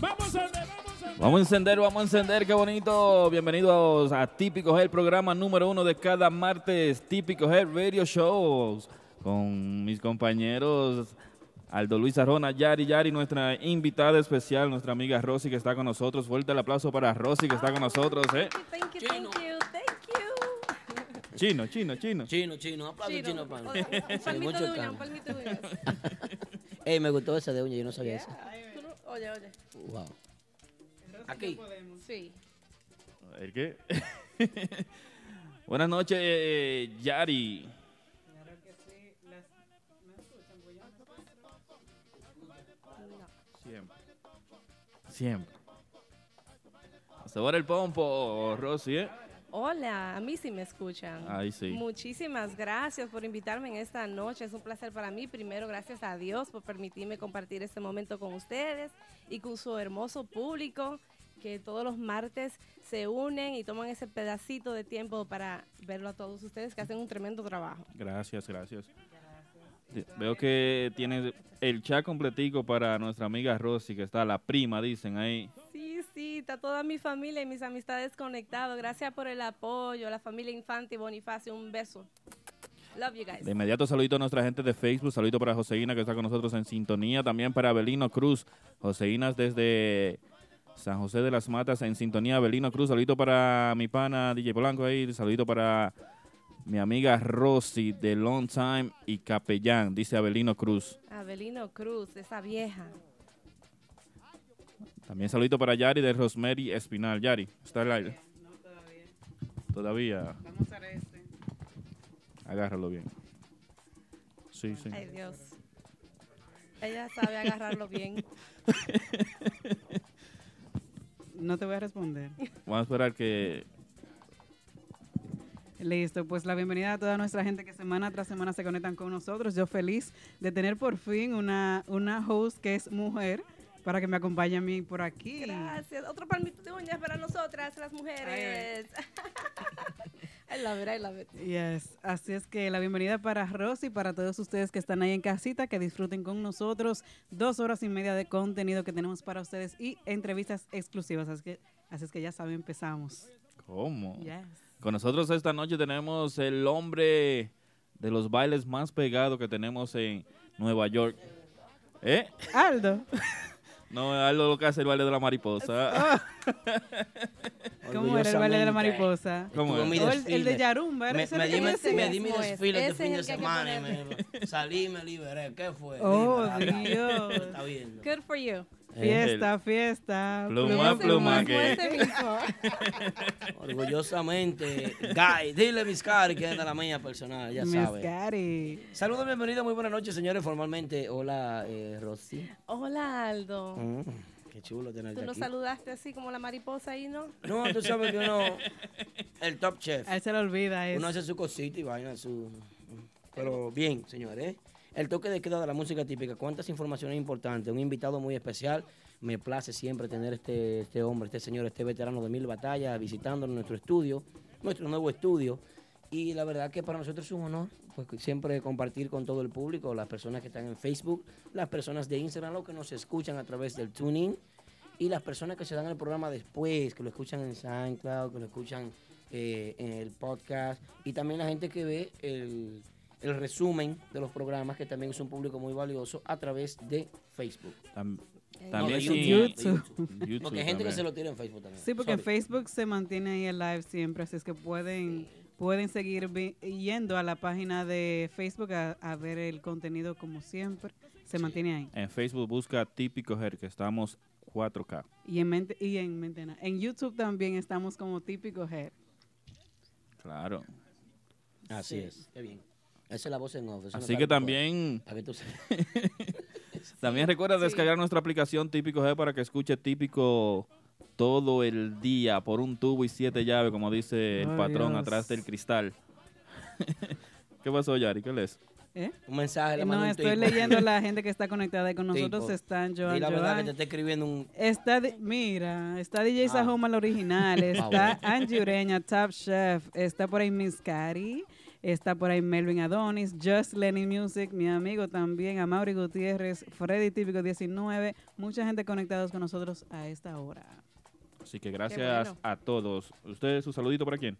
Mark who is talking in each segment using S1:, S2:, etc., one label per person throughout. S1: Vamos a ver, vamos a ver.
S2: Vamos a encender, vamos a encender, qué bonito. Bienvenidos a Típico el programa número uno de cada martes, Típico Head Radio Shows, con mis compañeros Aldo Luis Arjona, Yari Yari, nuestra invitada especial, nuestra amiga Rosy que está con nosotros. Fuerte el aplauso para Rosy que está con nosotros, ¿eh?
S3: Thank you, thank you, thank you.
S2: Chino, chino, chino.
S4: Chino, chino, aplauso chino, chino pan.
S3: Un palmito de uña, un palmito de uña.
S4: Ey, me gustó esa de uña, yo no sabía esa.
S3: Tú no- Oye, oye.
S4: Wow. Aquí.
S3: Sí.
S2: ¿El qué? Buenas noches, eh, Yari. Siempre. Siempre. Se va el pompo, Rosy, ¿eh?
S3: Hola, a mí sí me escuchan.
S2: Ahí sí.
S3: Muchísimas gracias por invitarme en esta noche. Es un placer para mí. Primero, gracias a Dios por permitirme compartir este momento con ustedes y con su hermoso público que todos los martes se unen y toman ese pedacito de tiempo para verlo a todos ustedes que hacen un tremendo trabajo.
S2: Gracias, gracias. Veo que tienes el chat completico para nuestra amiga Rosy, que está la prima, dicen ahí.
S3: Sí, sí, está toda mi familia y mis amistades conectados. Gracias por el apoyo, la familia Infante y Bonifacio. Un beso. Love you guys.
S2: De inmediato saludito a nuestra gente de Facebook, saludito para Joseína que está con nosotros en sintonía, también para Abelino Cruz, Joseína es desde San José de las Matas en sintonía, Abelino Cruz, saludito para mi pana DJ Blanco ahí, saludito para mi amiga Rosy de Long Time y Capellán, dice Abelino Cruz.
S3: Abelino Cruz, esa vieja.
S2: También saludito para Yari de Rosemary Espinal. Yari, ¿está el aire? No, todavía. Todavía. Vamos a usar este. Agárralo bien. Sí, sí.
S3: Ay, Dios. Ella sabe agarrarlo bien.
S5: No te voy a responder.
S2: Vamos a esperar que
S5: Listo, pues la bienvenida a toda nuestra gente que semana tras semana se conectan con nosotros. Yo feliz de tener por fin una, una host que es mujer para que me acompañe a mí por aquí.
S3: Gracias. Otro palmito de uñas para nosotras, las mujeres. I love it, I love it.
S5: Yes. Así es que la bienvenida para Rosy, para todos ustedes que están ahí en casita, que disfruten con nosotros dos horas y media de contenido que tenemos para ustedes y entrevistas exclusivas. Así que, así es que ya saben, empezamos.
S2: ¿Cómo?
S5: Yes.
S2: Con nosotros esta noche tenemos el hombre de los bailes más pegado que tenemos en Nueva York. ¿Eh?
S5: Aldo,
S2: No, algo lo que hace el baile de la mariposa. Ah.
S5: ¿cómo era el baile de la mariposa?
S2: ¿Cómo
S4: Estuvo
S2: es?
S4: mi
S5: O el, el de
S4: desfile.
S5: Yarumba,
S4: Me,
S5: ¿ese
S4: me
S5: era
S4: di,
S5: que
S4: mi-
S5: decía?
S4: me di mi
S3: Ese es,
S4: desfile este
S3: ese
S4: fin
S3: es
S4: de
S3: el que hay que
S4: semana. y me- salí, me liberé. ¿Qué fue?
S5: Oh,
S4: Dime,
S5: Dios.
S4: Está viendo.
S3: Good for you.
S4: Eh.
S5: Fiesta, fiesta.
S2: Pluma,
S3: Ese
S2: pluma,
S3: mismo,
S2: que-
S3: ese mismo.
S4: Orgullosamente, Guy, dile mis caras que es de la mía personal, ya
S5: Miss
S4: sabes.
S5: Gary.
S4: Saludos, bienvenidos, muy buenas noches, señores. Formalmente, hola, eh, Rosy.
S3: Hola, Aldo.
S4: Mm, qué chulo tenerte
S3: Tú nos
S4: aquí.
S3: saludaste así como la mariposa ahí, ¿no?
S4: No, tú sabes que uno, el top chef,
S5: A él se le olvida eso.
S4: uno hace su cosita y vaina su... Pero bien, señores, ¿eh? el toque de queda de la música típica, cuántas informaciones importantes, un invitado muy especial, me place siempre tener este, este hombre, este señor, este veterano de mil batallas visitando nuestro estudio, nuestro nuevo estudio, y la verdad que para nosotros es un honor pues, que siempre compartir con todo el público, las personas que están en Facebook, las personas de Instagram, los que nos escuchan a través del tuning y las personas que se dan el programa después, que lo escuchan en SoundCloud, que lo escuchan eh, en el podcast y también la gente que ve el, el resumen de los programas, que también es un público muy valioso a través de Facebook.
S2: Tam-
S5: Eh,
S4: No, de
S2: también
S4: YouTube,
S2: sí.
S4: de
S5: YouTube.
S2: YouTube
S4: Porque hay gente que
S2: también.
S4: se lo tira en Facebook también.
S5: Sí, porque
S4: Sorry.
S5: Facebook se mantiene ahí el live siempre, así es que pueden, pueden seguir vi- yendo a la página de Facebook a, a ver el contenido como siempre. Se mantiene ahí.
S2: En Facebook busca Típico Her, que estamos 4K.
S5: Y en, mente, y en, Mentena. en YouTube también estamos como típico Head.
S2: Claro.
S4: Así es. Ah, Qué bien. Esa es la voz en off. eso no
S2: Así
S4: está
S2: que
S4: loco.
S2: también.
S4: Para que tú sepas.
S2: También recuerda descargar nuestra aplicación Típico G para que escuche Típico todo el día por un tubo y siete llaves, como dice el
S4: Ay,
S2: patrón
S4: Dios.
S2: atrás del cristal. ¿Qué pasó, Yari? ¿Qué lees?
S5: ¿Eh?
S4: Un mensaje, le
S5: No,
S4: mando un
S5: estoy
S4: tipo.
S5: leyendo la gente que está conectada ahí con nosotros.
S4: Tipo.
S5: Están
S4: Di
S5: Joan,
S4: la verdad que
S5: Joan.
S4: te está escribiendo un...
S5: Está, di- mira, está DJ Sajoma, la original.
S4: Ah. bueno.
S5: Está Angie Ureña, Top Chef. Está por ahí Miss Cari. Está por ahí Melvin Adonis, Just Lenny Music, mi amigo también, Amaury Gutiérrez, Freddy Típico 19. Mucha gente conectados con nosotros a esta hora.
S2: Así que gracias
S3: bueno.
S2: a todos. ¿Usted su saludito para quién?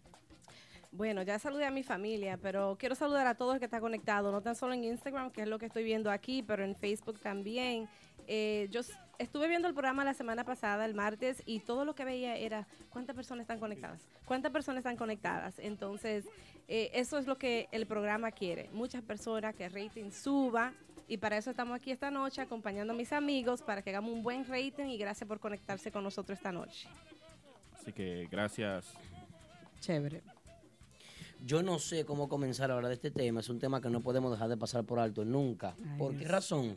S3: Bueno, ya saludé a mi familia, pero quiero saludar a todo el que está conectado, no tan solo en Instagram, que es lo que estoy viendo aquí, pero en Facebook también. Eh, yo s- estuve viendo el programa la semana pasada, el martes, y todo lo que veía era cuántas personas están conectadas, cuántas personas están conectadas. Entonces, eh, eso es lo que el programa quiere, muchas personas, que el rating suba. Y para eso estamos aquí esta noche acompañando a mis amigos para que hagamos un buen rating y gracias por conectarse con nosotros esta noche.
S2: Así que Eh, gracias.
S5: Chévere.
S4: Yo no sé cómo comenzar a hablar de este tema. Es un tema que no podemos dejar de pasar por alto nunca.
S6: Ay,
S4: ¿Por qué
S6: Dios.
S4: razón?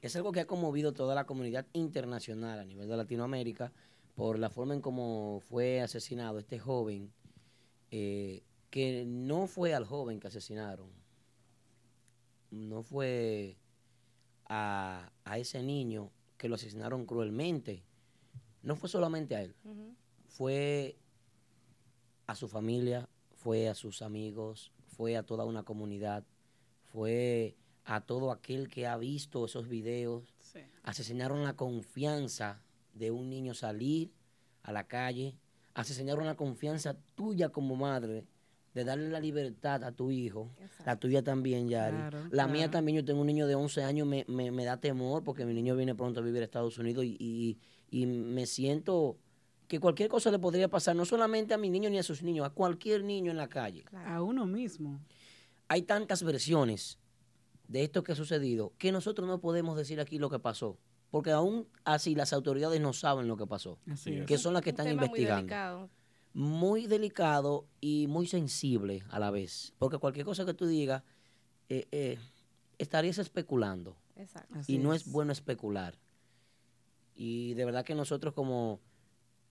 S4: Es algo que ha conmovido toda la comunidad internacional a nivel de Latinoamérica por la forma en cómo fue asesinado este joven, eh, que no fue al joven que asesinaron, no fue a, a ese niño que lo asesinaron cruelmente, no fue solamente a él, fue a su familia, fue a sus amigos, fue a toda una comunidad, fue a todo aquel que ha visto esos videos.
S5: Sí.
S4: Asesinaron la confianza de un niño salir a la calle, asesinaron la confianza tuya como madre de darle la libertad a tu hijo, la tuya también, Yari.
S7: Claro,
S4: la mía
S7: claro.
S4: también, yo tengo un niño de 11 años, me, me- me da temor porque mi niño viene pronto a vivir a Estados Unidos y, y- y me siento que cualquier cosa le podría pasar, no solamente a mi niño ni a sus niños, a cualquier niño en la calle.
S5: A uno mismo.
S4: Hay tantas versiones de esto que ha sucedido que nosotros no podemos decir aquí lo que pasó, porque aún así las autoridades no saben lo que pasó,
S5: Así es.
S4: que son las que
S3: Un
S4: están
S3: tema muy
S4: investigando
S3: delicado.
S4: muy delicado y muy sensible a la vez. Porque cualquier cosa que tú digas, eh, eh, estarías especulando.
S3: Exacto.
S4: y no es. bueno especular. Y de verdad que nosotros como,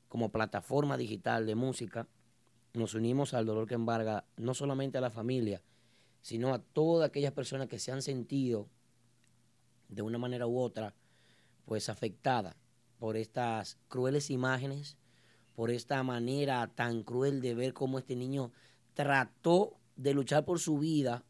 S4: como plataforma digital de música, nos unimos al dolor que embarga no solamente a la familia, sino a todas aquellas personas que se han sentido de una manera u otra, pues afectadas por estas crueles imágenes, por esta manera tan cruel de ver cómo este niño trató de luchar por su vida,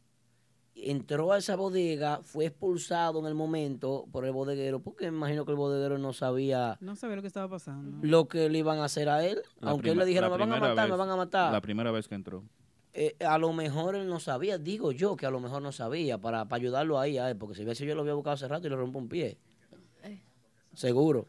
S4: entró a esa bodega, fue expulsado en el momento por el bodeguero, porque me imagino que el bodeguero no sabía
S5: No sabía lo que estaba pasando.
S4: lo que le iban a hacer a él,
S2: La
S4: aunque él
S2: prima-
S4: le dijera,
S2: la
S4: me van a
S2: primera
S4: matar, me
S2: vez-
S4: van a matar
S2: La primera vez que entró.
S4: eh, a lo mejor él no sabía, digo yo que a lo mejor no sabía, para, para ayudarlo ahí, a él, porque si hubiese yo lo había buscado hace rato y le rompo un pie.
S3: Eh.
S4: Seguro.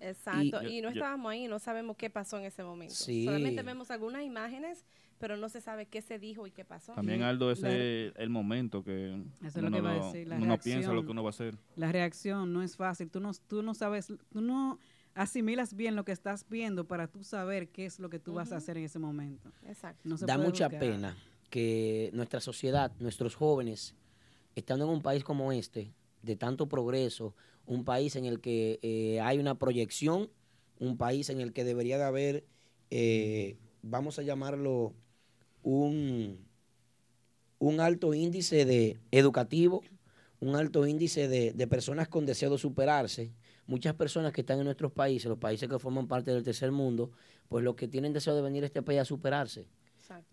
S3: Exacto,
S4: Y-
S3: y, no
S4: Yo- yo-
S3: estábamos ahí, no sabemos qué pasó en ese momento.
S4: Sí.
S3: Solamente vemos algunas imágenes, pero no se sabe qué se dijo y qué pasó.
S2: También Aldo es el, el momento que
S5: Eso es lo
S2: uno,
S5: que va a
S2: no-
S5: decir, la
S2: uno no piensa
S5: reacción.
S2: lo que uno va a hacer.
S5: La reacción no es fácil. Tú no, tú no sabes, tú no asimilas bien lo que estás viendo para tú saber qué es lo que tú vas a
S3: Ujú.
S5: hacer en ese momento.
S3: Exacto.
S5: No se
S4: da
S5: puede
S4: mucha
S5: juzgar.
S4: pena que nuestra sociedad, nuestros jóvenes, estando en un país como este, de tanto progreso, un país en el que eh, hay una proyección, un país en el que debería de haber, eh, vamos a llamarlo, un, un alto índice de educativo, un alto índice de, de personas con deseo de superarse. Muchas personas que están en nuestros países, los países que forman parte del tercer mundo, pues los que tienen deseo de venir a este país a superarse.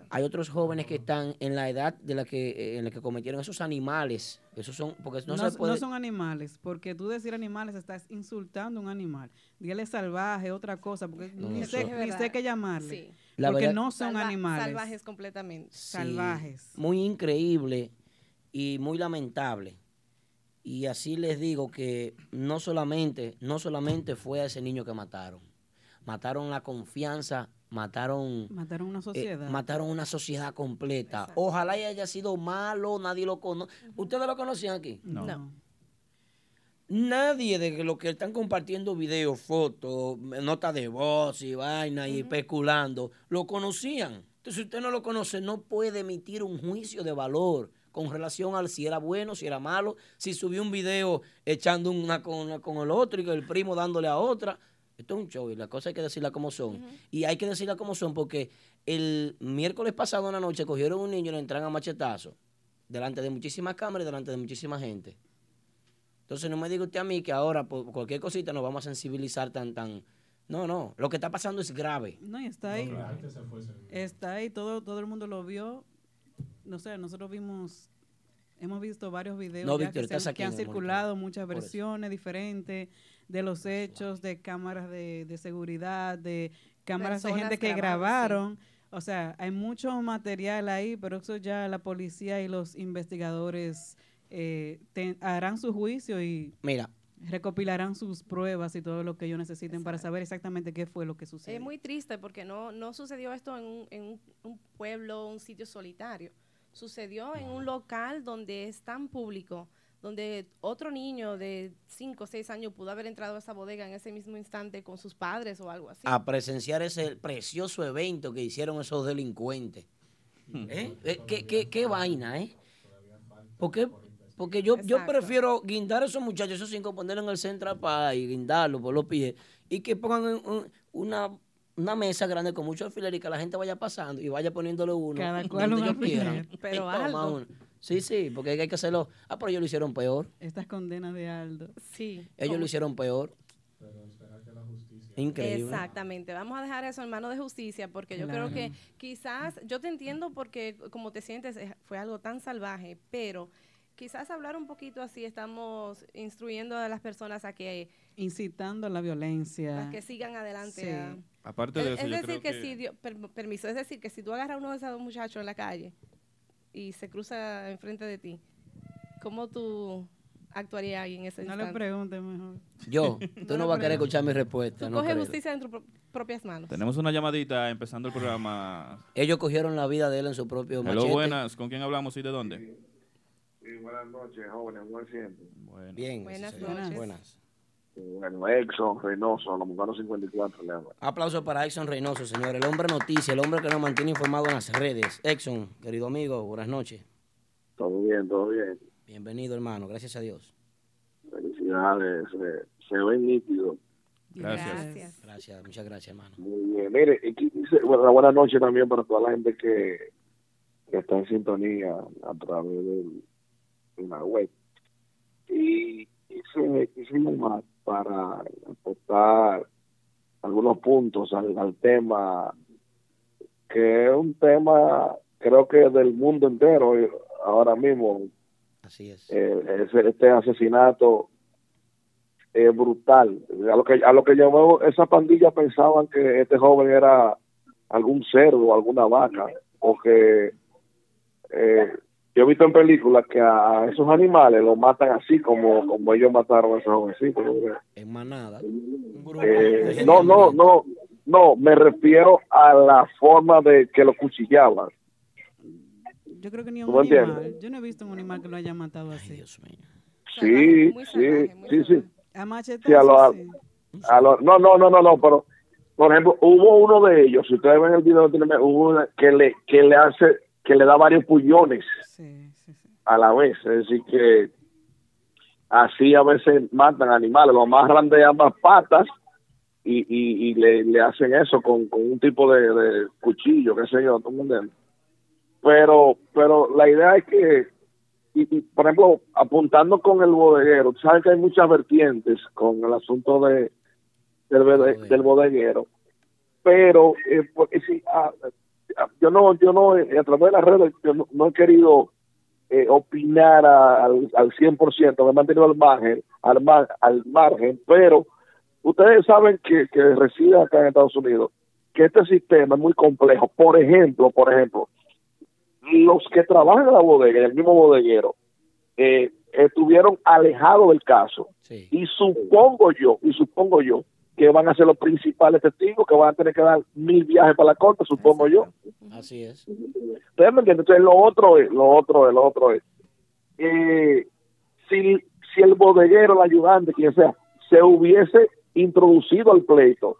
S4: Hay otros jóvenes que están en la edad de la que, eh, en la que cometieron esos animales. Esos son, porque pues, no,
S5: No,
S4: se puede-
S5: no son animales, porque tú decir animales estás insultando a un animal. Dígale salvaje, otra cosa, porque
S4: No,
S5: ni,
S4: no
S5: sé,
S4: son-
S5: ni
S3: Es verdad.
S5: sé qué llamarle.
S3: Sí.
S4: La
S5: porque
S4: verdad-
S5: no son
S3: Salva-
S5: animales.
S3: Salvajes completamente.
S4: Sí, Muy increíble y muy lamentable. Y así les digo que no solamente, no solamente fue a ese niño que mataron. Mataron la confianza, mataron
S5: Mataron una
S4: eh,
S5: sociedad.
S4: mataron una sociedad completa. Ojalá y haya sido malo, nadie lo conoce. ¿Ustedes lo conocían aquí?
S5: No. No.
S4: Nadie de los que están compartiendo videos, fotos, notas de voz y vaina y especulando, lo conocían. Entonces, si usted no lo conoce, no puede emitir un juicio de valor con relación al si era bueno, si era malo, si subió un video echando una con, una con el otro y que el primo dándole a otra. Esto es un show y las cosas hay que decirlas como son. Y hay que decirlas como son porque el miércoles pasado en la noche cogieron un niño y lo entraron a machetazo delante de muchísimas cámaras y delante de muchísima gente. Entonces no me diga usted a mí que ahora por cualquier cosita nos vamos a sensibilizar tan, tan... No, no, lo que está pasando es grave.
S5: No, y está ahí. Está ahí, todo, todo el mundo lo vio. No sé, nosotros vimos, hemos visto varios videos
S4: No,
S5: ya
S4: Víctor,
S5: que, se
S4: estás
S5: han-
S4: aquí
S5: que han
S4: en el monitor.
S5: circulado, muchas
S4: Por eso.
S5: versiones diferentes de los hechos, de cámaras de, de seguridad, de cámaras de
S6: Personas
S5: gente que
S6: grabando,
S5: grabaron. O sea, hay mucho material ahí, pero eso ya la policía y los investigadores eh, ten- harán su juicio y
S4: Mira,
S5: recopilarán sus pruebas y todo lo que ellos necesiten para saber exactamente qué fue lo que sucedió.
S3: Es muy triste porque no, no sucedió esto en, un, en un, un pueblo, un sitio solitario. Sucedió en un local donde es tan público, donde otro niño de 5 o 6 años pudo haber entrado a esa bodega en ese mismo instante con sus padres o algo así.
S4: a presenciar ese precioso evento que hicieron esos delincuentes. ¿Eh? Eh, ¿Qué, qué- qué vaina, eh? Porque, porque yo, yo
S7: Exacto.
S4: prefiero guindar a esos muchachos, esos cinco, ponerlos en el centro para y guindarlos por los pies y que pongan un- un- una, una mesa grande con muchos alfileres y que la gente vaya pasando y vaya poniéndole uno.
S5: Cada cual
S4: donde
S5: un
S4: ellos
S5: alfiler.
S4: quieran.
S5: Pero
S4: Y toma
S5: algo.
S4: uno. Sí, sí, porque hay que hacerlo. Ah, pero ellos lo hicieron peor.
S5: Estas condenas de Aldo.
S3: Sí.
S4: Ellos
S5: Oh.
S4: lo hicieron peor. Increíble.
S3: Exactamente. Vamos a dejar eso en manos de justicia porque yo
S4: Claro.
S3: creo que quizás, yo te entiendo porque como te sientes eh, fue algo tan salvaje, pero quizás hablar un poquito así estamos instruyendo a las personas a que,
S5: Incitando a la violencia.
S3: a que sigan adelante.
S5: Sí.
S3: a-
S2: Aparte de
S3: es,
S2: eso,
S3: es
S2: yo creo
S3: decir que,
S2: que-
S3: si Dios- per- permiso, es decir que si tú agarras a uno de esos dos muchachos en la calle y se cruza enfrente de ti, ¿cómo tú actuarías ahí en ese
S5: No le
S3: instante?
S5: preguntes mejor.
S4: Yo, tú no vas a querer escuchar mi
S3: Tú
S4: respuesta. No
S3: coges
S4: creo.
S3: justicia en tus pro- propias manos.
S2: Tenemos una llamadita empezando el programa.
S8: Eh,
S4: Ellos cogieron la vida de él en su propio
S2: Hello,
S4: machete.
S2: buenas. ¿Con quién hablamos y de dónde?
S8: Sí, buenas noches, jóvenes, buen siempre.
S4: Bien,
S8: Buenas
S4: sí, señor.
S8: noches.
S4: Buenas.
S8: Bueno, Exxon, Reynoso, los Mucanos 54, le habla.
S4: Aplauso para Exxon Reynoso, señor. El hombre noticia, el hombre que nos mantiene informado en las redes. Exxon, querido amigo, buenas noches.
S8: Todo bien, todo bien.
S4: Bienvenido, hermano. Gracias a Dios.
S8: Felicidades, eh, se ve nítido.
S4: Gracias. Gracias, muchas gracias, hermano.
S8: Muy bien. Mire, y qui- quise- bueno, buenas noches también para toda la gente que, que está en sintonía a través del- de la web. Y quise, quise llamar para aportar algunos puntos al, al tema, que es un tema, creo que del mundo entero eh, ahora mismo.
S4: Así es.
S8: este asesinato eh, brutal. A lo que a lo que llamó esa pandilla pensaban que este joven era algún cerdo, alguna vaca, o que eh, yo he visto en películas que a, a esos animales los matan así como, como ellos mataron a ese jovencito.
S4: En manada.
S8: Eh, no, no, no, no, me refiero a la forma de que lo cuchillaban.
S5: Yo creo que ni
S8: ¿Tú
S5: un
S8: me
S5: animal.
S8: entiendes?
S5: Yo no he visto un animal que lo haya matado así.
S8: Sí, sí, sí, sí.
S5: A machetazo,
S8: Sí, a lo- a-
S5: sí.
S8: a lo- no, no, no, no, no, pero por ejemplo, hubo uno de ellos, si ustedes ven el video, hubo una que le que le hace que le da varios puñones a la vez, es decir que así a veces matan animales, lo amarran de ambas patas y, y, y le, le hacen eso con, con un tipo de, de cuchillo, qué sé yo, ¿tú me entiendes? Pero, pero la idea es que, y, y, por ejemplo, apuntando con el bodeguero, tú sabes que hay muchas vertientes con el asunto de del, bode- del bodeguero, pero eh, porque si, ah, ah, yo no, yo no, eh, a través de las redes, yo no, no he querido eh, opinar a- al, al 100%, me he mantenido al margen, al, mar- al margen, pero ustedes saben que, que residen acá en Estados Unidos, que este sistema es muy complejo. Por ejemplo, por ejemplo, los que trabajan en la bodega, en el mismo bodeguero, eh, estuvieron alejados del caso. Y supongo yo, y supongo yo, que van a ser los principales testigos, que van a tener que dar mil viajes para la corte, supongo yo.
S4: Así es.
S8: Ustedes me entienden. Entonces, lo otro es, lo otro es, lo otro es. eh, si, si el bodeguero, el ayudante, quien sea, se hubiese introducido al pleito,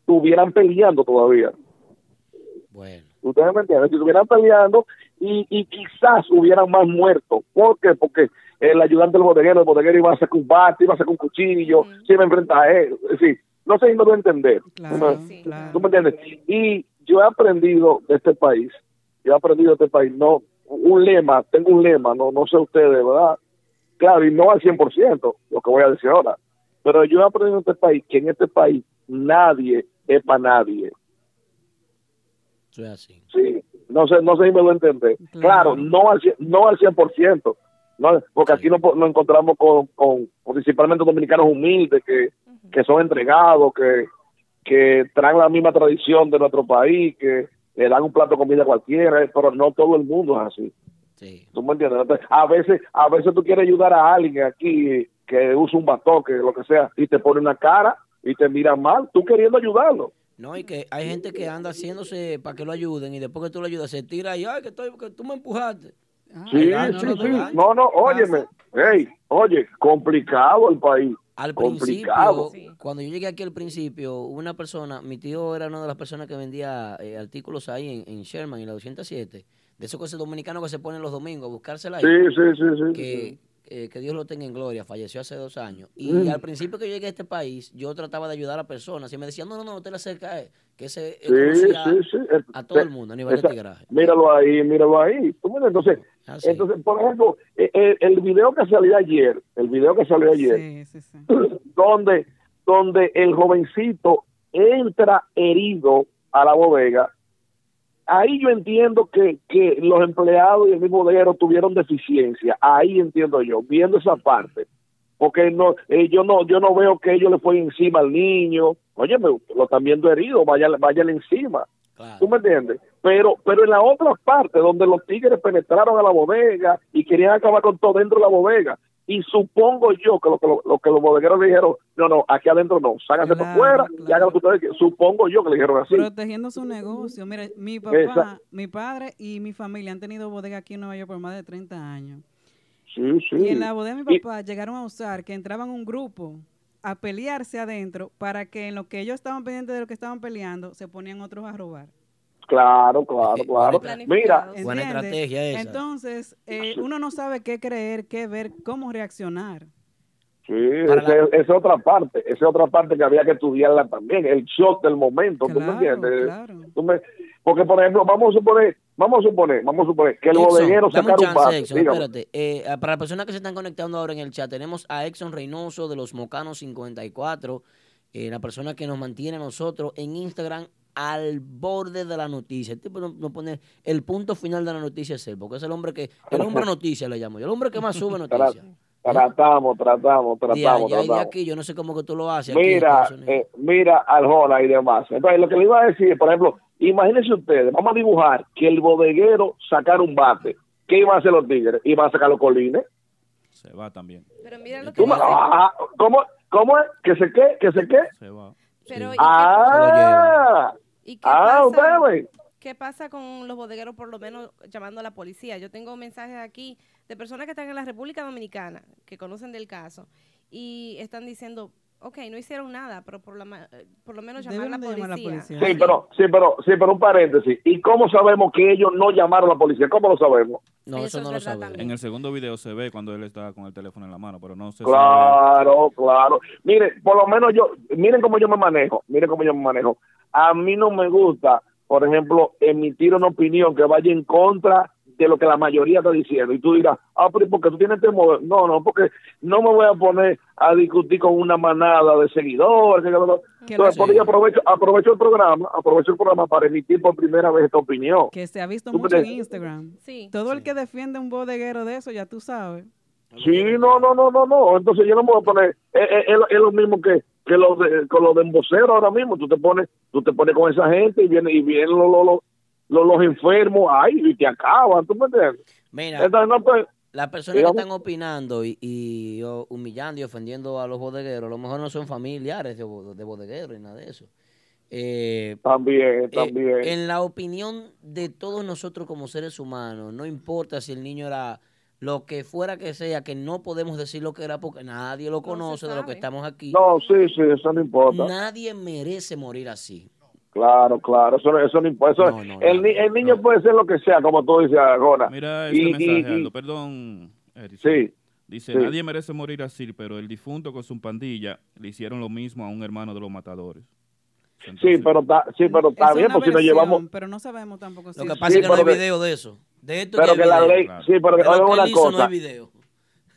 S8: estuvieran peleando todavía.
S4: Bueno.
S8: Ustedes me entienden, si estuvieran peleando y, y quizás hubieran más muertos. ¿Por qué? Porque el ayudante del bodeguero, el bodeguero iba a sacar un bate, iba a sacar un cuchillo, se iba a enfrentar a él. Es decir, no sé si me voy a entender.
S5: Claro,
S8: ¿Tú me-
S5: sí,
S8: ¿Tú
S5: claro.
S8: me entiendes? Y yo he aprendido de este país, yo he aprendido de este país, no, un lema, tengo un lema, no, no sé ustedes, ¿verdad? Claro, y no al 100%, lo que voy a decir ahora. Pero yo he aprendido de este país que en este país nadie es para nadie.
S4: Eso es así.
S8: Sí, no sé, no sé si me voy a entender.
S5: Claro.
S8: Claro, no al, cien- no al 100%, no, porque aquí nos no encontramos con, con principalmente dominicanos humildes que, que son entregados, que, que traen la misma tradición de nuestro país, que le dan un plato de comida a cualquiera, pero no todo el mundo es así.
S4: Sí.
S8: ¿Tú me entiendes? Entonces, a veces, a veces tú quieres ayudar a alguien aquí que usa un bastón, que lo que sea, y te pone una cara y te mira mal, tú queriendo ayudarlo.
S4: No, y que hay gente que anda haciéndose para que lo ayuden y después que tú lo ayudas se tira y, ay, que, estoy, que tú me empujaste.
S8: Sí,
S4: Ah,
S8: sí,
S4: no,
S8: sí.
S4: no,
S8: No, no, óyeme. Ey, oye, complicado el país.
S4: Al
S8: complicado.
S4: principio, cuando yo llegué aquí al principio, hubo una persona, mi tío era una de las personas que vendía eh, artículos ahí en, en Sherman, en la 207, de esos cosas dominicanos que se ponen los domingos a buscársela ahí.
S8: Sí, sí, sí, sí,
S4: Que,
S8: sí.
S4: eh, que Dios lo tenga en gloria, falleció hace dos años. Y
S8: Mm.
S4: al principio que yo llegué a este país, yo trataba de ayudar a personas y me decían, no, no, no, usted le acerca, eh, que se
S8: Sí, sí, sí.
S4: a todo el mundo, a nivel de
S8: Esa-
S4: tigraje. Ah,
S8: Míralo ahí, míralo ahí. ¿Tú me entiendes? Entonces,
S4: Así.
S8: entonces, por ejemplo, eh, eh, el, video que salió ayer, el video que salió ayer,
S5: Sí, sí, sí.
S8: donde, donde el jovencito entra herido a la bodega, ahí yo entiendo que, que los empleados y el mismo bodeguero tuvieron deficiencia, ahí entiendo yo, viendo esa parte, porque no, eh, yo no, yo no veo que ellos le fue encima al niño, oye, me- lo están viendo herido, vaya, váyale encima. ¿Tú me entiendes? Pero, pero en la otra parte, donde los tigres penetraron a la bodega y querían acabar con todo dentro de la bodega, y supongo yo que lo que, lo, lo que los bodegueros le dijeron, no, no, aquí adentro no, ságanse para
S5: Claro,
S8: afuera y
S5: claro.
S8: hagan lo que ustedes quieran. Supongo yo que le dijeron así.
S5: Protegiendo su negocio. Mira, mi papá,
S8: Esa-
S5: mi padre y mi familia han tenido bodega aquí en Nueva York por más de 30 años.
S8: sí, sí.
S5: Y en la bodega de mi
S8: Y-
S5: papá llegaron a usar que entraban un grupo a pelearse adentro para que en lo que ellos estaban pendientes de lo que estaban peleando, se ponían otros a robar.
S8: Claro, claro, Ah, claro. Mira,
S4: Eh, Buena
S5: ¿Entiendes?
S4: estrategia esa.
S5: Entonces, eh, uno no sabe qué creer, qué ver, cómo reaccionar.
S8: sí, esa esa es otra parte, esa es otra parte que había que estudiarla también, el shock del momento, ¿tú me entiendes? Tú me- Porque, por ejemplo, vamos a suponer, vamos a suponer, vamos a suponer que el
S4: Exxon, dame
S8: bodeguero
S4: un
S8: sacara un
S4: chance,
S8: bate,
S4: Exxon,
S8: dígame.
S4: espérate. Eh, ah, para las personas que se están conectando ahora en el chat, tenemos a Exxon Reynoso de los Mocanos 54, eh, la persona que nos mantiene a nosotros en Instagram al borde de la noticia. El tipo no- no pone el punto final de la noticia es él, porque es el hombre que, el hombre noticia le llamo yo, el hombre que más sube
S8: Tra-
S4: noticias.
S8: Tratamos, tratamos,
S4: De allá
S8: tratamos,
S4: y de
S8: tratamos.
S4: aquí, yo no sé cómo que tú lo haces. aquí en
S8: mira,
S4: Estados Unidos.
S8: eh, mira Arjona y demás. Entonces, lo que le iba a decir, por ejemplo, imagínense ustedes, vamos a dibujar que el bodeguero sacara un bate. ¿Qué iban a hacer los tigres? ¿Iban a sacar los colines?
S2: Se va también.
S3: Pero mira lo que
S8: ¿Cómo,
S3: dice-
S8: ah, ¿cómo, cómo es? ¿Que se qué? ¿Que se qué?
S2: Se va.
S3: Pero, ¿y qué-
S8: Ah,
S3: ¿y qué
S8: ah,
S3: pasa?
S8: ustedes ven.
S3: ¿Qué pasa con los bodegueros, por lo menos llamando a la policía? Yo tengo mensajes aquí de personas que están en la República Dominicana, que conocen del caso, y están diciendo, ok, no hicieron nada, pero por, la ma- eh, por lo menos llamar a la
S5: Debieron de
S3: policía.
S5: llamar a la policía.
S8: Sí, pero, sí, pero, sí, pero un paréntesis. ¿Y cómo sabemos que ellos no llamaron a la policía? ¿Cómo lo sabemos?
S4: no, eso, no lo sabemos.
S2: En el segundo video se ve cuando él está con el teléfono en la mano, pero no se sabe.
S8: Claro, claro. Mire, por lo menos yo, miren cómo yo me manejo, miren cómo yo me manejo. A mí no me gusta, por ejemplo, emitir una opinión que vaya en contra de lo que la mayoría está diciendo. Y tú dirás, ah, pero ¿y ¿por qué tú tienes temor? No, no, porque no me voy a poner a discutir con una manada de seguidores. que-
S5: Que,
S8: Entonces,
S5: la-
S8: por ello aprovecho, aprovecho el programa, aprovecho el programa para emitir por primera vez esta opinión.
S5: que se ha visto
S8: Tú
S5: mucho en
S8: puedes-
S5: Instagram.
S3: Sí.
S5: Todo el que defiende un bodeguero de eso, ya tú sabes.
S8: Sí, no, no, no, no, no. Entonces yo no me voy a poner. Es, es- es lo- es lo mismo que, que lo de, con los de embocero ahora mismo. Tú te pones tú te pones con esa gente y vienen y vienen los, los, los, los- los enfermos ahí y te acaban. ¿Tú me entiendes?
S4: Mira,
S8: Entonces, no, pues,
S4: Las personas que
S8: Digamos-
S4: están opinando y, y, oh, humillando y ofendiendo a los bodegueros, a lo mejor no son familiares de, bo- de bodegueros y nada de eso. Eh,
S8: también,
S4: eh,
S8: también.
S4: en la opinión de todos nosotros como seres humanos, no importa si el niño era lo que fuera que sea, que no podemos decir lo que era porque nadie lo conoce de lo que estamos aquí.
S8: No, sí, sí, eso no importa.
S4: Nadie merece morir así.
S8: Claro, claro, eso, no- eso no importa. Eso- el, ni- el niño puede ser lo que sea, como tú dices ahora.
S2: Mira este
S8: Y- y-
S2: mensaje,
S8: y-
S2: Aldo, perdón. Erickson.
S8: Sí.
S2: Dice,
S8: sí.
S2: nadie merece morir así, pero el difunto con su pandilla le hicieron lo mismo a un hermano de los matadores.
S8: sí, pero está, sí, pero está
S5: Es
S8: bien,
S5: una
S8: pues si nos
S5: versión,
S8: llevamos.
S5: Pero no sabemos tampoco si...
S4: Lo que pasa es que no hay
S8: pero que-
S4: video de eso. De esto
S8: Pero
S4: que,
S8: que
S4: hay
S8: la
S4: video.
S8: ley, sí, pero que
S4: De lo
S8: oigan
S4: que
S8: una
S4: él hizo no
S8: cosa.
S4: hay video.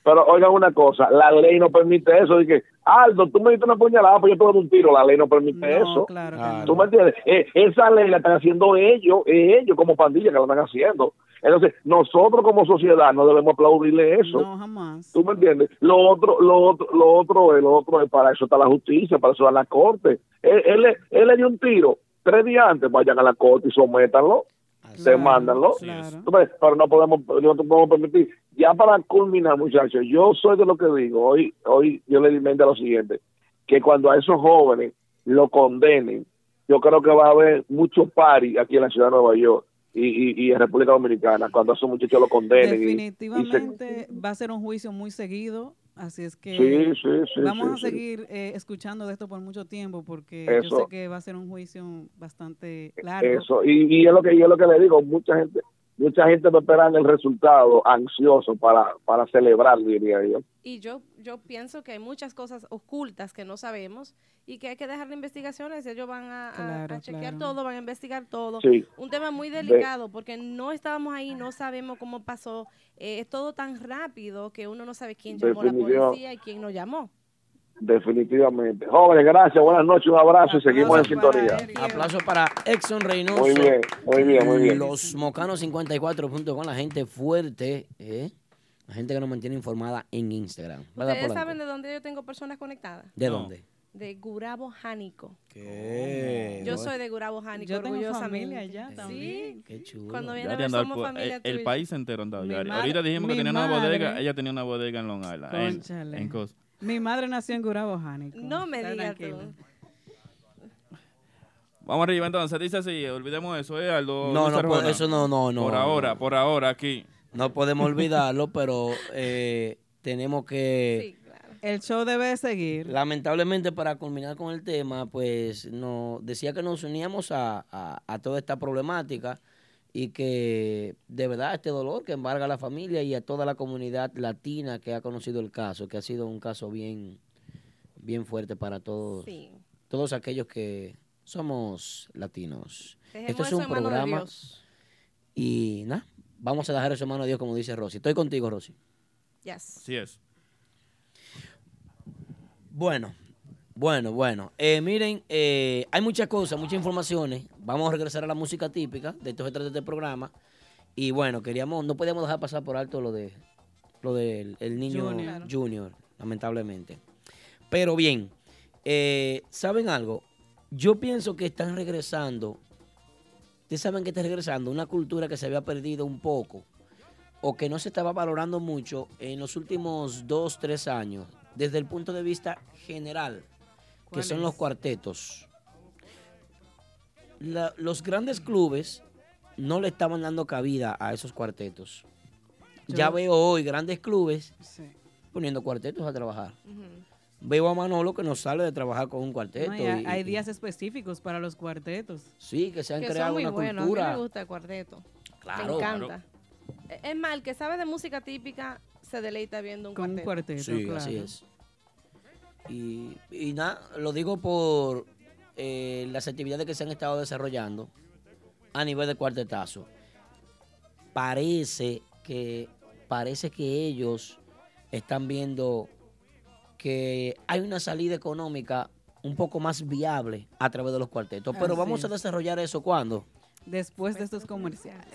S8: Pero oigan una cosa, la ley no permite eso. Dije, Aldo, tú me diste una puñalada, pues yo te doy un tiro. La ley no permite eso.
S5: claro que
S8: ¿Tú me entiendes? Eh, esa ley la están haciendo ellos, eh, ellos como pandilla que la están haciendo. Entonces, nosotros como sociedad no debemos aplaudirle eso.
S5: No, jamás.
S8: ¿Tú me entiendes? Lo otro, lo otro, lo otro, el otro, eh, para eso está la justicia, para eso está la corte. Él, él, le- él le dio un tiro tres días antes, vayan a la corte y sométanlo,
S5: Claro,
S8: demándanlo.
S5: claro.
S8: Tú ves, Pues, Pero no podemos, no podemos permitir. Ya para culminar, muchachos, yo soy de lo que digo. Hoy, hoy yo le dimenta lo siguiente: que cuando a esos jóvenes lo condenen, yo creo que va a haber muchos paris aquí en la ciudad de Nueva York y, y, y en República Dominicana cuando a esos muchachos lo condenen. y- y se-
S5: Definitivamente Este, va a ser un juicio muy seguido, así es que
S8: Sí, sí, sí,
S5: vamos a
S8: sí, sí.
S5: seguir eh, escuchando de esto por mucho tiempo porque yo
S8: Eso.
S5: sé que va a ser un juicio bastante largo.
S8: Eso, y, y es lo que yo es lo que le digo, mucha gente, mucha gente no esperan el resultado ansioso para, para celebrar, diría yo.
S3: Y yo, yo pienso que hay muchas cosas ocultas que no sabemos y que hay que dejar la investigaciones. Ellos van a, a- a
S5: Claro,
S3: chequear
S5: claro.
S3: todo, van a investigar todo.
S8: Sí.
S3: Un tema muy
S8: Ve-
S3: delicado porque no estábamos ahí, no sabemos cómo pasó. Eh, es todo tan rápido que uno no sabe quién llamó a la
S8: Definitiva-
S3: policía y quién no llamó.
S8: Definitivamente. Jóvenes, gracias, buenas noches, un abrazo y seguimos en sintonía.
S4: Aplauso para Exxon Reynoso.
S8: Muy bien, muy bien, muy bien.
S4: Los Mocanos 54 junto con la gente fuerte, ¿eh? la gente que nos mantiene informada en Instagram. ¿Verdad,
S3: Ustedes
S4: Polanco?
S3: saben de dónde yo tengo personas conectadas.
S4: ¿De
S2: No.
S4: dónde?
S3: De Gurabo Jánico.
S4: ¿Qué?
S3: Yo soy de Gurabo Jánico,
S5: Yo tengo
S3: orgullosamente.
S5: familia allá también.
S3: Sí.
S4: Qué chulo.
S3: Cuando
S2: Ya
S3: viene a
S2: te
S3: ver,
S2: andaba el
S3: somos
S2: pu-
S3: familia
S2: el, eh, el
S3: tuya.
S2: país entero andaba.
S5: Mi
S2: Yari.
S5: madre-
S2: Ahorita dijimos que
S5: mi
S2: tenía una
S5: madre.
S2: bodega, ella tenía una bodega en Long Island, en- en,
S5: Cónchale.
S2: Cos-
S5: Mi madre nació en Gurabo, Jánico.
S3: No me
S5: Está
S3: digas
S5: tranquila.
S3: tú.
S2: Vamos arriba entonces, dice así, olvidemos eso, ¿eh,
S4: No,
S2: Aldo? Luis
S4: no,
S2: Arjona.
S4: por- eso no, no, no.
S2: Por
S4: no.
S2: ahora, por ahora, aquí.
S4: No podemos olvidarlo, pero eh, tenemos que...
S3: Sí, claro.
S5: El show debe seguir.
S4: Lamentablemente, para culminar con el tema, pues no, decía que nos uníamos a, a- a toda esta problemática y que de verdad este dolor que embarga a la familia y a toda la comunidad latina que ha conocido el caso, que ha sido un caso bien, bien fuerte para todos,
S3: Sí.
S4: todos aquellos que somos latinos.
S3: Dejemos
S4: Esto es
S3: eso
S4: un
S3: en manos de
S4: programa
S3: Dios.
S4: y nada, vamos a dejar eso en manos de Dios, como dice Rosy. Estoy contigo, Rosy.
S3: Yes.
S2: Así es.
S4: Bueno, bueno, bueno. Eh, miren, eh, hay muchas cosas, muchas informaciones. Vamos a regresar a la música típica de estos detrás de este programa. Y bueno, queríamos, no podíamos dejar pasar por alto lo de lo del el niño
S5: Junior.
S4: junior. lamentablemente. Pero bien, eh, ¿saben algo? Yo pienso que están regresando. Ustedes saben que está regresando una cultura que se había perdido un poco o que no se estaba valorando mucho en los últimos dos, tres años, desde el punto de vista general, que
S5: ¿Cuál
S4: son
S5: es?
S4: los cuartetos. La- los grandes clubes no le estaban dando cabida a esos cuartetos. Ya
S5: Yo-
S4: veo hoy grandes clubes
S5: Sí.
S4: poniendo cuartetos a trabajar.
S3: Ujú.
S4: Veo a Manolo que nos sale de trabajar con un cuarteto.
S5: No, y
S4: y-
S5: hay, hay
S4: y-
S5: días específicos para los cuartetos.
S4: Sí, que se han
S3: que
S4: creado
S3: son muy
S4: una
S3: buenos. A mí
S4: cultura.
S3: me gusta el cuarteto. me
S4: Claro.
S3: encanta. E- Es mal que sabe de música típica se deleita viendo un
S5: Con un
S3: cuarteto.
S5: cuarteto,
S4: Sí,
S5: claro.
S4: así es. Y, y nada, lo digo por eh, las actividades que se han estado desarrollando a nivel de cuartetazo. Parece que, parece que ellos están viendo que hay una salida económica un poco más viable a través de los cuartetos. Pero
S5: Así
S4: vamos a
S5: es.
S4: desarrollar eso cuando.
S5: Después de estos comerciales.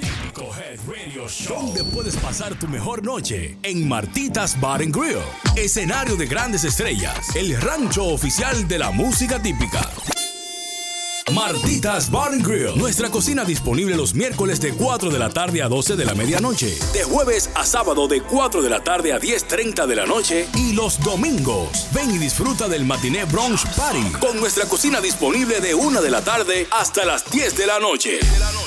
S9: Típico Head Radio Show. Donde puedes pasar tu mejor noche en Martitas Bar and Grill. Escenario de grandes estrellas. El rancho oficial de la música típica. Martitas Bar and Grill. Nuestra cocina disponible los miércoles de 4 de la tarde a 12 de la medianoche. De jueves a sábado de 4 de la tarde a 10.30 de la noche. Y los domingos. Ven y disfruta del matiné brunch party. Con nuestra cocina disponible de 1 de la tarde hasta las 10 de la noche. 10 de la noche.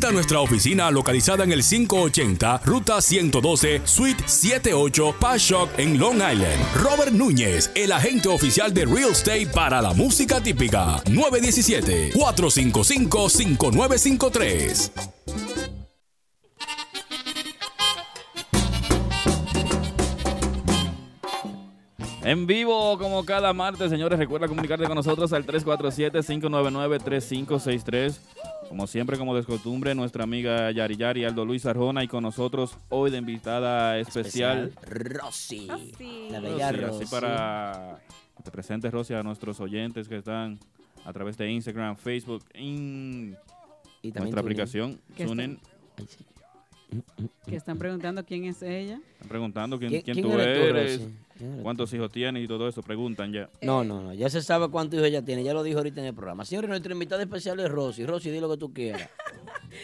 S9: visita nuestra oficina localizada en el 580 Ruta 112 Suite 78 Pashock en Long Island. Robert Núñez, el agente oficial de Real Estate para la música típica. 917-455-5953.
S2: En vivo, como cada martes, señores, recuerda comunicarte con nosotros al 347-599-3563. Como siempre, como de costumbre, nuestra amiga Yari Yari, Aldo Luis Arjona, y con nosotros hoy de invitada especial,
S4: Rosy. La
S2: Rosy,
S4: bella Rosy.
S2: así para que te presentes, Rosy, a nuestros oyentes que están a través de Instagram, Facebook, en
S4: Y también
S2: nuestra
S4: TuneIn.
S2: aplicación.
S5: Que está-
S2: TuneIn.
S5: Que están preguntando quién es ella.
S2: Están preguntando quién,
S4: ¿Quién-
S2: quién
S4: quién
S2: tú
S4: eres tú,
S2: eres,
S4: Rosy? ¿Quién eres
S2: cuántos hijos tienes y todo eso. Preguntan ya.
S3: Eh,
S4: No, no, no. Ya se sabe cuántos hijos ella tiene. Ya lo dijo ahorita en el programa. Señores, nuestra invitada especial es Rosy. Rosy, di lo que tú quieras.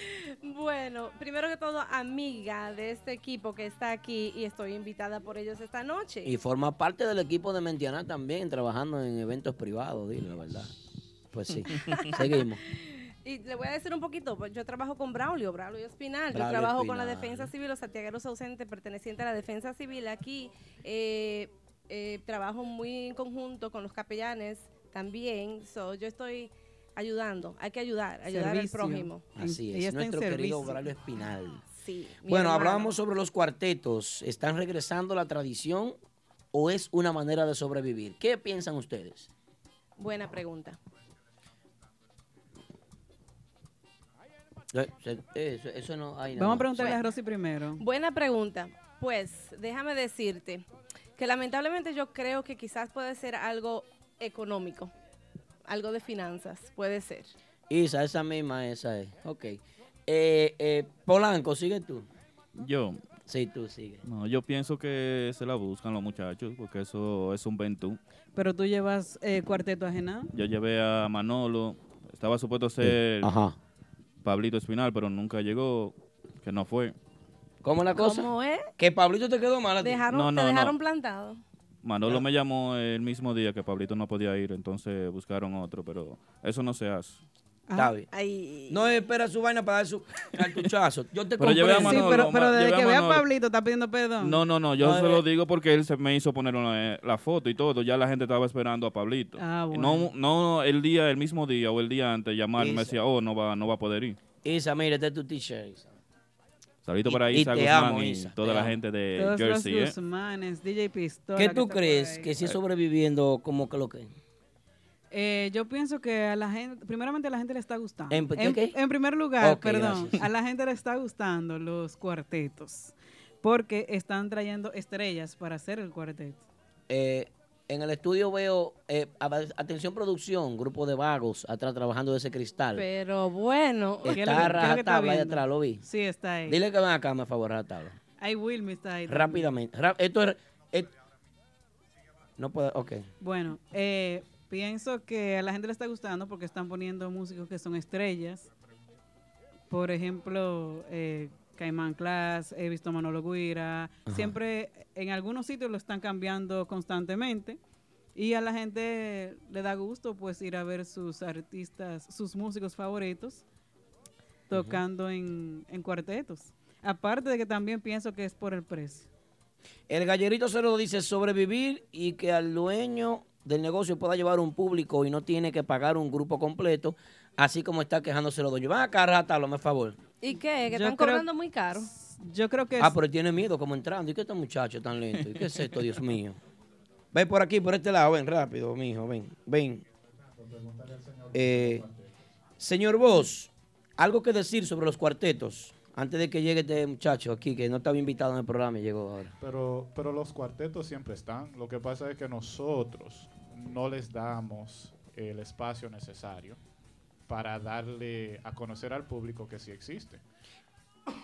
S3: Bueno, primero que todo, amiga de este equipo que está aquí y estoy invitada por ellos esta noche.
S4: Y forma parte del equipo de Mentiana también, trabajando en eventos privados, dile la verdad. Pues sí. Seguimos.
S3: Y le voy a decir un poquito, pues yo trabajo con Braulio, Braulio Espinal, yo
S4: Braulio
S3: trabajo con la
S4: Espinal.
S3: Defensa Civil, los santiagueros ausentes perteneciente a la Defensa Civil aquí. eh, eh, trabajo muy en conjunto con los capellanes también, so, yo estoy ayudando, hay que ayudar, ayudar
S5: Servicio.
S3: al prójimo.
S4: Así
S5: Ella
S4: es.
S5: está en
S4: Nuestro querido
S5: servicio.
S4: Braulio Espinal.
S3: Sí, mi
S4: Bueno,
S3: hermano.
S4: hablábamos sobre los cuartetos. ¿Están regresando la tradición o es una manera de sobrevivir? ¿Qué piensan ustedes?
S3: Buena pregunta.
S4: Eh, se- Eso, eso no hay nada.
S5: Vamos a preguntarle a Rosy primero.
S3: Buena pregunta. Pues déjame decirte que lamentablemente yo creo que quizás puede ser algo económico, algo de finanzas, puede ser.
S4: Isa, esa misma, esa es. Ok. Eh, eh, Polanco, sigue tú.
S2: Yo,
S4: Sí, tú sigue.
S2: no, yo pienso que se la buscan los muchachos, porque eso es un ventú.
S5: Pero tú llevas eh, cuarteto ajena.
S2: Yo llevé a Manolo, estaba supuesto ser
S4: Eh, Ajá.
S2: Pablito Espinal, pero nunca llegó, que no fue.
S4: ¿Cómo la cosa?
S3: ¿Cómo es?
S4: Que Pablito te quedó mal a ti.
S3: Dejaron,
S2: No, no,
S3: te
S2: no.
S3: dejaron plantado.
S2: Manolo me llamó el mismo día que Pablito no podía ir, entonces buscaron otro, pero eso no se hace.
S5: Ah,
S4: Está bien.
S3: Ay.
S4: No espera su vaina para dar su cartuchazo. Yo te
S2: Pero llevé a
S4: comprendo.
S5: sí,
S2: Manolo,
S5: pero, pero
S2: ma-
S5: desde
S2: lleva
S5: que
S2: a
S5: vea a
S2: Manolo.
S5: Pablito está pidiendo perdón.
S2: No, no, no, yo
S4: No,
S2: se
S4: eh.
S2: lo digo porque él se me hizo poner una- eh, la foto y todo, ya la gente estaba esperando a Pablito.
S5: Ah,
S2: Y
S5: bueno.
S2: No, no el día, el mismo día o el día antes llamarme me
S4: Isa.
S2: decía, "Oh, no va no va a poder ir."
S4: Isa, mira, este es tu t-shirt. Isa.
S2: Saludito
S4: Y-
S2: para
S4: y
S2: Isa
S4: te
S2: Guzmán
S4: amo,
S2: y
S4: Isa,
S2: toda
S4: te
S2: la
S4: amo.
S2: gente de
S5: Todos
S2: Jersey,
S5: los
S2: ¿eh?
S5: Guzmanes, DJ Pistola.
S4: ¿Qué
S5: que
S4: tú
S5: está por
S4: crees
S5: ahí.
S4: que sí sobreviviendo como que lo que?
S5: Eh, yo pienso que a la gente, primeramente a la gente le está gustando.
S4: ¿En-
S5: En,
S4: qué, qué?
S5: en primer lugar,
S4: Ok,
S5: perdón,
S4: gracias.
S5: a la gente le está gustando los cuartetos porque están trayendo estrellas para hacer el cuarteto.
S4: Eh, en el estudio veo, eh, a- atención producción, grupo de vagos atrás trabajando de ese cristal.
S3: Pero bueno,
S5: ¿Qué es lo que- qué es
S4: está
S5: lo que
S4: a
S5: está
S4: rajatabla ahí
S5: viendo?
S4: atrás, lo vi.
S5: Sí, está ahí.
S4: Dile que ven acá, me favor, rajatabla.
S5: Ahí Wilmy está ahí. también.
S4: Rápidamente. Ra- esto es... et- no puedo, ok.
S5: Bueno, eh, pienso que a la gente le está gustando porque están poniendo músicos que son estrellas. Por ejemplo, eh, Caimán Class, he visto a Manolo Guira. Siempre en algunos sitios lo están cambiando constantemente. Y a la gente le da gusto pues ir a ver sus artistas, sus músicos favoritos tocando en, en cuartetos. Aparte de que también pienso que es por el precio.
S4: El gallerito se lo dice sobrevivir y que al dueño del negocio pueda llevar un público y no tiene que pagar un grupo completo, así como está quejándose los dueños. Van acá, rajatabla, me favor.
S3: ¿y qué? Que
S5: Yo
S3: están
S5: creo-
S3: cobrando muy caro.
S5: Yo creo que
S4: Ah,
S5: es-
S4: pero tiene miedo como entrando. ¿Y qué estos muchachos tan lentos? ¿Y qué es esto, Dios mío? Ven por aquí, por este lado, ven rápido, mijo, ven, ven. Eh, señor Vos, algo que decir sobre los cuartetos. Antes de que llegue este muchacho aquí, que no estaba invitado en el programa y llegó ahora.
S6: Pero, pero los cuartetos siempre están. Lo que pasa es que nosotros no les damos el espacio necesario para darle a conocer al público que sí existe.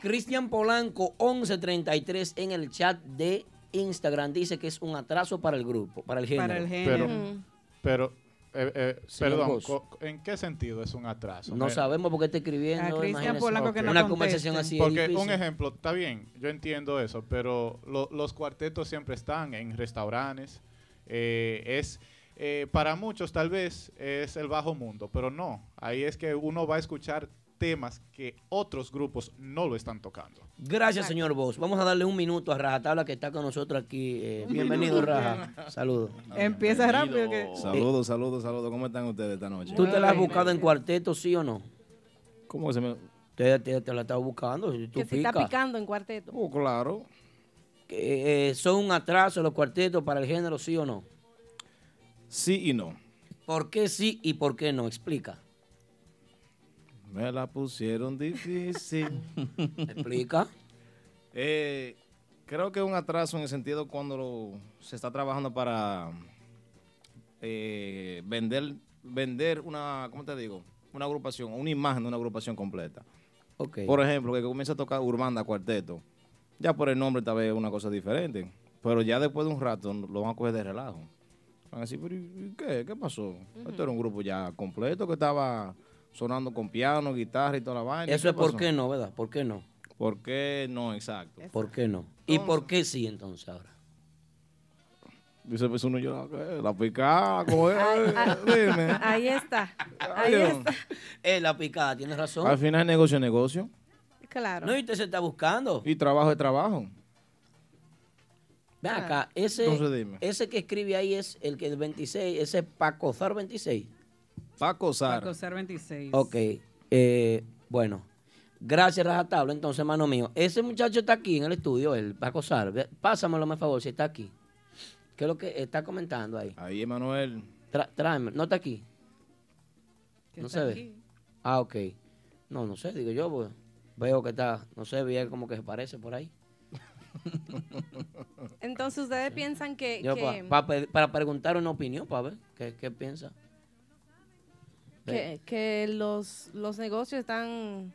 S4: Cristian Polanco 1133 en el chat de Instagram dice que es un atraso para el grupo, para el género.
S5: Para el género.
S6: Pero, pero eh, eh,
S4: Señor
S6: perdón,
S4: Bosch.
S6: co- ¿en qué sentido es un atraso?
S4: No
S6: Eh,
S4: sabemos por qué está escribiendo.
S5: A Cristian
S4: imagínese.
S5: Polanco que no
S4: Una
S5: conteste.
S4: conversación así. es
S6: Porque un
S4: difícil.
S6: ejemplo, está bien, yo entiendo eso, pero lo- los cuartetos siempre están en restaurantes. eh, es eh, Para muchos tal vez es el bajo mundo, pero no. Ahí es que uno va a escuchar temas que otros grupos no lo están tocando.
S4: Gracias, señor Vos. Vamos a darle un minuto a Raja Tabla que está con nosotros aquí. eh, bienvenido, Raja. Saludos.
S5: Empieza rápido. Que...
S7: Saludos, saludos, saludos. ¿Cómo están ustedes esta noche?
S4: ¿Tú te la has buscado en cuarteto, sí o no?
S7: ¿Cómo se me.?
S4: Te, te- te la estás buscando. si Tú Uh.
S3: Que si está
S4: picas.
S3: picando en cuarteto.
S7: Oh, claro.
S4: Que, eh, ¿Son un atraso los cuartetos para el género, sí o no?
S7: Sí y no.
S4: ¿Por qué sí y por qué no? Explica.
S7: Me la pusieron difícil.
S4: Explica.
S7: Eh, creo que es un atraso en el sentido cuando lo- se está trabajando para eh, vender, vender una, ¿cómo te digo? Una agrupación, una imagen de una agrupación completa.
S4: Ok.
S7: Por ejemplo, que comienza a tocar Urbanda Cuarteto. Ya por el nombre tal vez es una cosa diferente. Pero ya después de un rato lo van a coger de relajo. Van a decir, pero ¿y- y ¿qué? ¿Qué pasó? Esto era un grupo ya completo que estaba sonando con piano, guitarra y toda la vaina.
S4: Eso es por
S7: pasó?
S4: qué no, ¿verdad? ¿Por qué no?
S7: ¿Por qué no? Exacto.
S4: ¿Por qué no? ¿Y por qué sí entonces ahora?
S7: Dice, pues uno yo la, la picada, como es, dime.
S3: Ah, Ahí está.
S7: Ay,
S3: Ahí está.
S7: no.
S4: Eh, la picada, tienes razón.
S7: Al final negocio es negocio
S3: Claro.
S4: No, y usted se está buscando.
S7: y trabajo es trabajo.
S4: Ven acá,
S3: Ah.
S4: ese,
S7: Entonces dime.
S4: ese que escribe ahí es el que el 26, ese es Paco Zar 26.
S7: Paco Sar.
S5: Acosar 26.
S4: Ok, eh, bueno. Gracias, Rajatabla. Entonces, hermano mío, ese muchacho está aquí en el estudio, el Paco Zar. Ve- Pásamelo, por favor, si está aquí. ¿Qué es lo que está comentando ahí?
S7: Ahí, Emanuel.
S4: Tra- tráeme, no está aquí.
S5: Que
S4: no
S5: está
S4: se ve.
S5: aquí.
S4: Ah, ok. No, no sé, digo yo, pues, veo que está, no sé, bien como que se parece por ahí.
S3: Entonces ustedes piensan que,
S4: Yo
S3: que-
S4: pa- pa- pe- para preguntar una opinión, para ver qué, qué piensa.
S3: que- que los, los negocios están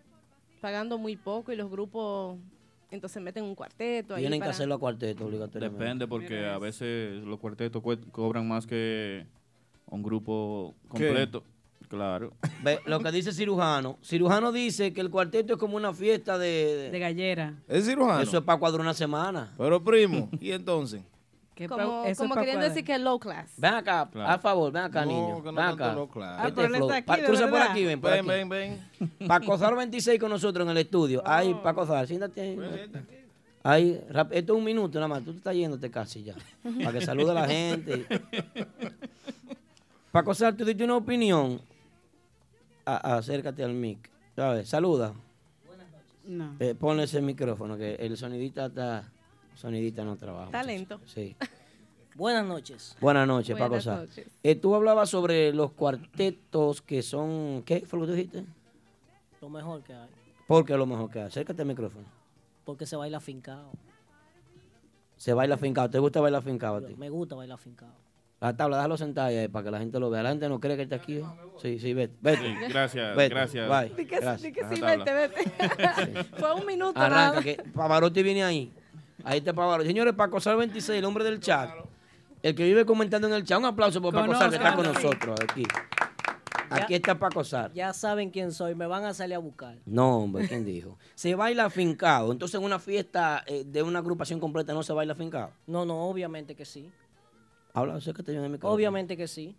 S3: pagando muy poco y los grupos entonces meten un cuarteto. ahí
S4: Tienen que
S3: para-
S4: hacerlo a cuarteto obligatoriamente.
S2: Depende, porque a veces los cuartetos cue- cobran más que un grupo completo. Claro.
S4: Ve, lo que dice cirujano. Cirujano dice que el cuarteto es como una fiesta de.
S5: De gallera.
S7: Es cirujano.
S4: Eso es para cuadrar una semana.
S7: Pero primo, ¿y entonces?
S5: Que
S3: Como,
S5: pa- eso es
S3: como
S5: pa'
S3: queriendo
S5: cuadrar.
S3: decir que es low class.
S4: Ven acá,
S2: Claro.
S4: a favor, ven acá,
S7: No,
S4: niño.
S7: que no
S4: ven
S7: tanto
S4: acá.
S7: no, claro.
S5: Ah,
S4: Este
S5: pero él
S4: flow.
S5: está aquí,
S4: Pa-
S5: de
S4: cruza por
S5: verdad.
S4: aquí, ven, por
S7: Ven,
S4: aquí.
S7: ven, ven.
S4: Paco Zar 26 con nosotros en el estudio. Ahí, Paco Zar, siéntate. ahí.
S7: Pues,
S4: Ahí, rap- esto es un minuto nada más. Tú te estás yéndote casi ya. Para que salude a la gente. Paco Zar, tú diste una opinión. A- acércate al mic. ¿Sabes? Saluda.
S5: No.
S4: Eh, ponle ese micrófono que el sonidita está. Sonidita no trabaja.
S3: Está
S4: muchacho.
S3: lento.
S4: Sí.
S10: Buenas noches.
S4: Buenas noches,
S3: Buenas
S4: Paco Sá.
S3: noches.
S4: Eh, tú hablabas sobre los cuartetos que son. ¿Qué fue lo que tú dijiste?
S10: Lo mejor que hay.
S4: Porque a lo mejor que acércate al micrófono.
S10: Porque se baila fincado.
S4: Se baila fincado. ¿Te gusta bailar fincado a ti?
S10: Me gusta bailar fincado.
S4: La tabla, déjalo sentada ahí para que la gente lo vea. La gente no cree que él está aquí. ¿eh? Sí, sí, vete. Vete.
S2: Sí, gracias,
S4: Vete,
S2: gracias.
S4: bye.
S3: Di que,
S4: Gracias.
S3: di que
S2: Ajá,
S3: sí,
S2: tabla.
S3: vete, vete. Fue un minuto
S4: Arranca,
S3: nada.
S4: que Pavarotti viene ahí. Ahí está Pavarotti. Señores, Paco Sal 26, el hombre del chat. El que vive comentando en el chat. Un aplauso por Paco Sal que está con
S5: Conozcan, sí.
S4: nosotros aquí. Aquí está Paco Sal.
S10: Ya saben quién soy, me van a salir a buscar.
S4: No, hombre, ¿quién dijo? Se baila afincado. Entonces, en una fiesta eh, de una agrupación completa no se baila afincado.
S10: No, no, obviamente que sí.
S4: Habla, acércate yo en el micrófono.
S10: Obviamente que sí.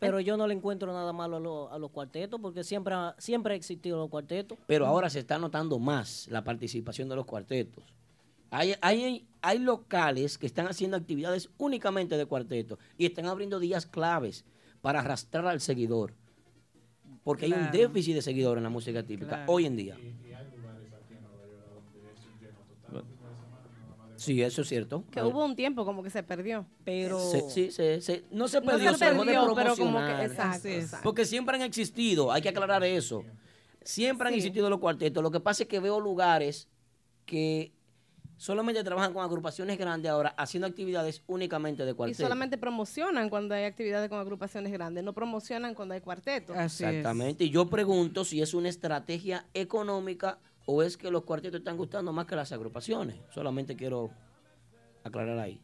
S10: Pero
S3: Eh.
S10: yo no le encuentro nada malo a, lo- a los cuartetos porque siempre ha, siempre ha existido los cuartetos.
S4: Pero ahora se está notando más la participación de los cuartetos. Hay, hay, hay locales que están haciendo actividades únicamente de cuarteto y están abriendo días claves para arrastrar al seguidor. Porque hay un
S5: Claro.
S4: déficit de seguidores en la música típica
S5: Claro.
S4: hoy en día. Sí, eso es cierto.
S3: Que hubo un tiempo como que se perdió. Pero.
S4: Se- sí, se- se- no se
S3: No
S4: perdió,
S3: se
S4: se dejó de
S3: perdió, pero como que-
S4: promocionar.
S3: exacto, Así es. exacto.
S4: Porque siempre han existido, hay que aclarar eso. Siempre han
S3: Sí.
S4: existido los cuartetos. Lo que pasa es que veo lugares que solamente trabajan con agrupaciones grandes ahora, haciendo actividades únicamente de
S3: Y
S4: cuarteto.
S3: solamente promocionan cuando hay actividades con agrupaciones grandes, no promocionan cuando hay cuartetos.
S4: Exactamente. Y yo pregunto si es una estrategia económica o es que los cuartetos están gustando más que las agrupaciones. Solamente quiero aclarar ahí.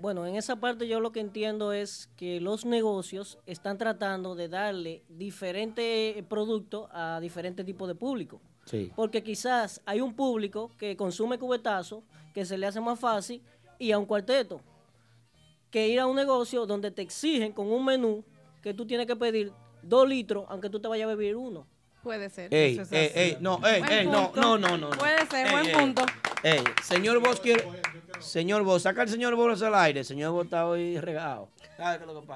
S10: Bueno, en esa parte yo lo que entiendo es que los negocios están tratando de darle diferente eh, producto a diferentes tipos de público.
S4: Sí.
S10: Porque quizás hay un público que consume cubetazo, que se le hace más fácil, y a un cuarteto, que ir a un negocio donde te exigen con un menú que tú tienes que pedir dos litros, aunque tú te vayas a beber uno.
S3: Puede ser.
S4: Ey, ey, ey, no, ey,
S10: Buen
S4: ey, no,
S10: punto.
S4: no, no, no. no.
S3: Puede ser,
S4: Ey,
S3: buen
S4: ey.
S3: punto.
S4: Ey, señor Vos quiere... Señor Vos, saca al señor Vos al aire. Señor Vos está hoy regado.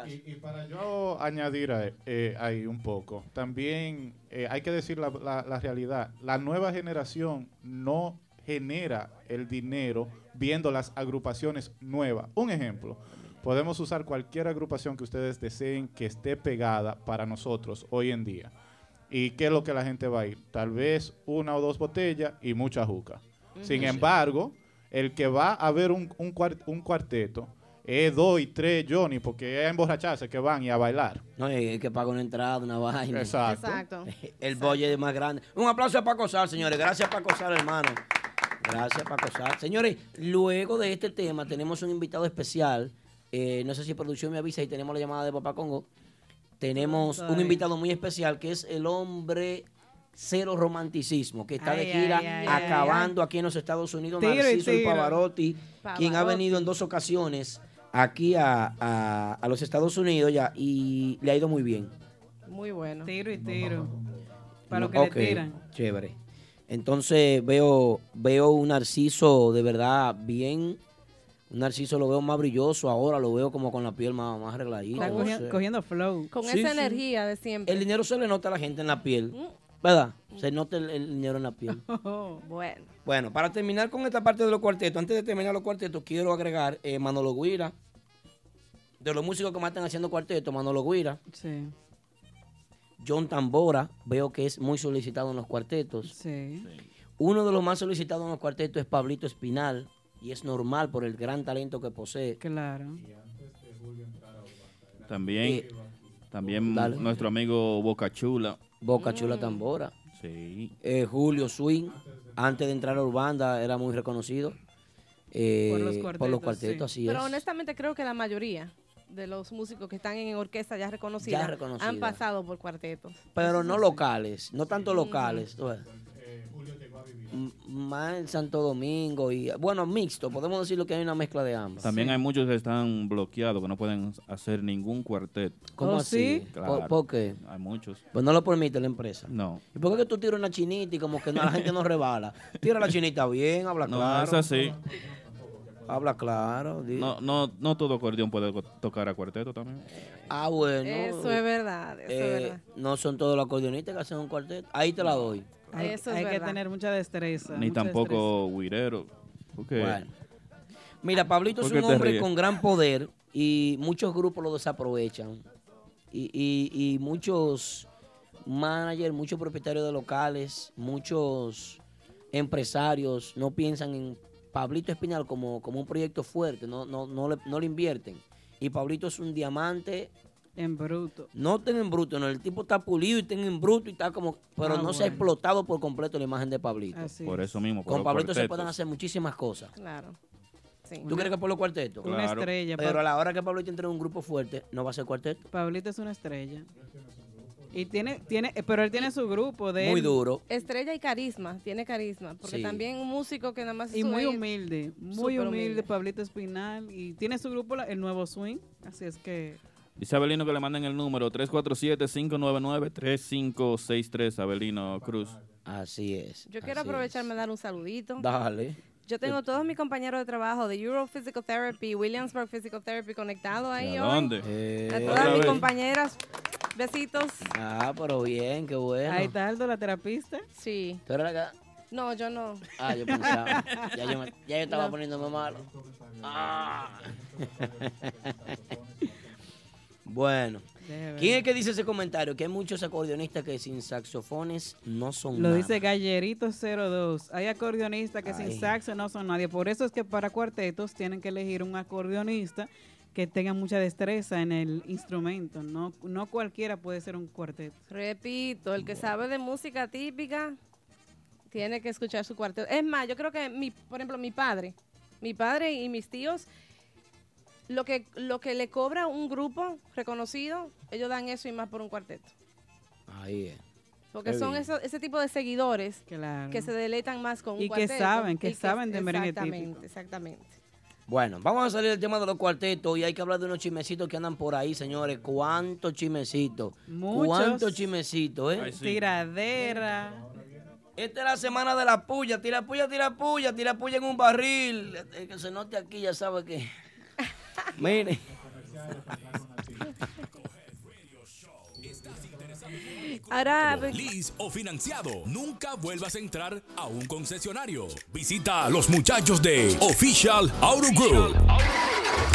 S6: Y, y para yo añadir a- eh, ahí un poco, también eh, hay que decir la, la- la realidad. La nueva generación no genera el dinero viendo las agrupaciones nuevas. Un ejemplo, podemos usar cualquier agrupación que ustedes deseen que esté pegada para nosotros hoy en día. ¿Y qué es lo que la gente va a ir? Tal vez una o dos botellas y mucha juca. Sin
S11: Sí.
S6: embargo, el que va a ver un, un, cuart- un cuarteto es dos y tres Johnny, porque es a emborracharse que van y a bailar.
S4: No, y el que paga una entrada, una vaina.
S6: Exacto.
S3: Exacto.
S4: El bolle más grande. Un aplauso a Paco Sal, señores. Gracias, Paco Sal, hermano. Gracias, Paco Sal. Señores, luego de este tema tenemos un invitado especial. Eh, no sé si producción me avisa y tenemos la llamada de Papá Congo. Tenemos
S10: Todavía.
S4: un invitado muy especial que es el hombre cero romanticismo, que está de
S10: Ay,
S4: gira
S10: ay, ay, ay,
S4: acabando aquí en los Estados Unidos,
S10: Tiro y
S4: Narciso
S5: este
S4: y
S10: tiro.
S4: Pavarotti, quien ha
S10: Pavarotti.
S4: venido en dos ocasiones aquí a, a- a los Estados Unidos ya y le ha ido muy bien.
S3: Muy bueno.
S5: Tiro y tiro. Para lo
S4: No,
S5: que
S4: ok,
S5: le tiran.
S4: Chévere. Entonces veo, veo un narciso de verdad bien. Un narciso lo veo más brilloso ahora, lo veo como con la piel más, más arregladita.
S5: Está
S4: no
S5: cogi-
S4: sé.
S5: cogiendo flow.
S3: Con
S4: Sí,
S3: esa
S4: sí.
S3: energía de siempre.
S4: El dinero se le nota a la gente en la piel.
S3: Mm.
S4: ¿Verdad? Se nota el, el dinero en la piel.
S3: Bueno.
S4: Bueno, para terminar con esta parte de los cuartetos, antes de terminar los cuartetos, quiero agregar eh, Manolo Guira. De los músicos que más están haciendo cuartetos, Manolo Guira.
S5: Sí.
S4: John Tambora, veo que es muy solicitado en los cuartetos. Uno de los más solicitados en los cuartetos es Pablito Espinal, y es normal por el gran talento que posee.
S5: Claro.
S2: También, también
S4: Dale.
S2: nuestro amigo Boca Chula.
S4: Boca Chula Tambora.
S2: Sí.
S4: Eh, Julio Swing, antes de entrar a Urbanda, era muy reconocido. eh,
S5: Por los
S4: por los
S5: cuartetos,
S4: cuartetos, así
S3: Pero
S4: es.
S3: honestamente creo que la mayoría de los músicos que están en orquesta ya reconocidas
S4: Ya reconocida.
S3: han pasado por cuartetos.
S4: Pero no locales, no tanto locales. bueno. M- Más en Santo Domingo y, bueno, mixto, podemos decir lo que hay una mezcla de ambas.
S2: También hay muchos que están bloqueados, que no pueden hacer ningún cuarteto.
S4: ¿Cómo Oh, ¿sí? así? ¿Por- por qué?
S2: Hay muchos.
S4: Pues no lo permite la empresa.
S2: No.
S4: ¿Y por qué que tú tiras una chinita y como que no- la gente no rebala? Tira la chinita bien, habla
S2: No,
S4: claro.
S2: es así.
S4: Habla claro. di-
S2: No, no, no todo acordeón puede co- tocar a cuarteto también.
S4: Ah, bueno.
S3: Eso es verdad, Eh, eso es verdad.
S4: No son todos los acordeonistas que hacen un cuarteto. Eh, Ahí te la doy.
S5: Hay,
S3: Eso es
S5: hay que
S3: verdad.
S5: tener mucha destreza.
S2: Ni
S5: mucha
S2: tampoco huirero. Porque
S4: Bueno. Mira, Pablito es
S2: ¿Por qué
S4: un
S2: te
S4: hombre
S2: ríes?
S4: con gran poder y muchos grupos lo desaprovechan. Y, y- y muchos managers, muchos propietarios de locales, muchos empresarios no piensan en Pablito Espinal como, como un proyecto fuerte, no, no, no, le, no le invierten. Y Pablito es un diamante.
S5: En bruto.
S4: No tan en bruto, no. El tipo está pulido y está en bruto y está como. Pero
S5: Ah,
S4: no se ha
S5: bueno.
S4: explotado por completo la imagen de Pablito.
S5: Así
S2: Por es. eso mismo, por
S4: Con
S2: los
S4: Pablito se
S2: cuartetos.
S4: pueden hacer muchísimas cosas.
S3: Claro. Sí.
S4: ¿Tú crees que por los cuartetos?
S2: Una Claro. estrella,
S4: Pero
S5: Pablo.
S4: a la hora que Pablito entre en un grupo fuerte, no va a ser cuarteto.
S5: Pablito es una estrella. Y tiene, tiene, eh, pero él tiene su grupo de
S4: Muy
S5: él.
S4: duro.
S3: Estrella y carisma, tiene carisma, porque
S5: Sí.
S3: también un músico que nada más
S5: Y
S3: sube
S5: muy
S3: ahí-
S5: humilde, muy
S3: Súper
S5: humilde, Pablito Espinal. Y tiene su grupo, la- el Nuevo Swing. Así es que
S2: Dice Abelino que le manden el número 347-599-3563, Abelino Cruz.
S4: Así es.
S3: Yo quiero aprovechar para dar un saludito.
S4: Dale.
S3: Yo tengo todos mis compañeros de trabajo de Euro Physical Therapy, Williamsburg Physical Therapy conectados ahí
S4: ¿A
S3: hoy.
S4: dónde?
S3: A
S4: Eh,
S3: todas
S4: otra
S3: mis
S4: vez.
S3: compañeras, besitos.
S4: Ah, pero bien, qué bueno.
S5: ahí está Aldo, la terapista.
S3: Sí.
S4: Tú eres la que-
S3: No, yo no.
S4: Ah, yo pensaba. Ya yo, me- ya yo estaba
S3: No.
S4: poniéndome malo. Ah. bueno.
S5: Déjame
S4: ¿Quién
S5: ver.
S4: es que dice ese comentario? Que hay muchos acordeonistas que sin saxofones no son
S5: Lo
S4: nada.
S5: dice Gallerito02. Hay acordeonistas que
S4: Ay.
S5: sin saxo no son nadie. Por eso es que para cuartetos tienen que elegir un acordeonista que tenga mucha destreza en el instrumento. No, no cualquiera puede ser un cuarteto.
S3: Repito, el que sabe de música típica tiene que escuchar su cuarteto. Es más, yo creo que, mi, por ejemplo, mi padre, mi padre y mis tíos, lo que, lo que le cobra un grupo reconocido, ellos dan eso y más por un cuarteto.
S4: Ahí es.
S3: Porque
S4: Qué
S3: son
S4: bien.
S3: esos- ese tipo de seguidores
S5: Claro.
S3: que se deleitan más con un
S5: Y que
S3: cuarteto.
S5: saben, que saben de merengue
S3: Exactamente,
S5: típico.
S3: exactamente.
S4: Bueno, vamos a salir del tema de los cuartetos y hay que hablar de unos chismecitos que andan por ahí, señores. ¿Cuántos chismecitos?
S5: Muchos.
S4: ¿Cuántos chismecitos, eh?
S5: Tiradera.
S4: Esta es la semana de la puya. Tira puya, tira puya, tira puya en un barril. El que se note aquí ya sabe que... Mire.
S3: Ahora,
S5: pues,
S9: Liz o financiado, nunca vuelvas a entrar a un concesionario. Visita a los muchachos de Official Auto Group.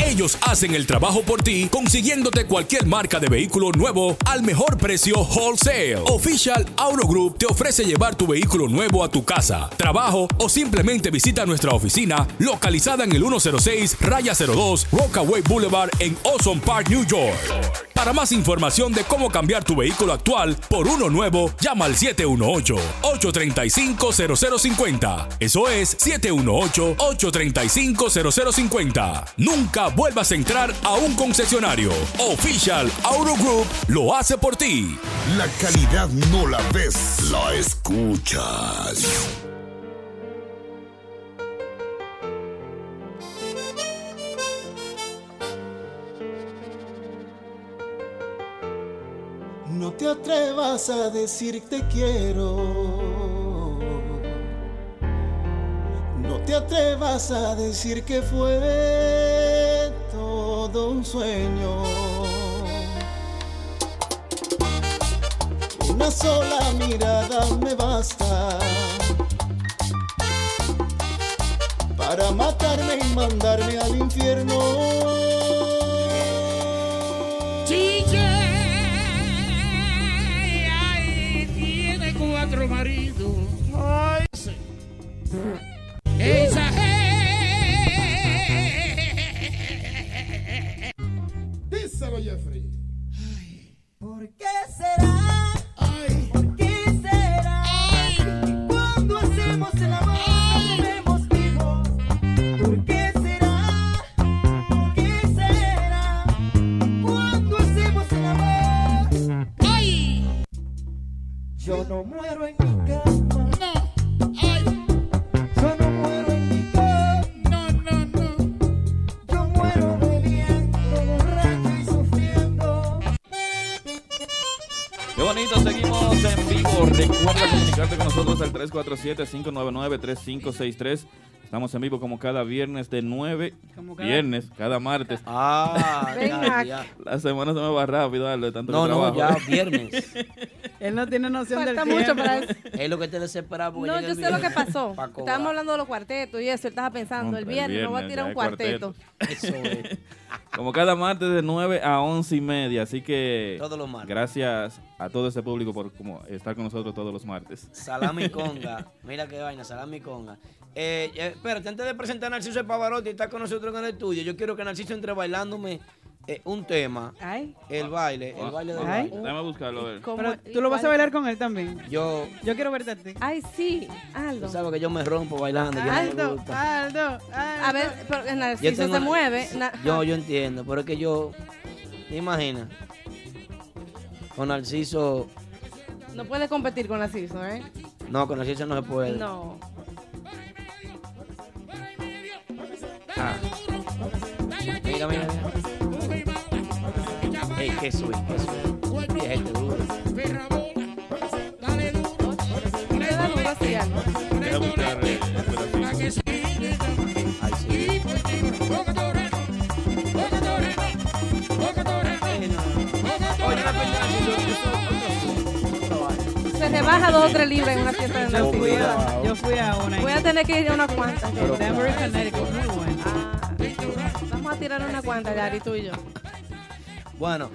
S9: Ellos hacen el trabajo por ti, consiguiéndote cualquier marca de vehículo nuevo al mejor precio wholesale. Official Auto Group te ofrece llevar tu vehículo nuevo a tu casa, trabajo o simplemente visita nuestra oficina localizada en el 106 Raya 02 Rockaway Boulevard en Ozone Park, New York. Para más información de cómo cambiar tu vehículo actual por uno nuevo, llama al 718-835-0050. Eso es 718-835-0050. Nunca vuelvas a entrar a un concesionario. Official Auto Group lo hace por ti.
S11: La calidad no la ves, la escuchas.
S12: No te atrevas a decir te quiero. No te atrevas a decir que fue todo un sueño. Una sola mirada me basta para matarme y mandarme al infierno.
S13: ay, tiene cuatro maridos. Ay, sí. Esa
S12: Díselo, Jeffrey.
S13: ¿Por qué será? ¿Por qué será? Que Cuando hacemos el amor nos vemos vivos. ¿Por qué será? ¿Por qué será? Cuando hacemos el amor. Yo no muero en mi cama. No. Yo no muero en mi cama. No, no, no. Yo muero bebiendo, borracho y sufriendo.
S2: Qué bonito, seguimos en vivo. Recuerda comunicarte con nosotros al 347-599-3563. Estamos en vivo como cada viernes de 9.
S5: Como cada-
S2: Viernes, cada martes.
S4: Ah,
S5: ya, ya.
S2: La semana se me va rápido, Aldo, de tanto
S4: No,
S2: que
S4: no,
S2: trabajo.
S4: ya viernes.
S5: Él no tiene noción
S3: Falta
S5: del
S3: mucho
S5: tiempo.
S3: para
S4: Es lo que te desesperaba. porque
S3: No,
S4: llega
S3: yo
S4: el
S3: sé lo que
S4: viernes
S3: pasó.
S4: pa' cobrar.
S3: Estábamos hablando de los cuartetos y eso. Él estaba pensando,
S2: Hombre,
S3: el viernes, me voy a
S2: viernes, ya
S3: tirar un
S2: hay
S3: cuarteto.
S2: Como cada martes de 9 a 11 y media. Así que
S4: Todos los martes.
S2: gracias a todo ese público por como, estar con nosotros todos los martes.
S4: Salami conga. Mira qué vaina, salami conga. Eh, eh, espérate, antes de presentar a Narciso el Pavarotti, está con nosotros en el estudio. Yo quiero que Narciso entre bailándome eh, un tema. El baile, el baile del
S5: Ay.
S4: baile.
S2: Ah, Déjame buscarlo.
S5: Pero tú lo vas a bailar con él también.
S4: Yo,
S5: Yo quiero verte a ti.
S3: Ay, sí, Aldo.
S4: tú sabes que yo me rompo bailando. yo no me
S3: Aldo,
S4: gusta.
S5: Aldo,
S3: A ver, pero el
S4: Yo
S3: Narciso
S4: tengo-
S3: se mueve. na-
S4: Yo, yo entiendo, pero es que yo. ¿Te imaginas? Con Narciso.
S3: No puede competir con Narciso, ¿eh?
S4: No, con Narciso no se puede.
S3: No.
S4: Ah. Mira, mira, mira. Ey, qué swing, qué swing. Qué gente duro.
S2: Déjame buscar eh, el pedacito.
S3: Se rebaja dos o tres libras en una fiesta de no, no, sí, yo-
S5: Yo fui a una.
S3: Voy a tener que ir a unas cuantas.
S5: En Danbury, Connecticut, muy buena.
S3: Vamos a tirar unas cuantas, Dari, tú y yo.
S14: Bueno.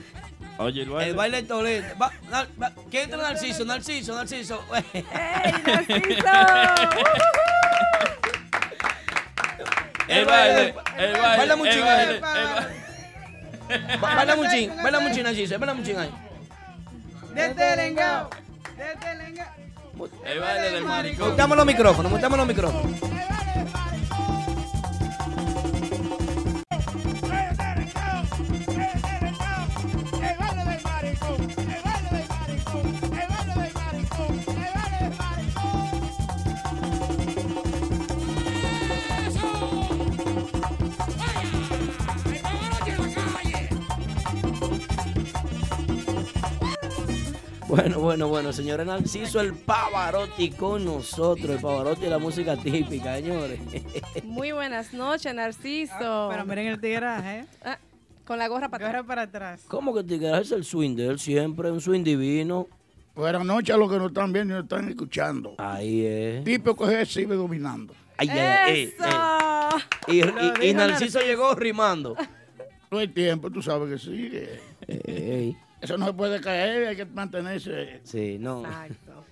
S2: Oye, el
S14: baile. El baile del Toledo. Va, nar- va- ¿Quién entra Narciso? Narciso, Narciso. ¡Ey,
S13: Narciso!
S14: el baile, el baile. Baila un ching, ahí. Ba- Baila un ching, baila un ching, Narciso. Baila un ching ahí.
S13: De Telengao, de Telengao.
S14: El baile del maricón. Montamos los micrófonos, montamos los micrófonos.
S13: El baile del maricón, el baile del maricón, el baile del maricón, el baile del maricón. ¡Eso! ¡Vaya! ¡El de la calle!
S4: Bueno, bueno, bueno, señores, Narciso el Pavarotti con nosotros, el Pavarotti de la música típica, señores.
S3: Muy buenas noches, Narciso.
S5: Ah, Pero miren el tigreaje.
S3: Ah, con la gorra para atrás.
S5: para atrás.
S4: ¿Cómo que te quedas el swing de él siempre, un swing divino?
S15: Buenas noches a los que nos están viendo y nos están escuchando.
S4: Ahí es.
S15: Tipo que sigue dominando.
S4: Ay, ay, Eso.
S14: eh,
S4: ay, Y, y-
S15: Lo
S4: y
S15: dijo
S4: Narciso llegó rimando.
S15: No hay tiempo, tú sabes que sigue. Eso no se puede caer, hay que mantenerse
S4: Sí, no.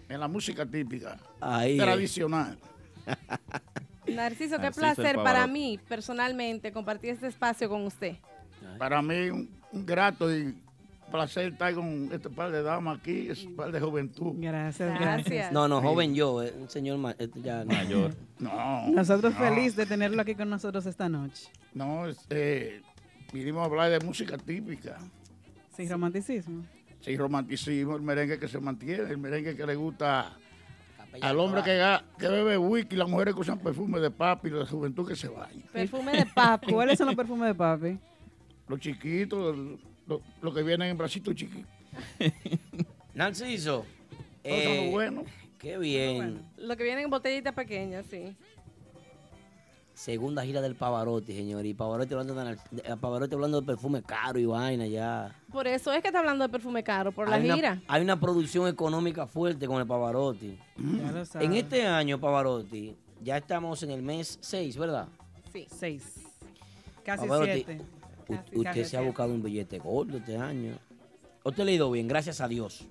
S15: en la música típica,
S4: Ahí es.
S15: tradicional. Narciso
S3: Narciso, qué
S15: el
S3: placer para
S15: Pavarotti.
S3: mí, personalmente, compartir este espacio con usted.
S15: Para mí un, un grato y placer estar con este par de damas aquí, este par de juventud.
S5: Gracias,
S3: gracias.
S4: No, no, joven yo, eh, un señor ma- eh, ya no.
S15: Mayor. No.
S5: Nosotros
S15: no.
S5: feliz de tenerlo aquí con nosotros esta noche.
S15: No, es- eh, vinimos a hablar de música típica.
S5: Sí, romanticismo.
S15: Sí, romanticismo, el merengue que se mantiene, el merengue que le gusta al hombre que, ga- que bebe whisky, las mujeres que usan perfume de papi, la juventud que se baña.
S3: Perfume de papi.
S5: ¿Cuáles son los perfumes de papi?
S15: Los chiquitos, los los que vienen en bracitos chiquitos.
S14: Narciso.
S15: Eso
S14: eh,
S15: es bueno.
S14: Qué bien.
S3: Lo que vienen en botellitas pequeñas, sí.
S4: Segunda gira del Pavarotti, señor. Y Pavarotti hablando de, anar- de- Pavarotti hablando de perfume caro y vaina ya.
S3: Por eso es que está hablando de perfume caro, por la
S4: hay
S3: gira.
S4: Una, hay una producción económica fuerte con el Pavarotti.
S15: Mm.
S5: lo sabes.
S4: En este año, Pavarotti, ya estamos en el mes 6, ¿verdad?
S3: Sí.
S5: Seis. Casi
S4: Pavarotti,
S5: siete.
S4: u-
S5: Casi,
S4: usted
S5: casi
S4: se ha
S5: siete.
S4: buscado un billete gordo este año. Usted le ha ido bien, gracias a Dios.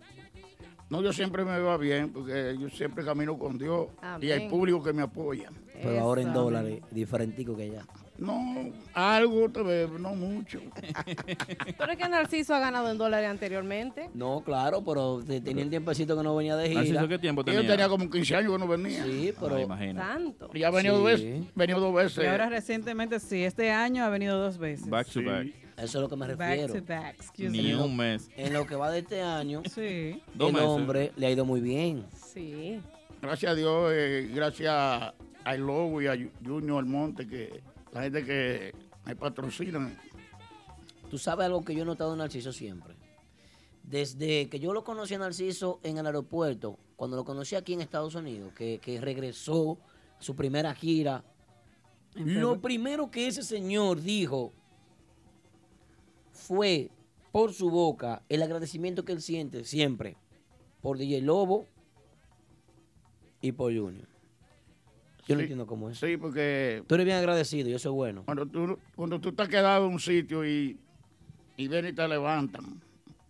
S15: No, yo siempre me va bien, porque yo siempre camino con Dios y
S4: Amén.
S15: el público que me apoya.
S4: Pero ahora en dólares, diferentico que ya.
S15: No, algo te bebo, no mucho.
S3: Pero es que Narciso ha ganado en dólares anteriormente.
S4: No, claro, pero te- tenía un tiempecito que no venía de gira.
S15: Narciso, ¿qué tiempo tenía? Yo tenía como 15 años que no venía.
S4: Sí, pero...
S3: Tanto.
S15: Ya ha venido dos veces. Venido dos veces.
S5: Y ahora recientemente, sí, este año ha venido dos veces.
S2: Back to back.
S4: Eso es lo que me
S5: Back
S4: refiero.
S5: to back, excuse
S2: Ni
S5: me.
S2: un mes.
S4: En lo que va de este año,
S5: Sí.
S2: Dos
S4: el
S2: meses.
S4: hombre le ha ido muy bien.
S3: Sí.
S15: Gracias a Dios, eh, gracias a Lobo y a Ju- Junior Almonte, que la gente que me patrocinan.
S4: Tú sabes algo que yo he notado en Narciso siempre. Desde que yo lo conocí a Narciso en el aeropuerto, cuando lo conocí aquí en Estados Unidos, que, que regresó su primera gira, lo primero que ese señor dijo fue por su boca el agradecimiento que él siente siempre por DJ Lobo y por Junior. Yo no entiendo cómo es.
S15: Sí, porque
S4: Tú eres bien agradecido, yo soy bueno.
S15: cuando tú, cuando tú estás quedado en un sitio y, y ven y te levantan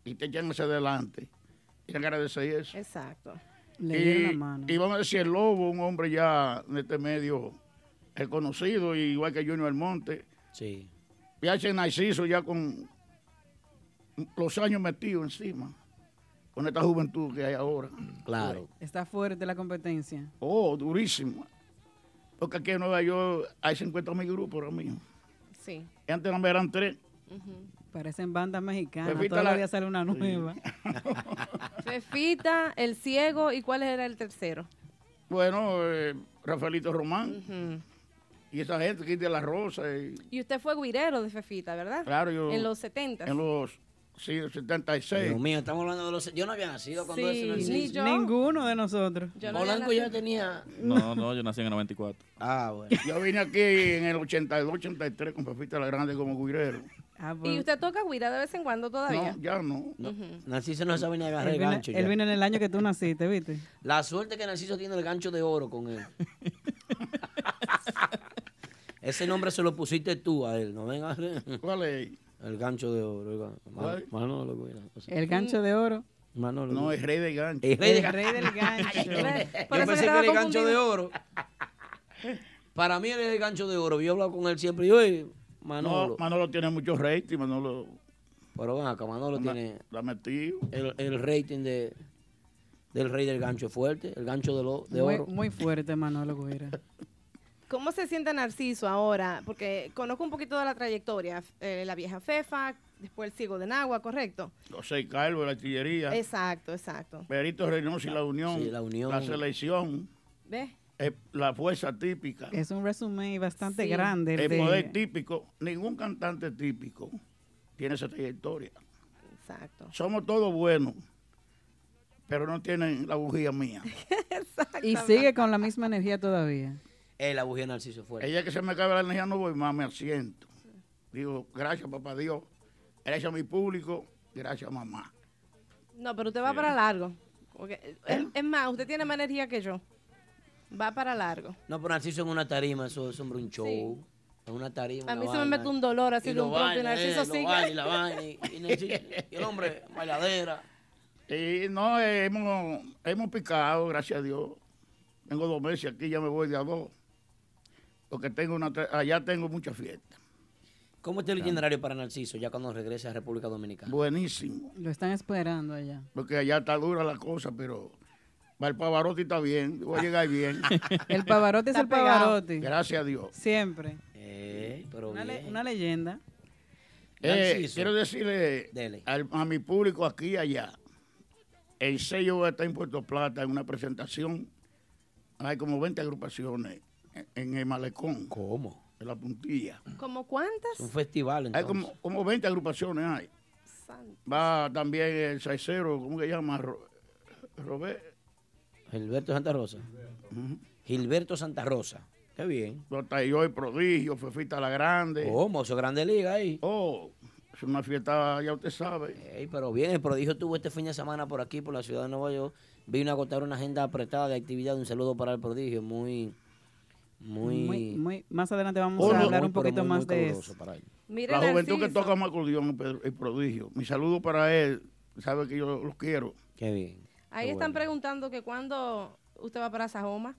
S15: y te echan hacia adelante, y agradecer eso.
S3: Exacto.
S5: Le
S15: y,
S5: dieron la mano.
S15: y vamos a decir, el Lobo, un hombre ya en este medio reconocido, y igual que Junior Almonte.
S4: Sí.
S15: Y hace Narciso ya con los años metidos encima, con esta juventud que hay ahora.
S4: Claro.
S5: Está fuerte la competencia.
S15: Oh, durísimo. Porque aquí en Nueva York hay 50 mil grupos ahora mismo.
S3: Sí.
S15: Y antes no eran tres.
S5: Parecen bandas mexicanas.
S15: Pepita
S5: Todos los
S15: la-
S5: días sale una nueva.
S3: Fefita, El Ciego, ¿y cuál era el tercero?
S15: Bueno, eh, Rafaelito Román y esa gente que es de La Rosa. y-
S3: Y usted fue guirero de Fefita, ¿verdad?
S15: claro, yo.
S3: En los 70.
S15: En los sí, 76.
S4: Dios mío, estamos hablando de los. Yo no había nacido cuando
S3: Sí,
S4: eso nací.
S3: ni yo.
S5: Ninguno de nosotros.
S4: Polanco ya tenía.
S2: No, no, yo nací en el 94.
S4: Ah, bueno.
S15: Yo vine aquí en el 82, 83 con Pepita la Grande como guirero.
S3: ¿Y usted toca guira de vez en cuando todavía?
S15: No, ya no.
S3: Ujú.
S4: Narciso no sabe ni agarrar
S5: Él
S4: el
S5: vino,
S4: gancho.
S5: él
S4: ya.
S5: vino en el año que tú naciste, ¿viste?
S4: La suerte que Narciso tiene el gancho de oro con él. Ese nombre se lo pusiste tú a él, ¿no? Venga.
S15: ¿Cuál es?
S4: El gancho de oro. el gan-
S15: ¿Cuál?
S4: Manolo, mira, o sea.
S5: El gancho de oro.
S4: Manolo.
S15: No, es rey del gancho.
S4: El rey,
S5: El rey del gancho.
S4: Yo
S5: Por
S4: pensé
S5: eso que
S4: que era el
S5: estaba
S4: gancho de
S5: confundida.
S4: oro. Para mí él es el gancho de oro. Yo he hablado con él siempre. Yo, "Ey, Manolo.
S15: No, Manolo tiene muchos rating, Manolo.
S4: Pero ven acá, Manolo
S15: La-
S4: tiene.
S15: La metido.
S4: El, el rating de, del rey del gancho es fuerte. El gancho de, lo- de
S5: Muy,
S4: oro.
S5: muy fuerte, Manolo Guira.
S3: ¿Cómo se siente Narciso ahora? Porque conozco un poquito de la trayectoria. eh, la vieja Fefa, después el Ciego de Nagua, ¿correcto?
S15: José Calvo, la artillería.
S3: Exacto, exacto.
S15: Perito Reynoso y la Unión.
S4: Sí, la Unión.
S15: La selección.
S3: ¿Ves?
S15: eh, la fuerza
S3: Eh,
S15: típica.
S5: Es un resumen bastante
S15: Sí.
S5: grande. el
S15: El
S5: de-
S15: poder típico. Ningún cantante típico tiene esa trayectoria.
S3: Exacto.
S15: Somos todos buenos, pero no tienen la bujía mía.
S5: Y sigue con la misma energía todavía.
S4: Eh, la bujía de Narciso es fuerte.
S15: Ella que se me acabe la energía, no voy más, me asiento. Digo, gracias papá Dios, gracias a mi público, gracias mamá.
S3: No, pero usted va para largo. Porque- es,
S15: ¿Eh?
S3: es más, usted tiene más energía que yo. Va para largo.
S4: No, pero Narciso en una tarima, eso es un show.
S3: Sí.
S4: En una tarima. una
S3: A mí se me
S4: vaina.
S3: mete un dolor así
S4: Y
S3: de
S4: lo
S3: un pronto y
S4: baila,
S3: Narciso
S4: eh, lo
S3: sigue.
S4: baila, y la vaina, y- y Narciso- y el hombre, bailadera.
S15: Y no, eh, hemos, hemos picado, gracias a Dios. Tengo dos meses aquí, ya me voy de a dos. Porque tengo una, tra- allá tengo mucha fiesta.
S4: ¿Cómo está el itinerario para Narciso ya cuando regrese a República Dominicana?
S15: Buenísimo.
S5: Lo están esperando allá.
S15: Porque allá está dura la cosa, pero para el Pavarotti está bien, voy a llegar bien.
S5: El Pavarotti es el Pavarotti.
S15: Gracias a Dios.
S5: Siempre.
S4: Eh, pero
S5: Una, le- una leyenda.
S15: Eh,
S5: Narciso.
S15: quiero decirle al- a mi público aquí y allá. El sello está en Puerto Plata en una presentación. Hay como 20 agrupaciones en, en el malecón.
S4: ¿Cómo?
S15: En la puntilla.
S3: ¿Como cuántas?
S4: festival,
S15: Hay como, como 20 agrupaciones hay. Va también el Saicero, ¿cómo que llama? Ro- Robert.
S4: Gilberto Santa Rosa. Gilberto Santa Rosa. Qué bien.
S15: Está yo el prodigio, Fefita la Grande.
S4: ¿Cómo? Eso grande liga ahí.
S15: Oh, es una fiesta, ya usted sabe.
S4: pero bien, el prodigio estuvo este fin de semana por aquí, por la ciudad de Nueva York. Vino a agotar una agenda apretada de actividad. Un saludo para el prodigio. Muy, muy.
S5: Muy- muy- más adelante vamos a hablar un poquito más de eso.
S3: Mire,
S15: la juventud que
S3: Narciso.
S15: toca más acordeón Pedro, es prodigio. Mi saludo para él. Sabe que yo lo quiero.
S4: Qué bien.
S3: Ahí
S15: Qué
S3: están preguntando que cuándo usted va para Sajoma.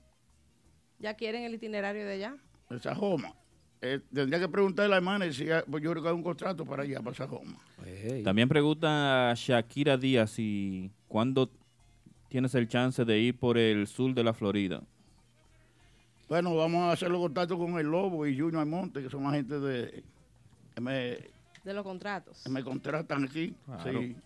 S3: ¿Ya quieren el itinerario de allá?
S15: El Sajoma. Eh, tendría que preguntarle a la hermana si hay- pues yo creo que hay un contrato para allá, para Sajoma.
S2: También pregunta Shakira Díaz si cuándo tienes el chance de ir por el sur de la Florida.
S15: Bueno, vamos a hacer los contactos con el Lobo y Junior Almonte, que son más gente de, que me,
S3: De los contratos.
S15: que me contratan aquí.
S4: Claro.
S15: Sí.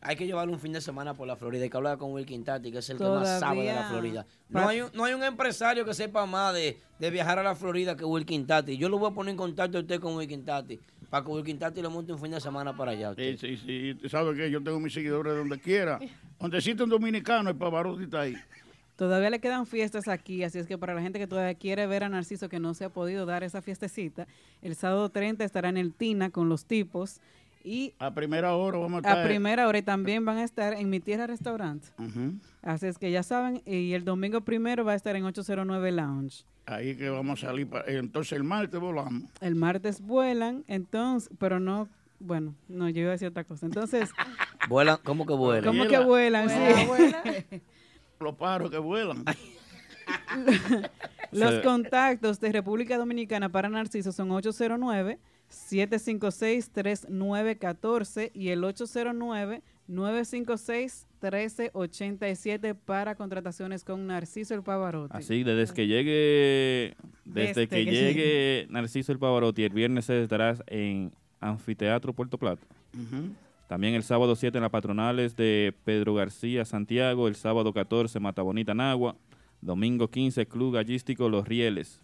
S4: Hay que llevarlo un fin de semana por la Florida. Hay que hablar con Will Quintati, que es el que más
S10: Todavía.
S4: sabe de la Florida. No
S10: Pa-
S4: hay, un, no hay un empresario que sepa más de, de viajar a la Florida que Will Quintati. Yo lo voy a poner en contacto a usted con Will Quintati para que Will Quintati le monte un fin de semana para allá. a usted.
S15: Sí, sí, sí. Tú sabes que yo tengo mis seguidores donde quiera. Donde existe un dominicano, el Pavarotti está ahí.
S5: Todavía le quedan fiestas aquí, así es que para la gente que todavía quiere ver a Narciso que no se ha podido dar esa fiestecita, el sábado 30 estará en el Tina con los tipos y
S15: A primera hora vamos a estar.
S5: a primera hora y también van a estar en Mi Tierra Restaurante.
S15: Ujú.
S5: Así es que ya saben, y el domingo primero va a estar en 809 Lounge.
S15: Ahí que vamos a salir. para- entonces el martes volamos.
S5: El martes vuelan, entonces, pero no, bueno, no, yo iba a decir otra cosa. Entonces,
S4: Vuelan, ¿Cómo que vuelan?
S5: ¿cómo que vuelan? Sí.
S15: Los pájaros que vuelan.
S5: Los
S15: Sí.
S5: contactos de República Dominicana para Narciso son 809-756-3914 y el 809-956-1387 para contrataciones con Narciso el Pavarotti.
S2: Así, desde que llegue, desde
S5: Desde
S2: que,
S5: que
S2: llegue,
S5: llegue.
S2: Narciso el Pavarotti, el viernes estarás en Anfiteatro Puerto Plata.
S15: Ujú.
S2: También el sábado 7 en las patronales de Pedro García, Santiago. El sábado 14, Matabonita, Nagua. Domingo 15, Club Gallístico Los Rieles.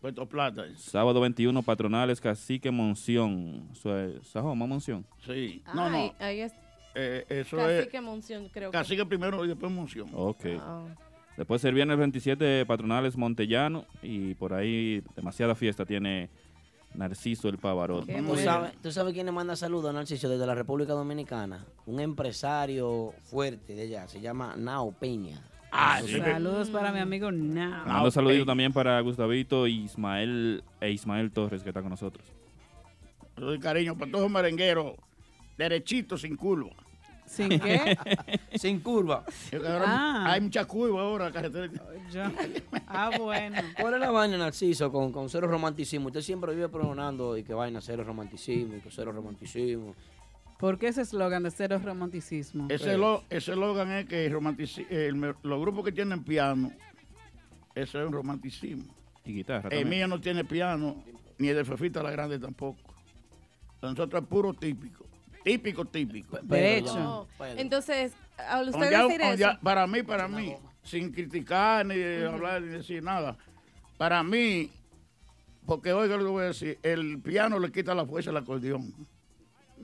S15: Puerto Plata.
S2: Sábado 21, patronales Cacique Monción. Eso es Sajoma Monción.
S15: Sí.
S3: Ah,
S15: No, no.
S3: ahí- ahí es.
S15: Eh, eso
S3: Cacique
S15: es.
S3: Monción, creo que.
S15: Cacique primero y después Monción.
S2: Ok.
S3: Ah.
S2: Después el viernes 27, patronales Montellano. Y por ahí demasiada fiesta tiene Narciso el Pavarotti.
S4: Qué
S10: bueno.
S4: ¿Tú sabes, tú sabes quién le manda saludos a Narciso desde la República Dominicana? Un empresario fuerte de allá, se llama Nao Peña.
S15: Ah,
S6: sí.
S5: Saludos para mi amigo Now.
S2: Mando saludito también para Gustavito y Ismael, e Ismael Torres que está con nosotros.
S15: Te doy cariño para todos los merengueros, derechito, sin curva.
S5: ¿Sin
S13: qué?
S15: sin curva.
S13: Ah.
S15: Hay mucha curva ahora en la carretera.
S5: Ah, bueno.
S4: ¿Cuál es la vaina, Narciso, con, con cero romanticismo? Usted siempre vive prononando y que vaina cero romanticismo y que cero romanticismo.
S5: ¿Por qué ese eslogan de cero romanticismo?
S15: Ese lo- ese eslogan es que romantici- el me- los grupos que tienen piano, eso es un romanticismo.
S2: Y guitarra
S15: El
S2: también.
S15: mío no tiene piano, ni el de Fefita la Grande tampoco. Nosotros es puro típico. Típico, típico.
S3: No. Entonces, a usted
S15: Con ya-
S3: decir
S15: con
S3: eso.
S15: ya- para mí, para mí, sin criticar, ni de
S3: Ujú.
S15: hablar, ni decir nada. Para mí, porque oiga lo que voy a decir, el piano le quita la fuerza al acordeón.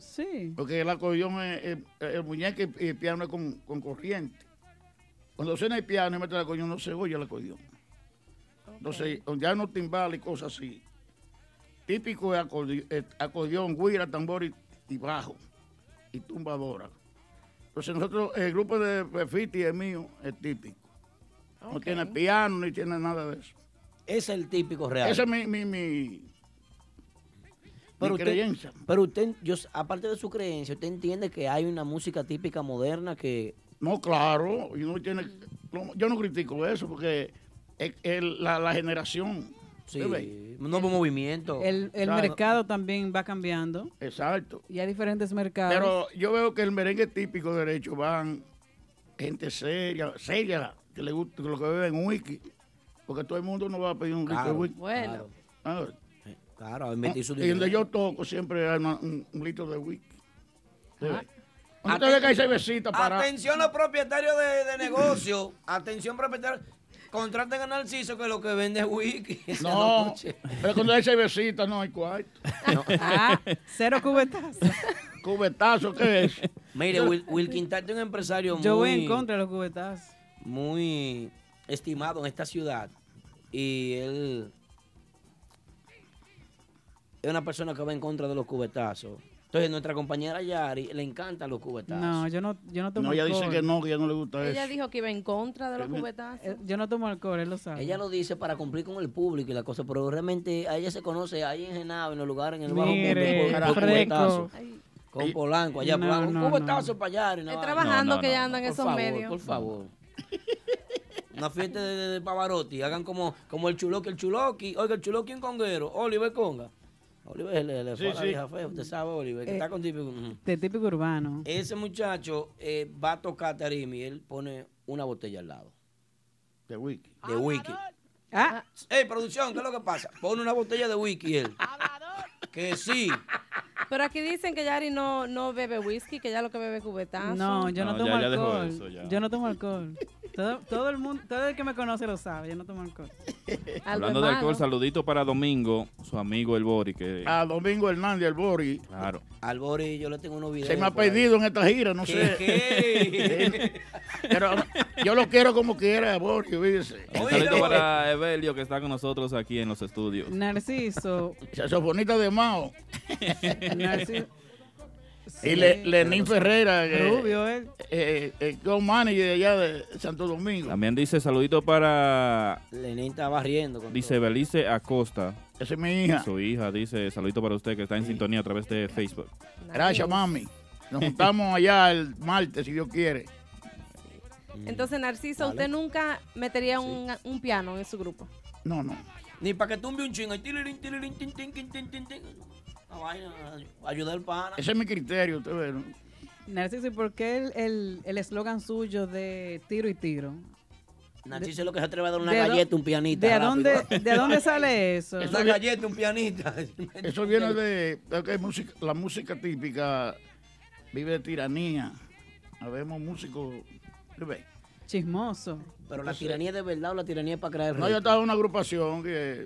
S5: Sí.
S15: Porque el acordeón, es, es- el muñeco y el piano es con, con corriente. Cuando suena el piano y mete el acordeón, no se oye el acordeón. Entonces, donde hay unos timbales y cosas así. Típico es acordeón, acordeón guira, tambor y, y bajo. Y tumbadora. Entonces, nosotros, el grupo de Fefiti, el mío, es típico. No
S4: Ok.
S15: tiene piano ni tiene nada de eso.
S4: Ese es el típico real.
S15: Ese es mi, mi, mi-
S4: pero
S15: mi
S4: usted,
S15: creencia.
S4: Pero usted, yo, s- aparte de su creencia, ¿usted entiende que hay una música típica moderna que...
S15: No, claro, y uno tiene, no, yo no critico eso porque es- es la, la generación.
S4: Sí,
S15: ¿sabe?
S4: nuevo movimiento.
S5: El, el
S15: Claro.
S5: mercado también va cambiando.
S15: Exacto.
S5: Y hay diferentes mercados.
S15: Pero yo veo que el merengue típico derecho van gente seria, seria, que le gusta que lo que beben whisky, porque todo el mundo no va a pedir un litro de
S4: Claro,
S15: whisky.
S4: Bueno.
S15: Ah,
S4: Claro, invertir su
S15: y
S4: dinero.
S15: donde yo toco siempre hay una- un, un litro de whisky.
S5: Ah,
S15: ¿sabe? Cuando
S14: Aten-
S15: usted ve que hay cervecita para...
S14: Atención los propietarios de, de negocio. Atención propietarios. Contraten a Narciso que lo que vende es wiki.
S15: No, pero cuando hay cervecita no hay cuarto.
S5: Ah, cero cubetazos.
S15: ¿Cubetazo qué es?
S4: Mire, Wil- Wilkin Tarte es un empresario
S5: Yo voy
S4: muy,
S5: en contra de los cubetazos.
S4: muy estimado en esta ciudad. Y él es una persona que va en contra de los cubetazos. Entonces, nuestra compañera Yari le encantan los cubetazos.
S5: No, yo no, yo no tomo
S4: No, ella
S5: alcohol.
S4: dice que
S15: no, que ya no le gusta
S3: Ella dijo que iba en contra de los
S4: Eh, me-
S3: cubetazos.
S5: Yo no tomo alcohol, él lo sabe.
S4: Ella lo dice para cumplir con el público y la cosa, pero realmente a ella se conoce ahí en Genao, en los lugares, en el bajo mundo,
S5: Mire,
S4: por- por
S5: fresco.
S4: cubetazos. Con Polanco, allá
S5: No,
S4: Polanco.
S5: no,
S4: un cubetazo para allá. y una
S3: Es
S4: vaina.
S3: trabajando que ella anda en
S4: Por
S3: esos
S4: favor,
S3: medios.
S4: Por favor. Una fiesta de, de- de Pavarotti. Hagan como, como el Chuloqui. El Chuloqui, oiga, el Chuloqui un conguero. Oliver Conga. Oliver le, le fue a
S5: Sí,
S4: la
S5: sí.
S4: vieja fea. Usted sabe, Oliver, que
S5: Eh,
S4: está con Eh, típico. Ujú.
S5: De típico urbano.
S4: Ese muchacho eh, va a tocar tarima y él pone una botella al lado.
S15: De wiki.
S4: De wiki.
S5: Ah.
S4: Ey, producción, ¿qué es lo que pasa? Pone una botella de wiki él. Que sí.
S3: Pero aquí dicen que Yari no, no bebe whisky, que ya lo que bebe es cubetazo.
S5: No, yo no, tomo
S2: ya dejó
S5: alcohol.
S2: eso, ya.
S5: Yo no tomo alcohol. Todo, todo el mundo, todo el que me conoce lo sabe, yo no tomo alcohol.
S2: Hablando de alcohol, saludito para Domingo, su amigo el Bori. Que,
S15: A Domingo Hernández, el Bori.
S2: Claro.
S4: Al Bori yo le tengo unos videos.
S15: Se me ha
S4: por ahí.
S15: perdido en esta gira, no sé. Pero yo lo quiero como quiera, Boris, olvídese.
S2: Un saludo para Evelio que está con nosotros aquí en los estudios.
S5: Narciso.
S15: Saxofonista de Mao.
S5: Narciso.
S15: Y Le- Lenín Ferrera.
S5: Rubio,
S15: eh, eh, eh, co manager de allá de Santo Domingo.
S2: También dice saludito para.
S4: Lenín estaba riendo.
S2: Dice Belice Acosta.
S15: Esa es mi hija.
S2: Su hija dice saludito para usted que está en sintonía a través de Facebook.
S15: Gracias, mami. Nos juntamos allá el martes, si Dios quiere.
S3: Entonces, Narciso,
S15: Vale.
S3: usted nunca metería un, un piano en su grupo.
S15: No, no.
S4: Ni para que tumbe un chingo. Y tirirín, tirirín, tin, tin, tin, tin, tin, tin. Una vaina, Ayudar al pana.
S15: Ese es mi criterio, usted ve. ¿no?
S5: Narciso, ¿y por qué el- el el eslogan suyo de tiro y tiro?
S4: Narciso es lo que se atreve a dar una
S5: ¿De dó-
S4: galleta, un pianista.
S5: ¿De
S4: rápido.
S5: dónde, ¿De dónde sale eso?
S4: Una galleta, un pianista.
S15: Eso viene de, de que música- la música típica vive de tiranía. Habemos músicos, ¿tú ves?
S5: Chismoso.
S4: Pero la tiranía de verdad o la tiranía es para crear
S15: No, yo estaba en una agrupación que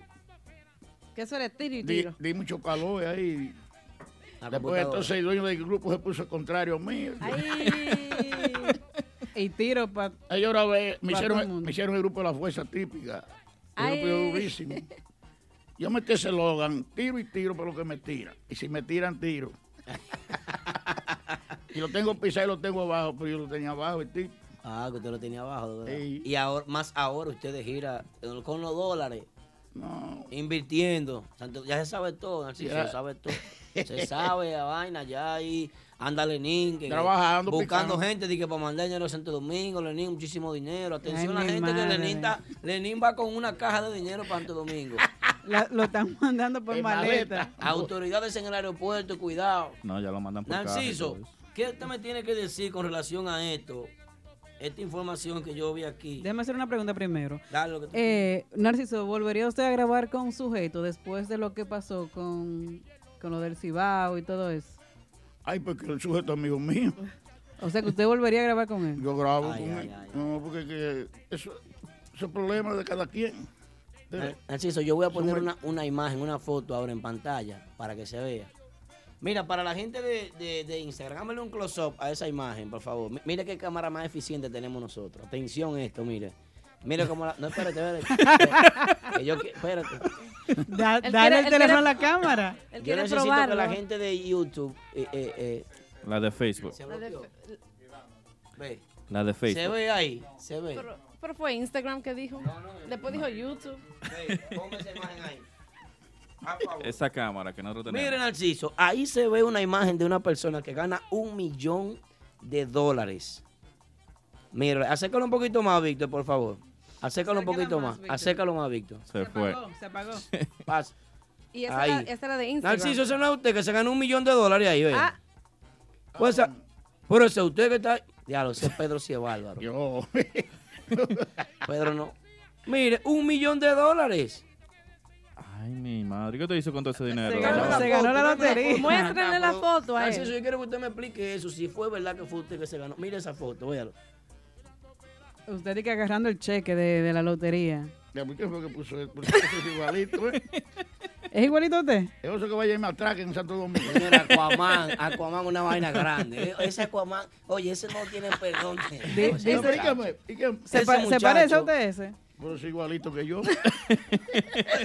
S3: Que eso eres tiro y
S15: di,
S3: tiro.
S15: di mucho calor ahí. Después
S4: computadora.
S15: entonces el dueño del grupo se puso contrario a mí.
S5: y tiro para...
S15: Ellos ahora ve- me
S5: pa todo el
S15: hicieron, me hicieron el grupo de la fuerza típica. Yo lo
S3: Ay.
S15: pegué durísimo. Yo metí ese Logan, tiro y tiro por lo que me tiran. Y si me tiran, tiro. y lo tengo pisado y lo tengo abajo, pero yo lo tenía abajo, el tipo.
S4: Ah, que usted lo tenía abajo, ¿verdad?
S15: Sí.
S4: Y ahora, más ahora ustedes gira eh, con los dólares. Invirtiendo. Santo- ya se sabe todo, Narciso,
S15: Ya.
S4: se sabe todo. Se sabe la vaina ya ahí. Anda Lenín, que-
S15: Trabajando,
S4: buscando
S15: picando.
S4: gente de que para mandar dinero a Santo Domingo, Lenín, muchísimo dinero. Atención
S5: Ay,
S4: a la
S5: mi
S4: gente que
S5: madre.
S4: Lenín, está- Lenín va con una caja de dinero para Santo Domingo.
S5: La- lo están mandando por
S4: En
S5: Eh, maleta.
S4: Autoridades en el aeropuerto, cuidado.
S2: No, ya lo mandan por caja y
S4: Narciso,
S2: todo eso.
S4: ¿qué usted me tiene que decir con relación a esto? Esta información que yo vi aquí.
S5: Déjame hacer una pregunta primero.
S4: Dale lo que tú
S5: Eh, Narciso, ¿volvería usted a grabar con sujeto después de lo que pasó con, con lo del Cibao y todo eso?
S15: Ay, porque el sujeto es amigo mío.
S5: O sea, que usted volvería a grabar con él.
S15: Yo grabo
S5: Ay,
S15: con
S5: ay,
S15: él. No, porque que eso, eso es problema de cada quien.
S4: Eh, Narciso, yo voy a poner una, una imagen, una foto ahora en pantalla para que se vea. Mira, para la gente de, de- de Instagram, hágale un close-up a esa imagen, por favor. Mi- Mira qué cámara más eficiente tenemos nosotros. Atención a esto, mire. Mira cómo la... No, espérate, espérate. Que yo, qui- espérate.
S5: Da- Él dale quiere- el él teléfono quiere- a la cámara. él
S4: Yo
S5: quiere
S4: necesito que la
S5: probarlo.
S4: gente de YouTube... eh, eh, eh,
S2: La de Facebook.
S4: se bloqueó. Ve.
S2: La de
S4: Se
S2: Facebook.
S4: ve ahí, se ve.
S3: Pero, pero fue Instagram que dijo. Después dijo YouTube.
S2: Esa cámara que nosotros tenemos.
S4: Miren, Narciso, ahí se ve una imagen de una persona que gana un millón de dólares. Mira, acércalo un poquito más, Víctor, por favor. Acércalo un poquito más, acércalo más, Víctor.
S2: Se fue.
S5: Se apagó.
S4: Pasa.
S3: Y esa era,
S4: Ahí.
S3: esa era de Instagram.
S4: Narciso, eso no es usted que se ganó un millón de dólares ahí, ¿eh?
S3: Ah.
S4: Pues, ah, pero ese usted que está... Ya lo sé, Pedro sí es bárbaro. Yo. Pedro no. Mire, un millón de dólares.
S2: Ay, mi madre. ¿Qué te hizo con todo ese dinero?
S3: Muéstrenle la foto a él.
S4: Narciso, yo quiero que usted me explique eso, si fue verdad que fue usted que se ganó. Mire esa foto, véalo.
S5: Usted dice que agarrando el cheque de, de la lotería.
S15: Ya, ¿por qué fue que puso él? Porque eso es igualito, ¿eh?
S5: ¿Es igualito a usted?
S15: Es eso que vaya y me atraque en Santo Domingo.
S4: Aquaman, Aquaman una vaina grande. ¿eh? Ese Aquaman, oye, ese no tiene perdón.
S15: Di-
S4: Ese
S15: dice-
S4: muchacho.
S15: Dígame, dígame.
S4: Ese
S15: Se pa- se
S4: muchacho,
S15: parece a
S5: usted ese?
S15: Pero es igualito que yo.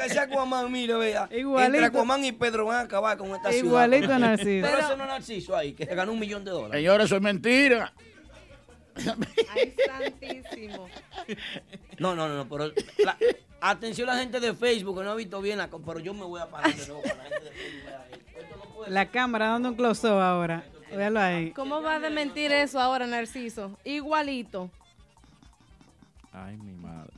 S4: Ese Aquaman, mira, vea.
S15: Igualito.
S4: Entre Aquaman y Pedro van a acabar con esta ciudad.
S15: Igualito a Narciso.
S4: Pero ese no es Narciso ahí, que se ganó un millón de dólares.
S15: Señores, eso es mentira.
S3: Ay, santísimo.
S4: No, no, no, pero la- atención la gente de Facebook que no ha visto bien la co- pero yo me voy a parar de nuevo con la gente de Facebook.
S5: La cámara dando un close ahora. Véalo ahí.
S3: ¿Cómo va a desmentir eso ahora, Narciso? Igualito.
S2: Ay, mi madre.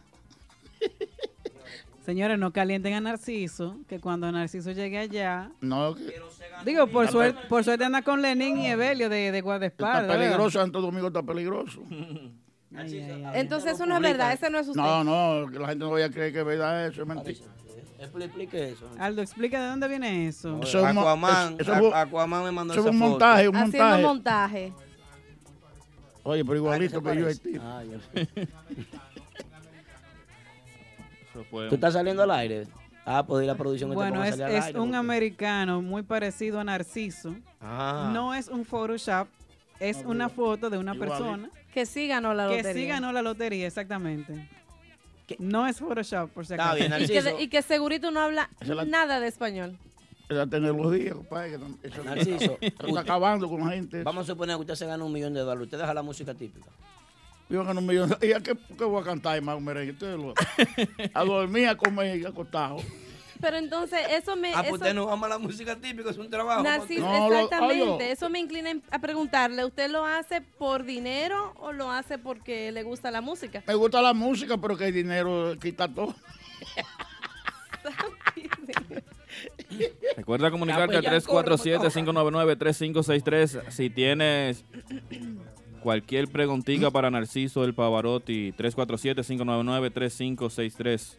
S5: Señores, no calienten a Narciso, que cuando Narciso llegue allá...
S15: No,
S5: Digo, por,
S15: Está
S5: suerte, por suerte anda con Lenín y Evelio de, de guardaespaldas.
S15: está
S5: ¿verdad?
S15: peligroso, Santo Domingo está peligroso.
S3: Entonces eso no es verdad, ese no es usted.
S15: No, no, que la gente no vaya a creer que es verdad eso, es mentira.
S4: Explique eso.
S5: Aldo, explica de dónde viene eso.
S15: Eso es mo-
S4: Aquaman,
S15: eso- eso fue-
S4: Aquaman me mandó
S15: eso fue
S4: esa
S15: un
S4: foto.
S15: montaje, un
S3: Haciendo
S15: montaje.
S3: montaje.
S15: Oye, pero igualito que yo este. el tipo.
S2: Eso fue
S4: ¿Tú estás saliendo al aire? Ah, pues di la producción que te
S5: Bueno,
S4: ponga a
S5: es,
S4: salir al
S5: es
S4: aire,
S5: un
S4: porque-
S5: americano muy parecido a Narciso.
S4: Ah.
S5: No es un Photoshop, es una foto de una
S3: Igualito.
S5: persona
S3: Que sí ganó la
S5: que
S3: lotería.
S5: sí ganó la lotería, exactamente. No es Photoshop, por si
S15: Está
S5: acaso.
S15: bien,
S3: y, que, de- y que segurito no habla
S15: Esa es la-
S3: nada de español.
S15: Eso a tener los días, compadre. que no- eso-
S4: Narciso,
S15: eso está acabando con la gente.
S4: Vamos a suponer que usted se gana un millón de dólares. Usted deja la música típica.
S15: Yo gano un millón. ¿Y a qué, qué voy a cantar más un merengue? Ustedes lo- a dormir, a comer y acostado.
S3: Pero entonces eso me...
S4: Ah, pues
S3: eso-
S4: usted no ama la música típica, es un trabajo.
S3: Narciso,
S4: No, lo-
S3: exactamente.
S4: oye.
S3: Eso me inclina en- a preguntarle, ¿usted lo hace por dinero o lo hace porque le gusta la música?
S15: Me gusta la música, pero que el dinero quita todo.
S2: Recuerda comunicarte al
S15: Ya, pues, ya, corre, pues,
S2: 347-599-3563. Si tienes cualquier preguntita para Narciso el Pavarotti, 347-599-3563.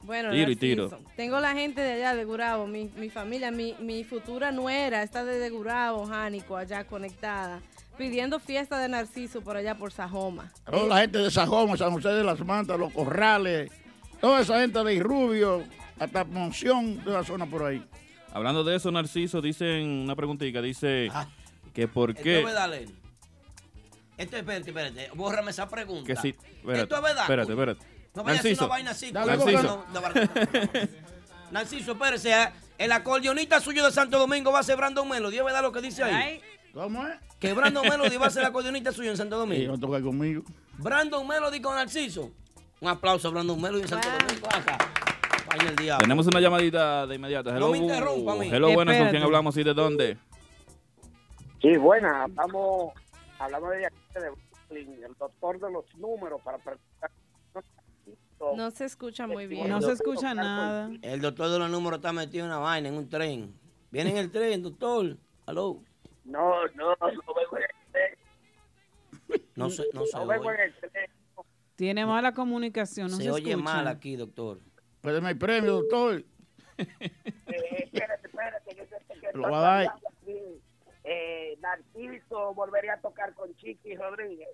S3: Bueno,
S2: Tiro y
S3: Narciso,
S2: tiro.
S3: Tengo la gente de allá de Gurabo, mi, mi familia, mi, mi futura nuera está desde Gurabo, Jánico, allá conectada, pidiendo fiesta de Narciso por allá por Sajoma.
S15: Toda la gente de Sajoma, San José de las Mantas, Los Corrales, toda esa gente de Rubio, hasta Monción, de la zona por ahí.
S2: Hablando de eso, Narciso, dicen una preguntita, dice que por
S4: Ah, Esto
S2: qué...
S4: es verdad, Lenny. Esto, Este, espérate, espérate. Bórrame esa pregunta.
S2: Que si,
S4: Esto es
S2: espérate,
S4: verdad.
S2: espérate, espérate.
S4: No vaya a ser
S2: Narciso.
S4: una vaina así.
S2: Dale,
S4: como-
S2: Narciso.
S4: no, no, barata. Narciso, espérese. ¿eh? El acordeonista suyo de Santo Domingo va a ser Brandon Melody. ¿Es verdad lo que dice ahí?
S15: ¿Cómo es?
S4: Que Brandon Melody va a ser el acordeonista suyo en Santo
S15: Y
S4: Domingo.
S15: va a tocar conmigo.
S4: Brandon Melody con Narciso. Un aplauso a Brandon Melody en Santo Domingo. Acá. Vaya el diablo.
S2: Tenemos una llamadita de inmediato. Hello,
S4: No me interrumpa a mí.
S2: Hello, buenas, ¿con
S4: Espérate.
S2: quién hablamos y de dónde?
S7: Sí, buena, hablamos, hablamos de aquí de Brooklyn, el doctor de los números para preguntar.
S3: No se escucha muy bien.
S4: El doctor de los números está metido en una vaina, en un tren. Viene en el tren, doctor. Aló.
S7: No, no, no vengo en el tren.
S4: No se, no se
S7: No Eh, vengo
S4: oye.
S7: en el tren.
S5: Tiene mala comunicación, no se,
S4: Se oye
S5: escucha.
S4: mal aquí, doctor.
S15: Pero me hay premio, doctor.
S7: Eh, espérate, espérate, yo sé que
S15: Lo va a dar.
S7: estoy hablando aquí. Eh, Narciso volvería a tocar con Chiqui Rodríguez.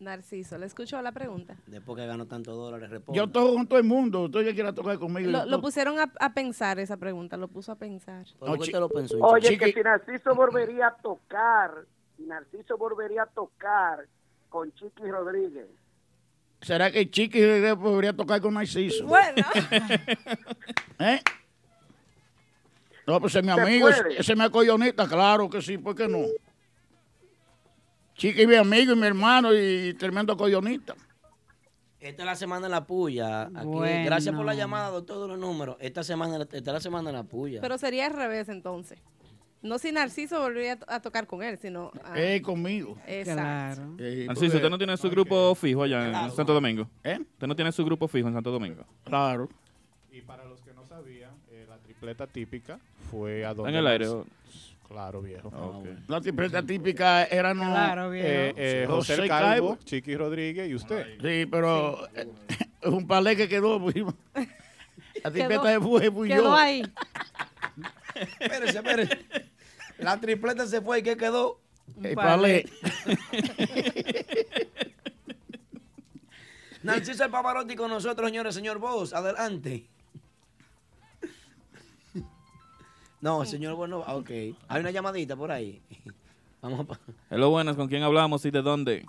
S3: Narciso, le escucho la pregunta.
S4: Después que ganó tantos dólares, responde.
S15: Yo toco con todo el mundo. Usted que quiera tocar conmigo.
S3: Lo,
S15: yo
S3: lo
S15: toco.
S3: pusieron a, a pensar esa pregunta, lo puso a pensar.
S15: No, chi-
S7: Oye,
S15: Chiqui-
S7: que si Narciso volvería a tocar, si Narciso volvería a tocar con Chiqui Rodríguez.
S15: ¿Será que Chiqui Rodríguez podría tocar con Narciso?
S7: Bueno.
S15: ¿Eh? No, pues es mi
S7: ¿Se
S15: amigo, ese,
S7: puede?
S15: ese me acollonita, claro que sí, ¿por qué no? Chiqui es mi amigo y mi hermano y, tremendo acollonita.
S4: Esta es la semana de la puya. Aquí,
S15: Bueno.
S4: Gracias por la llamada, doctor de los números. Esta semana, esta es la semana de la puya.
S3: Pero sería al revés entonces. No si Narciso volvería a to- a tocar con él, sino... a-
S15: Eh, conmigo.
S3: Exacto. Claro.
S15: Eh,
S2: Narciso, Ah, ¿usted no tiene su grupo fijo allá en Santo Domingo?
S15: ¿Eh?
S2: ¿Usted no tiene su grupo fijo en Santo Domingo?
S15: Claro.
S6: Y para los que no sabían, eh, la tripleta típica fue a donde...
S2: En el aire.
S6: más- Claro, viejo.
S4: Ah,
S15: La tripleta típica era no.
S6: Claro, viejo. Eh, eh, José Calvo, Chiqui Rodríguez y usted.
S15: Sí, pero eh, es un palé que quedó. pues, La tripleta de
S4: Quedó-
S15: fue, fui yo.
S4: quedó ahí. Espérese, espérese. La tripleta se fue y ¿qué quedó?
S15: El palé.
S4: Narciso el Pavarotti con nosotros, señores, señor Vos. Adelante. No, señor Vos no. ah, Ok. Hay una llamadita por ahí. Vamos a... pa-
S2: Hello, buenas, ¿con quién hablamos y de dónde?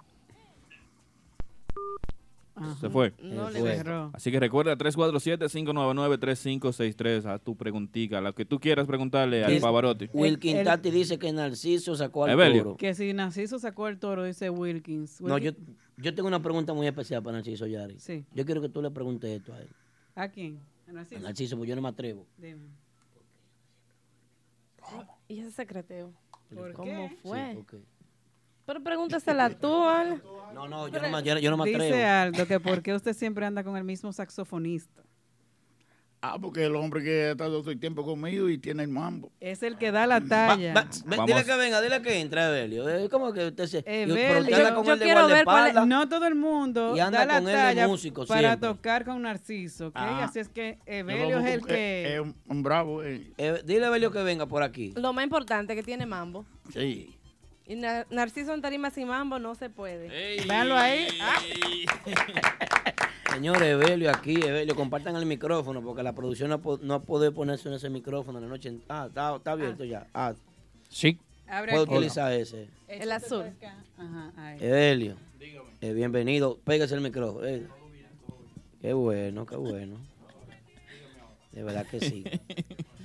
S2: Se fue.
S3: No Se le fue. cerró.
S2: Así que recuerda 347-599-3563 a tu preguntica, la que tú quieras preguntarle al
S4: Wil-
S2: Pavarotti.
S4: Wilkin Tati dice que Narciso sacó al
S2: Evelio.
S4: toro.
S5: Que si Narciso sacó el toro, dice Wilkins.
S4: No, yo,
S5: Wilkins-
S4: yo tengo una pregunta muy especial para Narciso Yari.
S5: Sí.
S4: Yo quiero que tú le preguntes esto a él.
S5: ¿A quién? ¿A
S4: A
S5: Narciso?
S4: Narciso, porque yo no me atrevo.
S5: Dime.
S3: Y ese secreteo.
S5: ¿Por
S3: ¿Cómo
S5: qué?
S3: fue?
S4: Sí, ok.
S3: Pero pregúntasela tú, Al.
S4: No, no, yo no me, yo- yo no me
S5: Dice
S4: atrevo.
S5: Aldo que por qué usted siempre anda con el mismo saxofonista.
S15: Ah, porque el hombre que ha estado todo el tiempo conmigo y tiene el mambo.
S5: Es el que da la talla.
S4: Ve- Dile que venga, dile que entre, Evelio. Eh, ¿Cómo que usted se.? y- pero
S5: Evelio,
S4: usted anda con el de guardaespaldas.
S5: No todo el mundo
S4: Y anda
S5: da la
S4: con él de
S5: talla
S4: músico
S5: para
S4: siempre.
S5: tocar con Narciso. ¿ok?
S4: Ah.
S5: Así es que Evelio es el que...
S15: Es un, un bravo.
S4: Eh, dile a Evelio que venga por aquí.
S3: Lo más importante que tiene Mambo.
S15: Sí.
S3: Y Nar- Narciso en tarima sin Mambo no se puede.
S5: Véanlo ahí. Ah.
S4: Señores, Evelio aquí, Evelio, compartan el micrófono porque la producción no, po- no puede ponerse en ese micrófono la noche. en- Ah, está, está abierto ya. Ah.
S16: Sí.
S5: Abre
S4: Puedo
S5: aquí.
S4: utilizar ese.
S3: El azul.
S5: Ajá, ahí.
S4: Evelio. eh, bienvenido. Pégase el micrófono. eh. Qué bueno, qué bueno. De verdad que sí.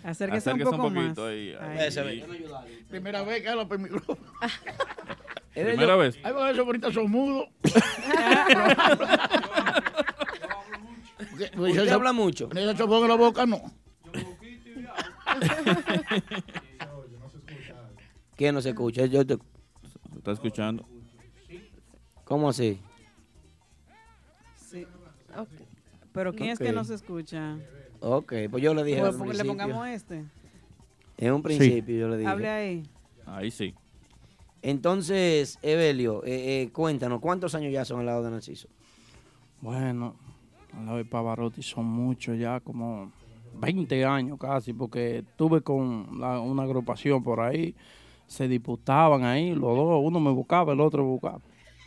S5: Acérquese un poco más.
S4: Ese, Evelio.
S15: Primera vez que hablo por el micrófono.
S2: Primera vez.
S15: Ay, por eso ahorita son mudos.
S4: Usted habla mucho.
S15: Yo pongo la boca, no.
S4: ¿Quién no se escucha? Yo te...
S2: ¿Está escuchando?
S4: ¿Cómo así?
S5: Sí.
S3: este
S5: Pero ¿quién es
S4: Ok.
S5: que no se escucha?
S4: Ok, pues yo le dije.
S5: Pues,
S4: al
S5: porque le
S4: principio.
S5: pongamos este.
S4: En un principio yo le dije.
S5: Hable ahí.
S2: Ahí sí.
S4: Entonces, Evelio, eh, eh, cuéntanos, ¿cuántos años ya son al lado de Narciso?
S17: Bueno, al lado de Pavarotti son muchos ya, como 20 años casi, porque estuve con la- una agrupación por ahí, se disputaban ahí, los dos, uno me buscaba, el otro buscaba.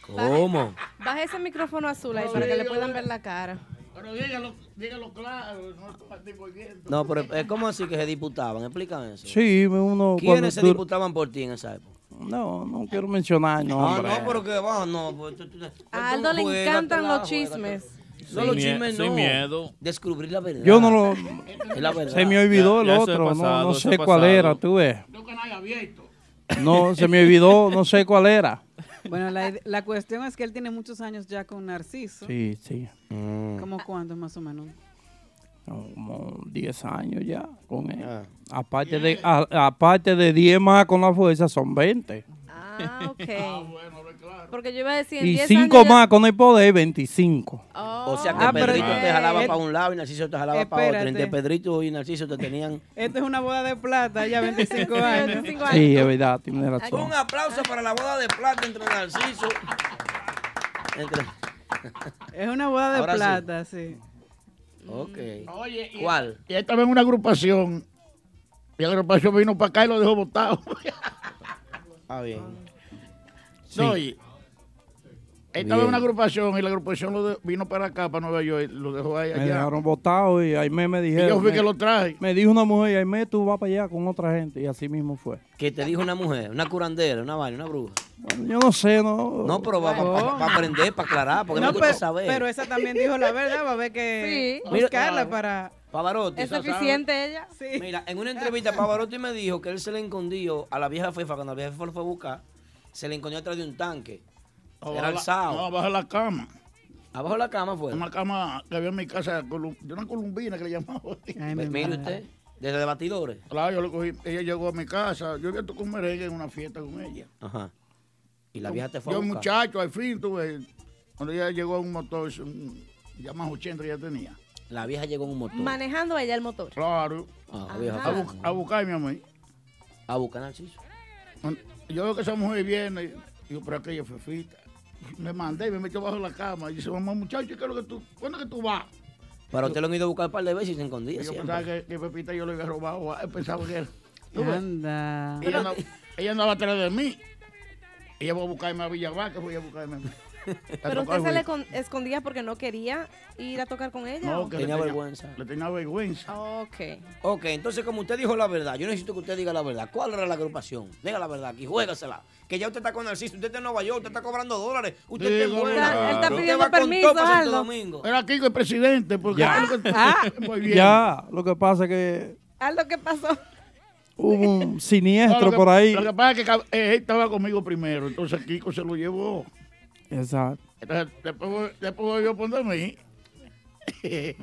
S4: ¿Cómo?
S3: Baja ese micrófono azul ahí para que le puedan ver la cara.
S15: Pero dígalo, dígalo claro. No estoy volviendo.
S4: No, pero eh, ¿cómo así que se disputaban? Explícame eso.
S17: Sí, uno cuando
S4: ¿Quiénes se
S17: tú-
S4: disputaban por ti en esa época?
S17: No, no quiero mencionar
S4: Ah,
S17: nombres.
S4: no, pero que va, no. pues, tú- tú-
S3: A Aldo le
S4: juégatela,
S3: encantan los
S4: juégatela.
S3: chismes.
S4: No,
S17: Sin
S4: los
S17: mie-
S4: chismes no.
S17: sin miedo.
S4: Descubrir la verdad.
S17: Yo no lo.
S4: Es la verdad.
S17: Se me olvidó el
S2: Ya- ya eso es
S17: otro, no-
S2: pasado,
S17: no,
S2: eso
S17: sé
S2: es
S17: cuál
S2: pasado.
S17: era, tú ves. No, se me olvidó, no sé cuál era.
S5: Bueno, la, la cuestión es que él tiene muchos años ya con Narciso.
S17: Sí, sí.
S2: Mm.
S5: ¿Cómo
S4: Ah.
S5: cuántos más o menos?
S17: Como 10 años ya con él.
S2: Ah.
S17: Aparte, de, a- aparte de 10 más con la fuerza, son 20.
S3: Ah, ok. Porque yo iba a decir en
S17: Y
S3: 10
S17: 5
S3: años ya-
S17: más con el poder, 25.
S4: O sea que
S17: Ah, pero
S4: Pedrito te
S17: espérate.
S4: jalaba para un lado y Narciso te jalaba para otro.
S5: eh, Espérate.
S4: Entre Pedrito y Narciso te tenían.
S5: Esto es una boda de plata, ya 25 años.
S17: Sí, es verdad, tiene razón.
S4: Un aplauso para la boda de plata entre Narciso. Entre-
S5: Es una boda de
S4: Ahora sí.
S5: plata, sí.
S4: Ok.
S15: Oye, y-
S4: ¿Cuál?
S15: Y él estaba en una agrupación. Y la agrupación vino para acá y lo dejó botado.
S4: Ah, bien.
S15: No,
S4: Sí.
S15: y- él estaba en
S4: Bien.
S15: una agrupación y la agrupación lo de- vino para acá, para Nueva York, y lo dejó ahí
S17: Me
S15: allá.
S17: dejaron botado y Aime me dijeron.
S15: yo fui
S17: me-
S15: que lo traje.
S17: Me dijo una mujer, Aime, tú vas para allá con otra gente. Y así mismo fue.
S4: Que te dijo una mujer, una curandera, una vaina, una bruja.
S17: Bueno, yo no sé, no.
S4: No, pero para aprender, para aclarar, porque no, me
S5: Oh. No,
S4: gusta
S5: pero,
S4: saber.
S5: pero esa también dijo la verdad, va a haber que
S4: Sí. Mira,
S5: buscarla
S4: claro.
S5: para...
S4: Pavarotti.
S5: ¿Es
S4: ¿sabes?
S5: suficiente ella? Sí.
S4: Mira, en una entrevista Pavarotti me dijo que él se le escondió a la vieja FIFA, cuando la vieja FIFA lo fue a buscar, se le escondió atrás de un tanque.
S15: Abajo
S4: Era
S15: la-
S4: alzado.
S15: Oh, No, abajo de la cama.
S4: Abajo de la cama fue.
S15: Una cama que había en mi casa, colum- de una columbina que le llamaba.
S4: Pues mire usted, desde batidores.
S15: Claro, yo lo cogí. Ella llegó a mi casa. Yo había tocado un merengue en una fiesta con ella.
S4: Ajá. Y la vieja te fue a
S15: Yo,
S4: buscar.
S15: muchacho, al fin tuve. Cuando ella llegó a un motor, un, ya más 80 ya tenía.
S4: La vieja llegó en un motor.
S3: Manejando ella el motor.
S15: Claro.
S4: Ah, vieja
S15: A, bu-
S4: fue.
S15: a buscarme a mí.
S4: A buscar Narciso.
S15: Yo veo que esa mujer viene. Digo, pero aquella fue fita. Me mandé y me metió bajo la cama. Y dice, mamá, muchacho, ¿qué es lo que tú, ¿cuándo es que tú vas?
S4: Pero usted lo han ido a buscar un par de veces y se escondía.
S15: Y yo
S4: siempre.
S15: pensaba que, que Pepita yo lo había robado. ah, Pensaba que era. ¿Tú ves?
S5: Anda.
S15: Ella, no, ella andaba atrás de mí. Ella fue a buscarme a Villavaca, fue a buscarme a mí. A
S3: Pero
S15: tocar
S3: usted se
S15: güey.
S3: le con- escondía porque no quería ir a tocar con ella.
S15: No,
S3: ¿o
S15: que
S3: qué?
S15: le
S4: vergüenza.
S15: Le tenía vergüenza.
S3: Ok.
S4: Ok, entonces como usted dijo la verdad, yo necesito que usted diga la verdad. ¿Cuál era la agrupación? Diga la verdad aquí, juégasela. Que ya usted está con Narciso, usted está en Nueva York, usted está cobrando dólares. Usted está en
S15: Digo,
S4: buena.
S15: Él está
S4: Usted
S15: pidiendo
S4: va con
S15: permiso,
S4: todo para Santo
S15: Aldo.
S4: Domingo.
S15: Era aquí el presidente, porque
S17: Ya.
S15: Ah, muy bien.
S17: Ya, lo que pasa es que
S3: Aldo, ¿qué pasó?
S17: hubo un
S15: No, lo
S17: siniestro
S15: que-
S17: por ahí.
S15: Lo que pasa es que cab- eh, él estaba conmigo primero, entonces Kiko se lo llevó.
S17: Exacto.
S15: Entonces, después, vol- después volvió a poner a mí.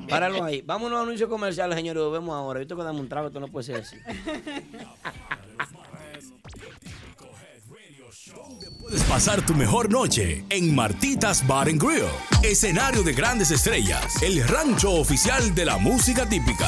S4: Páralo ahí. Vámonos a anuncios comerciales, señores. Lo vemos ahora. Yo tengo que darme un trago, esto no puede ser así.
S9: Puedes pasar tu mejor noche en Martitas Bar and Grill, escenario de grandes estrellas, el rancho oficial de la música típica.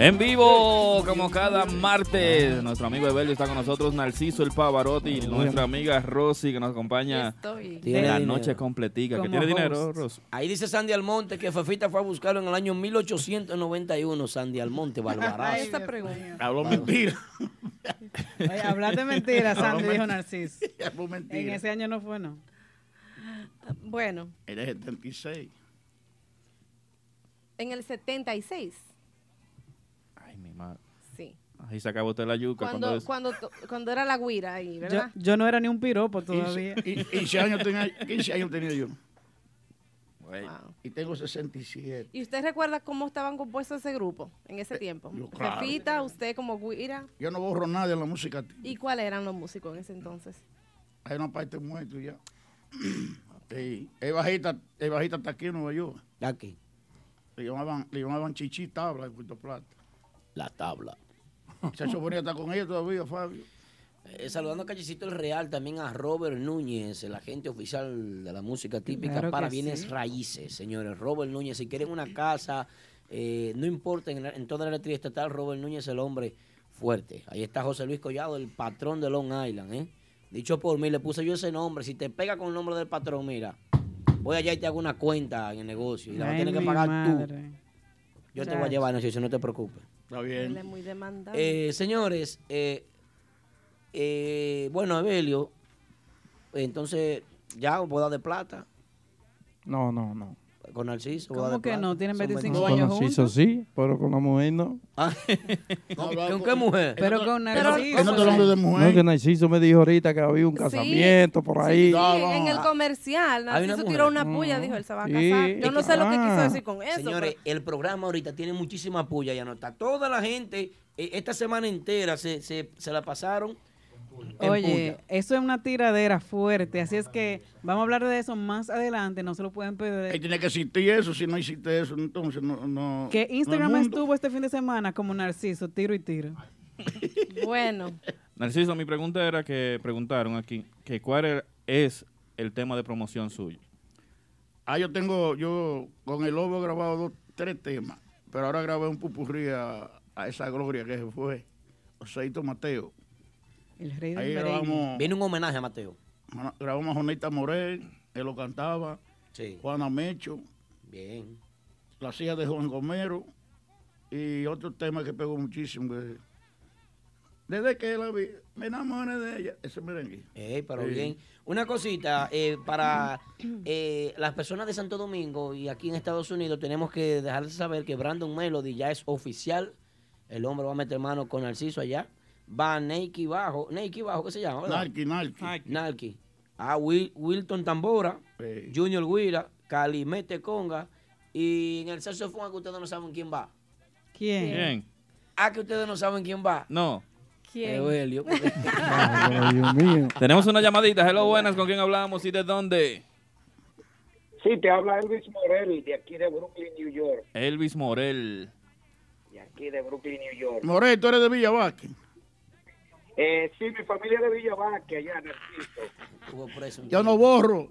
S2: En vivo, como cada martes, nuestro amigo Evelio está con nosotros, Narciso el Pavarotti, y nuestra amiga Rosy que nos acompaña
S4: Estoy.
S2: de la
S4: Tiene
S2: noche
S4: dinero.
S2: completica. ¿Que tiene dinero, Rosy?
S4: Ahí dice Sandy Almonte que Fefita fue a buscarlo en el año 1891. Sandy Almonte, Barbarazo.
S5: Ay, esa pregunta.
S15: Habló mentira.
S5: Oye, hablaste mentira,
S15: Habló
S5: Sandy, dijo
S15: mentira.
S5: Narciso.
S15: Habló mentira.
S5: En ese año no fue, no.
S3: Bueno,
S15: Era 76.
S3: en el 76.
S2: Ay, mi madre.
S3: Sí.
S2: Ahí se acabó usted la yuca. cuando
S3: Cuando,
S2: es-
S3: cuando, to- cuando era la guira ahí,
S5: Yo,
S3: ¿verdad?
S5: yo no era ni un piropo todavía.
S15: 15 años tenía, 15 años tenía yo.
S3: Wow.
S15: Y tengo 67.
S3: ¿Y usted recuerda cómo estaban compuestos ese grupo en ese tiempo?
S15: yo, claro.
S3: Fefita, usted como guira.
S15: Yo no borro nada de la música.
S3: ¿Y cuáles eran los músicos en ese entonces?
S15: Hay una parte muerta y ya. Sí. El bajista, el bajista está aquí en Nueva York.
S4: Aquí.
S15: Le llamaban, le llamaban Chichi Tabla en Puerto Plata.
S4: La tabla.
S15: Se suponía que está con ella todavía, Fabio.
S4: Eh, saludando a Callecito el Real, también a Robert Núñez, el agente oficial de la música típica
S14: Claro que
S4: para bienes
S14: sí.
S4: raíces, señores. Robert Núñez, si quieren una casa, eh, no importa, en, la- en toda la electricidad estatal, Robert Núñez es el hombre fuerte. Ahí está José Luis Collado, el patrón de Long Island, ¿eh? Dicho por mí, le puse yo ese nombre. Si te pega con el nombre del patrón, mira, voy allá y te hago una cuenta en el negocio y la vas a
S14: Ay,
S4: tener que
S14: mi
S4: pagar
S14: madre.
S4: tú. Yo te voy a
S14: Chacho.
S4: llevar, no sé, no te preocupes.
S15: Está
S3: Él es muy demandante.
S4: Eh, señores, eh, eh, bueno, Abelio, entonces ya boda de plata
S17: No, no, no.
S4: con Narciso.
S5: ¿Cómo
S4: boda de
S5: que
S4: plata.
S5: no? Tienen
S4: Son
S5: 25
S17: Con
S5: años
S17: Narciso
S5: juntos.
S17: sí, pero con la mujer no.
S4: ¿Con, con qué mujer?
S5: Pero con Narciso.
S17: No, que Narciso me dijo ahorita que había un casamiento por ahí.
S3: Sí, en
S5: Ah.
S3: el
S4: Hay
S3: comercial,
S4: una
S3: Narciso
S4: mujer.
S3: tiró una
S5: Mm.
S3: puya, dijo, él se va a
S17: Sí.
S3: casar. Yo no sé lo que
S5: ah.
S3: quiso decir con eso.
S4: Señores, el programa ahorita tiene muchísima puya y anota. Toda la gente, eh, esta semana entera, se, se, se la pasaron en
S5: Oye,
S4: puya.
S5: eso es una tiradera fuerte, así es que vamos a hablar de eso más adelante, no se lo pueden
S15: Ahí
S5: perder.
S15: tiene que existir eso, si no hiciste eso, entonces no... no no
S5: Que
S15: hay
S5: Instagram
S15: mundo.
S5: estuvo este fin de semana como Narciso, tiro y tiro.
S3: Bueno.
S2: Narciso, mi pregunta era que preguntaron aquí que cuál era- es el tema de promoción suyo.
S15: Ah, yo tengo, yo con el lobo he grabado dos, tres temas, pero ahora grabé un pupurrí a, a esa gloria que se fue, Oseito Mateo.
S5: El rey
S15: Ahí grabamos,
S4: Viene un homenaje a Mateo.
S15: Bueno, grabamos a Jonita Morel, él lo cantaba, Juana Mecho,
S4: Bien.
S15: la hija de Juan Gomero y otro tema que pegó muchísimo. que- desde que la vi, me enamoré de ella, ese merengue.
S4: Ey, pero
S15: Sí.
S4: bien. Una cosita, eh, para eh, las personas de Santo Domingo y aquí en Estados Unidos tenemos que dejarles saber que Brandon Melody ya es oficial. El hombre va a meter mano con Narciso allá. Va Neiki Bajo. Neiki Bajo, ¿qué se llama? verdad?
S15: Narqui, Narqui.
S4: Narqui. A Wil- Wilton Tambora, Junior Guira, Calimete Conga. Y en el saxofón, que ustedes no saben quién va.
S5: ¿Quién?
S2: Bien.
S4: Ah, que ustedes no saben quién va. Eh,
S2: No.
S4: ¿Quién? Evelio. Ah,
S2: Tenemos una llamadita. Hello, buenas. ¿Con quién hablamos y de dónde?
S18: Sí, te habla Elvis Morel de aquí de Brooklyn, New York.
S2: Elvis Morel.
S18: De aquí de Brooklyn, New York.
S15: Morel, tú eres de Villavaque.
S18: Eh, sí, mi familia de Villavaque, allá en el
S15: Yo no borro.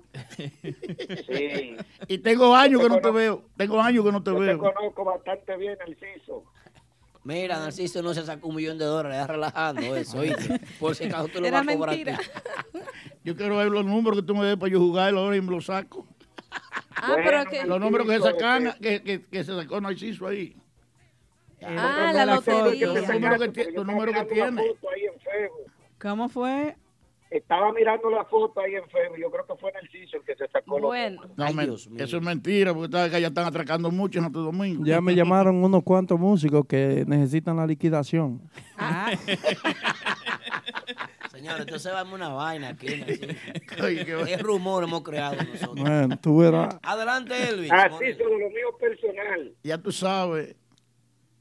S18: Sí.
S15: Y tengo
S18: Yo
S15: años que
S18: te
S15: no te
S18: conozco.
S15: veo. Tengo años que no te
S18: Yo te
S15: veo.
S18: conozco bastante bien, Narciso.
S4: Mira, Narciso no se sacó un millón de dólares, está relajando eso, ¿oíste? Por si acaso tú lo
S15: Era
S4: vas a cobrar a ti.
S15: mentira. Yo quiero ver los números que tú me des para yo jugarlo ahora y me los saco.
S3: Ah, pero Bueno, que-
S15: Los números que se
S3: Narciso,
S15: sacan, que, que, que se sacó Narciso ahí.
S18: Eh,
S3: Ah, la lotería.
S15: Los números que tie- los números que
S18: Una
S15: tiene.
S18: foto ahí en Facebook.
S5: ¿Cómo fue?
S18: Estaba mirando la foto ahí en Facebook. Yo creo que fue Narciso el que se sacó
S3: Bueno.
S18: los
S15: No, men- eso es mentira, porque está- que ya están atracando mucho en Santo Domingo.
S17: Ya me llamaron unos cuantos músicos que necesitan la liquidación.
S4: Señor, entonces vamos a una vaina aquí. Narciso.
S15: Ay, qué
S4: es rumor hemos creado nosotros.
S17: Bueno, tú verás.
S4: Adelante, Elvis.
S18: Narciso, de lo mío personal.
S15: Ya tú sabes.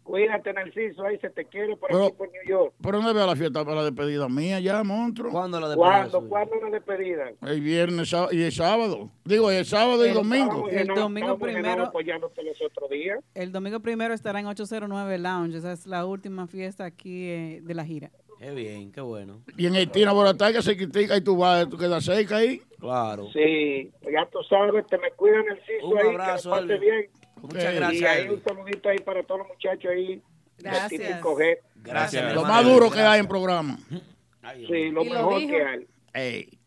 S18: Cuídate, Narciso. Ahí se te quiere por
S15: Pero-
S18: aquí, por New York.
S15: Pero no veo la fiesta para la despedida mía ya, monstruo.
S4: ¿Cuándo la
S18: ¿Cuándo? ¿Cuándo la despedida?
S15: El viernes sá- y el sábado. Digo, el sábado y el
S5: El
S15: domingo.
S5: sábado y el El domingo domingo primero. primero.
S18: apoyándote los otros días.
S5: El domingo primero estará en 809 Lounge, esa es la última fiesta aquí eh, de la gira.
S4: Qué bien, qué bueno.
S15: Y en Haití, por la tarde que se critica y tú vas, tú quedas cerca ahí.
S4: Claro.
S18: Sí, ya tú sabes, te me cuidan el CISO
S15: Un
S18: ahí.
S15: abrazo,
S18: que lo pase
S15: Elvis.
S18: bien.
S15: Muchas gracias,
S18: Y ahí
S15: Elvis.
S18: un saludito ahí para todos los muchachos ahí.
S15: Gracias.
S18: del Típico G.
S4: Gracias.
S15: Lo
S4: hermano
S15: más
S4: Elvis,
S15: duro que
S4: gracias.
S15: hay en programa.
S18: Sí, lo
S4: Y lo
S18: mejor
S4: dijo.
S18: que hay.
S15: Ey.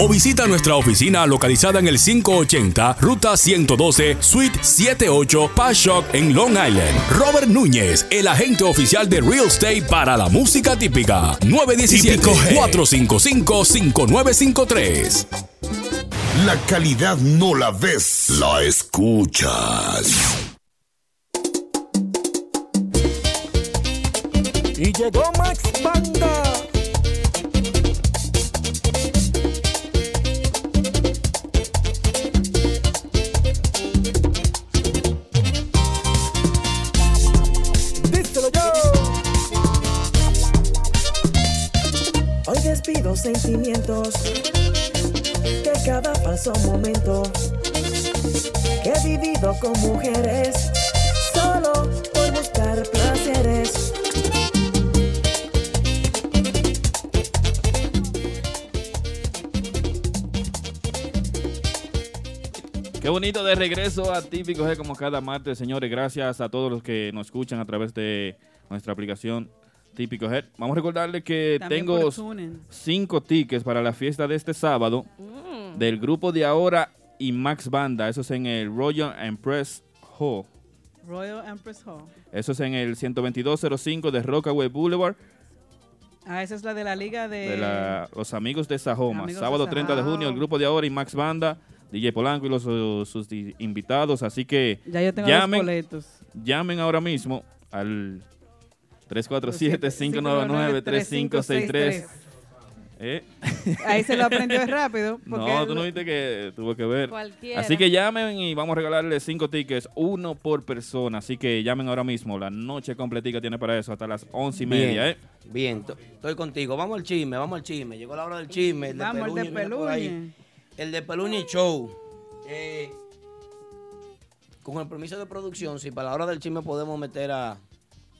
S9: o visita nuestra oficina localizada en el 580 Ruta 112 Suite 78 Pashock en Long Island. Robert Núñez, el agente oficial de Real Estate para la música típica. 917-455-5953.
S11: La calidad no la ves, la escuchas.
S12: Y llegó Max Panda. Díselo yo.
S19: Hoy despido sentimientos de cada falso momento que he vivido con mujeres solo por buscar placeres.
S2: Qué bonito de regreso a Típico G como cada martes, señores. Gracias a todos los que nos escuchan a través de nuestra aplicación Típico Head. Vamos a recordarles que
S5: También
S2: tengo
S5: por TuneIn.
S2: cinco tickets para la fiesta de este sábado
S5: Hmm.
S2: del grupo de ahora y Max Banda. Eso es en el Royal Empress Hall.
S5: Royal Empress Hall.
S2: Eso es en el 12205 de Rockaway Boulevard
S5: Ah, esa es la de la liga de...
S2: de la- los amigos de Sajoma.
S5: Eh. Amigos de
S2: Sábado 30 de
S5: Sajoma.
S2: junio, el grupo de ahora y Max Banda, DJ Polanco y los, sus, sus di- invitados. Así que
S5: Ya yo tengo los boletos.
S2: llamen ahora mismo al 347-599-3563.
S5: 599-3563.
S2: ¿Eh?
S5: Ahí se lo aprendió rápido. Porque
S2: No,
S5: él-
S2: tú no viste que tuvo que ver.
S5: Cualquiera.
S2: Así que llamen y vamos a regalarle cinco tickets, uno por persona. Así que llamen ahora mismo. La noche completica tiene para eso, hasta las once y media. ¿eh?
S4: Bien, to- estoy contigo. Vamos al chisme, vamos al chisme. Llegó la hora del chisme. El de
S5: Vamos, el de
S4: Peluña viene por ahí.
S5: Peluña.
S4: El de Peluña Show. Eh, con el permiso de producción, si para la hora del chisme podemos meter a,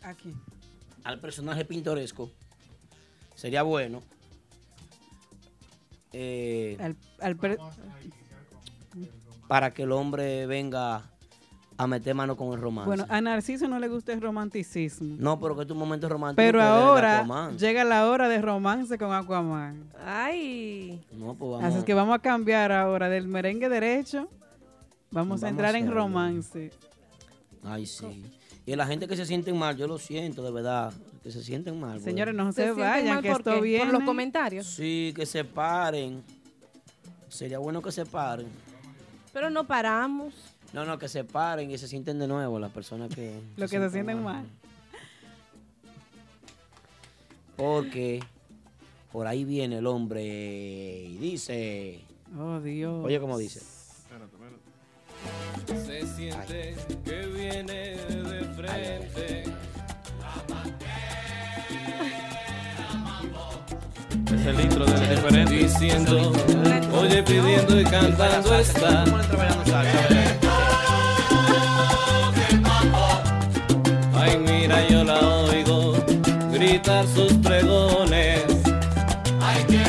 S5: Aquí.
S4: al personaje pintoresco, sería bueno. Eh,
S5: Al, al per-
S4: para que el hombre venga a meter mano con el romance.
S5: Bueno, a Narciso no le gusta el romanticismo.
S4: no, pero que tu momento romántico.
S5: Pero
S4: que debe de
S5: ahora
S4: Aquaman.
S5: llega la hora de romance con Aquaman.
S3: Ay.
S4: No, pues vamos.
S5: Así es que vamos a cambiar ahora del merengue derecho.
S4: Vamos
S5: Vamos, a entrar
S4: a
S5: en
S4: hacerlo.
S5: romance.
S4: Ay, sí. Y la gente que se sienten mal, yo lo siento, de verdad. Que se sienten mal. güey.
S5: Señores, no
S3: ¿Se
S5: se,
S3: sienten
S5: vayan,
S3: mal
S5: que
S3: por qué?
S5: esto
S3: ¿Por
S5: viene.
S3: los comentarios?
S4: Sí, que se paren. Sería bueno que se paren.
S3: Pero no paramos.
S4: No, no, que se paren y se sienten de nuevo las personas que...
S5: Los que se sienten mal.
S4: Porque por ahí viene el hombre y dice...
S5: Oh, Dios.
S4: Oye, como dice.
S12: Se siente que viene de frente.
S2: Es el intro de diferente.
S12: Diciendo, oye, pidiendo y cantando está. Ay, mira, yo la oigo gritar sus pregones. Ay, qué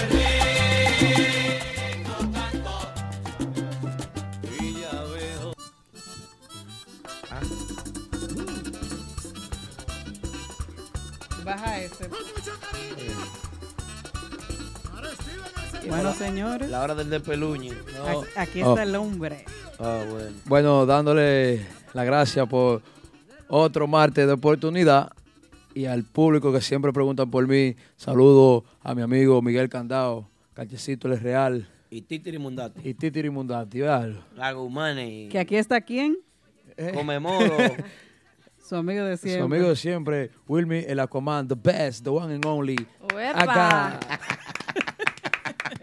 S20: Ah.
S5: Baja ese. Bueno, señores.
S4: La hora del de Peluñi. No.
S5: Aquí, aquí
S20: Oh.
S5: está el hombre.
S4: Ah, bueno.
S20: Bueno, dándole las gracias por otro martes de oportunidad y al público que siempre preguntan por mí. Saludo a mi amigo Miguel Candao, Cachecito El Real
S4: Y Títiri Mundati.
S20: y Titiri Mundati. véalo.
S4: La Gumane.
S5: Que aquí está quién?
S4: Comemoro.
S5: Su amigo de siempre.
S20: Su amigo de siempre, Wilmy El Aquaman, the best, the one and only.
S5: ¡Uepa!